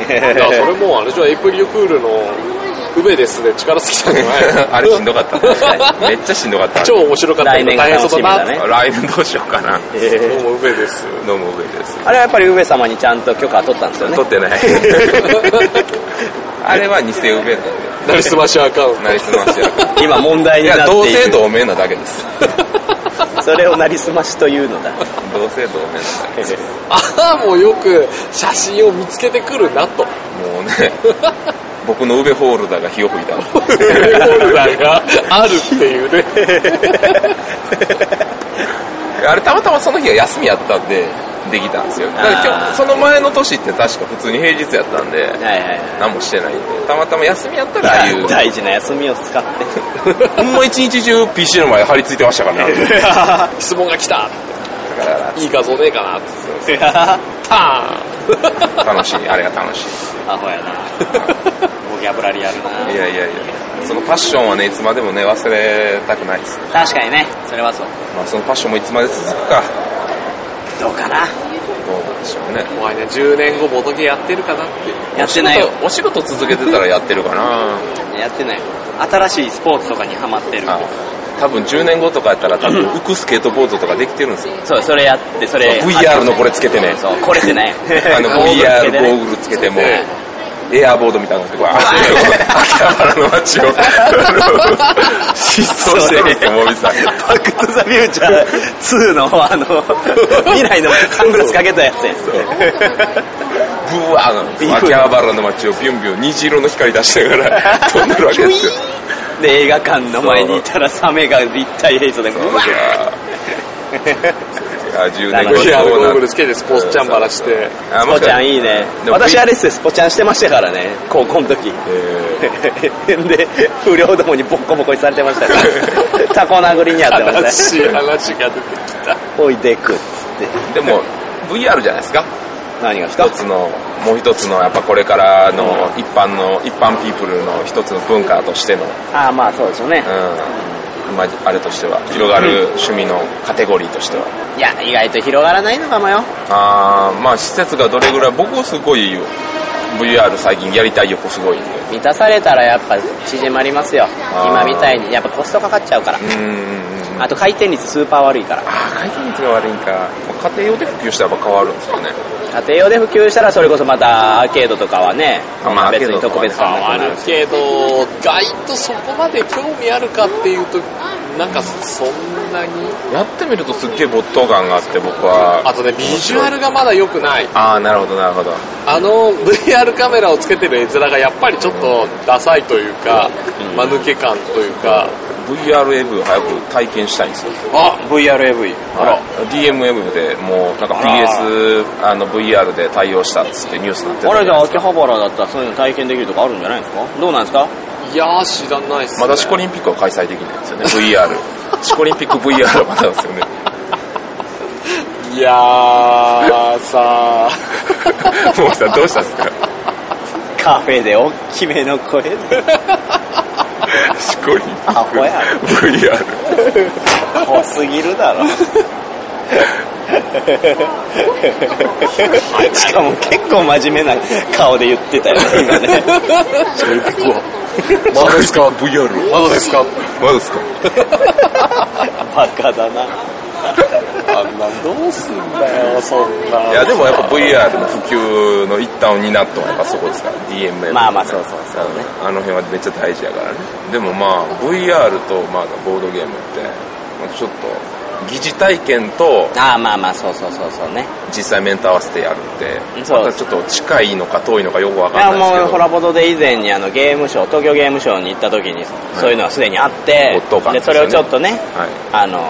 Speaker 3: だからそれもうあれじゃエイプリルクールの「ウベです」で力尽き たんじゃない
Speaker 1: あれしんどかった。めっちゃしんどかった。
Speaker 3: 超面白かったけど
Speaker 2: 来年が
Speaker 3: 大変
Speaker 2: 楽し
Speaker 3: そう
Speaker 2: み
Speaker 3: だ
Speaker 2: だ
Speaker 3: な
Speaker 2: ね
Speaker 1: ライブどうしようかな。
Speaker 3: どうもウベです
Speaker 1: 飲む上です。
Speaker 2: あれはやっぱり上様にちゃんと許可取ったんですよね
Speaker 1: 撮ってない。 あれは偽ウベなんで
Speaker 3: なりすましアカウン
Speaker 1: なりすましや か
Speaker 2: 今問題
Speaker 1: らい
Speaker 2: にな
Speaker 1: や
Speaker 2: って
Speaker 1: 同
Speaker 2: いる
Speaker 1: 姓同名なだけです
Speaker 2: それをなりすましというの だ
Speaker 1: 同姓同名なだけです
Speaker 3: ああもうよく写真を見つけてくるな と
Speaker 1: もうね 僕のウベホールダーが火を吹い たんで
Speaker 3: ホールダーがあるっていうね
Speaker 1: あれたまたまその日は休みやったんでできたんですよだから今
Speaker 2: あー
Speaker 1: 日その前の年って確か普通に平日やったんで
Speaker 2: はいはいはい
Speaker 1: 何もしてないんでたまたま休みやったらああいう
Speaker 2: 大事な休みを使って
Speaker 1: ほんま一日中 PC の前張り付いてましたからね
Speaker 3: 質問が来た
Speaker 1: だか
Speaker 3: いい画像ねえかなってパーン
Speaker 1: ら 楽しいあれが楽し
Speaker 2: アホや なボキャブラリーある
Speaker 1: いいやいやいやそのパッションはねいつまでもね忘れたくないですね、
Speaker 2: な確かにねそれはそう
Speaker 1: まあ、そのパッションもいつまで続くか
Speaker 2: どうかな
Speaker 1: どうなんでしょうね
Speaker 3: お前ね10年後ボトゲやってるかなっていう
Speaker 2: やってないよ
Speaker 1: お仕事お仕事続けてたらやってるかな
Speaker 2: やってない新しいスポーツとかにハマってる
Speaker 1: あ多分10年後とかやったら多分浮くスケートボードとかできてるんです よ
Speaker 2: そうそれやってそれ
Speaker 1: VR のこれつけてね
Speaker 2: そうこれってね
Speaker 1: あの VR ゴーグルつけてもエアーボードみたいなのってこうあ秋葉原の街を失踪してるって思うみたい
Speaker 2: バックトゥザフューチャー2のあ の未来のサングラスかけたやつや
Speaker 1: ブワーなんですよ秋葉原の街をビュンビュン虹色の光出しながら飛んでるわけですよ
Speaker 2: で映画館の前にいたらサメが立体映像でうわ
Speaker 1: いや ー10年後に
Speaker 3: VR
Speaker 1: どう
Speaker 3: ゴ
Speaker 1: な
Speaker 3: ーグ
Speaker 1: る
Speaker 3: ルつけてスポーツチャンバラして
Speaker 1: あ
Speaker 2: ス
Speaker 1: も
Speaker 2: ポ
Speaker 1: し
Speaker 2: ちゃ
Speaker 1: か
Speaker 2: ん
Speaker 1: し
Speaker 2: いいね
Speaker 1: でも
Speaker 2: 私あれっすよスポちゃんしてましたからね高校の時
Speaker 1: て
Speaker 2: で不良どもにボッコボコにされてましたから タコ殴りにあってま
Speaker 3: 悲
Speaker 2: し
Speaker 3: しい話が出て きた
Speaker 2: たおいでくっつって
Speaker 1: でも VR じゃないですか
Speaker 2: 何がですか
Speaker 1: 一つのもう一つのやっぱこれからの一般の一般ピープルの一つの文化としての、うん
Speaker 2: ああまあそうですよね
Speaker 1: まあ、あれとしては広がる趣味のカテゴリーとしては、
Speaker 2: いや意外と広がらないのかもよ
Speaker 1: あーまあ施設がどれぐらい僕すごい VR 最近やりたい欲すごいんで
Speaker 2: 満たされたらやっぱ縮まりますよ
Speaker 1: あー
Speaker 2: 今みたいにやっぱコストかかっちゃうから
Speaker 1: うーん
Speaker 2: あと回転率スーパー悪いから
Speaker 1: ああ回転率が悪いんかもう家庭用で普及したらやっぱ変わるんですよね
Speaker 2: 家庭用で普及したらそれこそまたアーケードとかはね
Speaker 1: あまあ
Speaker 2: 別に特別感
Speaker 3: 変わ
Speaker 2: なくな
Speaker 3: る
Speaker 2: るし
Speaker 3: けど意外とそこまで興味あるかっていうとなんかそんなに
Speaker 1: やってみるとすっげえ没頭感があって僕は
Speaker 3: あとねビジュアルがまだ良くない
Speaker 1: ああなるほどなるほど
Speaker 3: あの VR カメラをつけてる絵面がやっぱりちょっとダサいというか間抜け感というか
Speaker 1: VRAV を早く体験したいんですよ
Speaker 3: あ VRAV あら
Speaker 1: DMM でもうなんか
Speaker 2: あら
Speaker 1: PS あの VR で対応したっつってニュースになってた
Speaker 2: あれ
Speaker 1: じ
Speaker 2: じ
Speaker 1: ゃ
Speaker 2: ゃ
Speaker 1: ない
Speaker 2: あ
Speaker 1: です
Speaker 2: 秋葉原だったらそういうの体験できるとかあるんじゃないですかどうなんですか
Speaker 3: いやー知らないっす、
Speaker 1: かまだシコリンピックは開催できないんですよね VR シコリンピック VR はまだですよね
Speaker 3: いやーさあ
Speaker 1: もうさどうしたんですか
Speaker 2: カフェで大きめの声で
Speaker 1: シコリンピ
Speaker 2: アホ や
Speaker 1: ック VR
Speaker 2: アホすぎるだ ろしかも結構真面目な顔で言ってたよね今ね
Speaker 3: シコリンピックはまだですか VR まだですか
Speaker 1: まだですか
Speaker 2: バカだな
Speaker 3: あんなどうすんだよそんない
Speaker 1: やでもやっぱ VR の普及の一端を担ったのはやっぱそこですから DMM
Speaker 2: まあまあそうそうそうね
Speaker 1: あの辺はめっちゃ大事やからねでもまあ VR とまあボードゲームってまあちょっと疑似体験と
Speaker 2: ああまあまあそうそうそうそうね
Speaker 1: 実際面と合わせてやるって
Speaker 2: そう
Speaker 1: またちょっと近いのか遠いのかよくわ
Speaker 2: いや
Speaker 1: かんない
Speaker 2: も
Speaker 1: で
Speaker 2: う
Speaker 1: す
Speaker 2: ホ
Speaker 1: け
Speaker 2: ラ
Speaker 1: ど
Speaker 2: ボドで以前にあのゲームショー東京ゲームショーに行った時にそういうのはすでにあって、
Speaker 1: 没頭感
Speaker 2: で
Speaker 1: です
Speaker 2: そ
Speaker 1: よ
Speaker 2: れ
Speaker 1: ね
Speaker 2: をちょっとね、
Speaker 1: はい
Speaker 2: あのー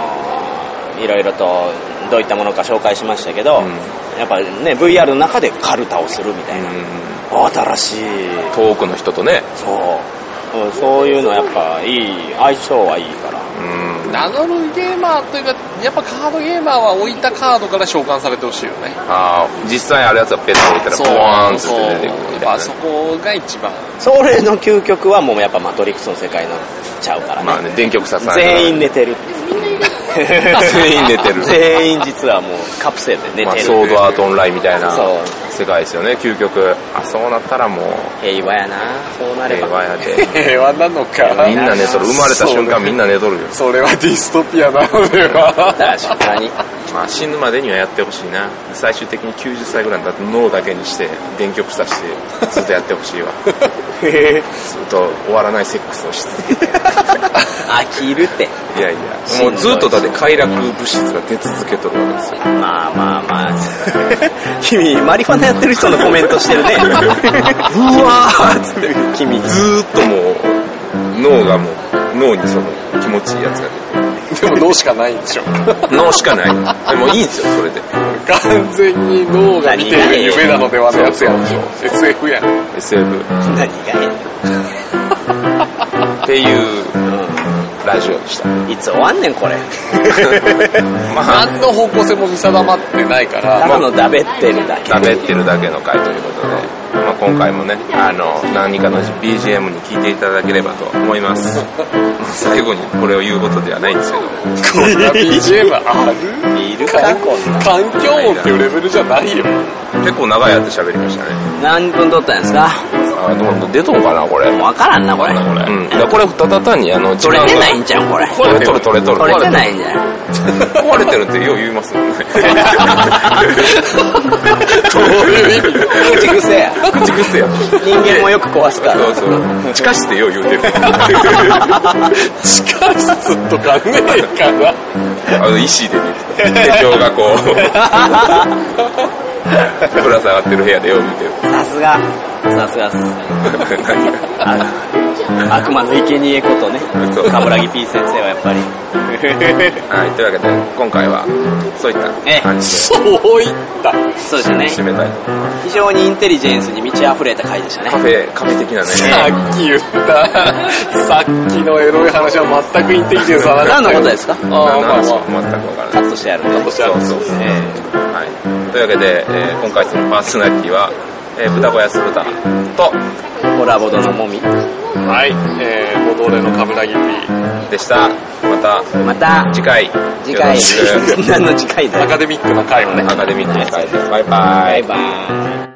Speaker 2: いろいろとどういったものか紹介しましたけど、
Speaker 1: うん
Speaker 2: やっぱね VR の中でカルタをするみたいな、
Speaker 1: う
Speaker 2: 新しい
Speaker 1: ん遠くの人とね
Speaker 2: そううんそういうのやっぱいい相性はいいから
Speaker 1: うん
Speaker 3: 名乗るゲーマーというかやっぱカードゲーマーは置いたカードから召喚されてほしいよね
Speaker 1: ああ実際あるやつはペット置いたらボワーンって出てくるみた
Speaker 3: あ
Speaker 1: い
Speaker 3: そ
Speaker 1: な
Speaker 3: こが一番
Speaker 2: それの究極はもうやっぱマトリックスの世界になっちゃうからね,、
Speaker 1: まあね電極させない
Speaker 2: 全員寝てる
Speaker 1: 全員寝て る。
Speaker 2: 全員実はもうカプセルで寝
Speaker 1: まあ、
Speaker 2: て
Speaker 1: ソ
Speaker 2: る。
Speaker 1: ードアートオンラインみたいな
Speaker 2: そう
Speaker 1: 世界ですよね、究極。あ、そうなったらもう、
Speaker 2: 平和やなそうなれ
Speaker 1: 平
Speaker 2: ば。
Speaker 1: 和やで。
Speaker 3: 平和なのか
Speaker 1: みんな寝とる。生ま れた瞬間みんな寝とるよ。
Speaker 3: それはディストピアなのでは
Speaker 2: 確かに。
Speaker 1: まあ、死ぬまでにはやってほしいな。最終的に90歳ぐらいになって脳だけにして、電極さして、ずっとやってほ しいわ。ずっと終わらないセックスをし続けて。
Speaker 2: 飽きるって。
Speaker 1: いやいや、もうずっとだって快楽物質が出続けとるわけですよ。
Speaker 2: まあまあまあ。 君、マリファナやってる人のコメントして るね。うわーっつって。 君、
Speaker 1: ずーっともう、脳がもう、脳にその気持ちいいやつが
Speaker 3: でも脳しかないんでしょ
Speaker 1: 出てる。脳しかない。でもいいんですよ、それで。
Speaker 3: 完全に脳が見ている夢なのではのやつやん SF やん
Speaker 1: SF。
Speaker 2: 何が変
Speaker 1: っていうラジオでした。
Speaker 2: いつ終わんねん、これ。
Speaker 1: まあ、
Speaker 3: 何の方向性も見定まってないから
Speaker 2: ただのだべってるだけ。
Speaker 1: 食べってるだけの回ということで、まあ、今回もね、あの、何かの BGM に聞いていただければと思います。最後にこれを言うことではないんですけども、
Speaker 3: こんな BGM ある
Speaker 2: いるか、こんな。
Speaker 3: 環境音っていうレベルじゃないよ
Speaker 1: 結構長いやつ喋りましたね。
Speaker 2: 何分撮ったんですか
Speaker 1: あ、どうどう出とんかな、これ。う
Speaker 2: もうわからんな、これ。
Speaker 1: ん。だからこれ、ただ単に、あの、時
Speaker 2: 取
Speaker 1: 間
Speaker 2: れ
Speaker 1: が
Speaker 2: てないんじゃん、これ。
Speaker 1: 取れとる取れとる。
Speaker 2: 取れてないんじゃん。
Speaker 1: 壊れてるってよう言いますもんね。
Speaker 3: どういう意味
Speaker 2: 口癖や。
Speaker 1: 口癖や。
Speaker 2: 人間もよく壊すから。
Speaker 1: そうそう。地下室でよう言うてる。
Speaker 3: 地下室とかねえかな
Speaker 1: あの、石でできた。手帳が こう、ぶら下がってる部屋でよう見てる。
Speaker 2: さすが。さすがっす。
Speaker 1: 何が
Speaker 2: あ悪魔の生贄ことね。
Speaker 1: そう
Speaker 2: 冠城 P 先生はやっぱり。
Speaker 1: はい、というわけで、今回は、そういった感じ
Speaker 3: そういった
Speaker 2: そうですよね
Speaker 1: で。締めたいと思います。
Speaker 2: 非常にインテリジェンスに満ち溢れた回でしたね
Speaker 1: カ。フェ、カフェ的なね。
Speaker 3: さっき言った、さっきのエロい話は全くインテリジェンスはなかった
Speaker 2: 何の
Speaker 3: よ
Speaker 2: ことですか
Speaker 3: ああ、
Speaker 1: 何の
Speaker 3: まあ
Speaker 1: 話
Speaker 3: ま
Speaker 1: か
Speaker 3: あ。
Speaker 1: 全くわから
Speaker 2: カ
Speaker 1: ない。
Speaker 2: ットしてあるんで。
Speaker 3: そう
Speaker 1: そうそうそう。はい。というわけで、えー今回そのパーソナリティは、えー豚小屋酢豚と、
Speaker 2: コラボドのもみ。
Speaker 3: はい、えー、ボドレの冠城 P。
Speaker 1: でした。また、
Speaker 2: また、
Speaker 1: 次回。
Speaker 2: 次回
Speaker 1: よろ しく。
Speaker 2: 何の次回だ
Speaker 3: アカデミックな回をね
Speaker 1: ア。カデミーの会で。バイバイ。
Speaker 2: バイバイ。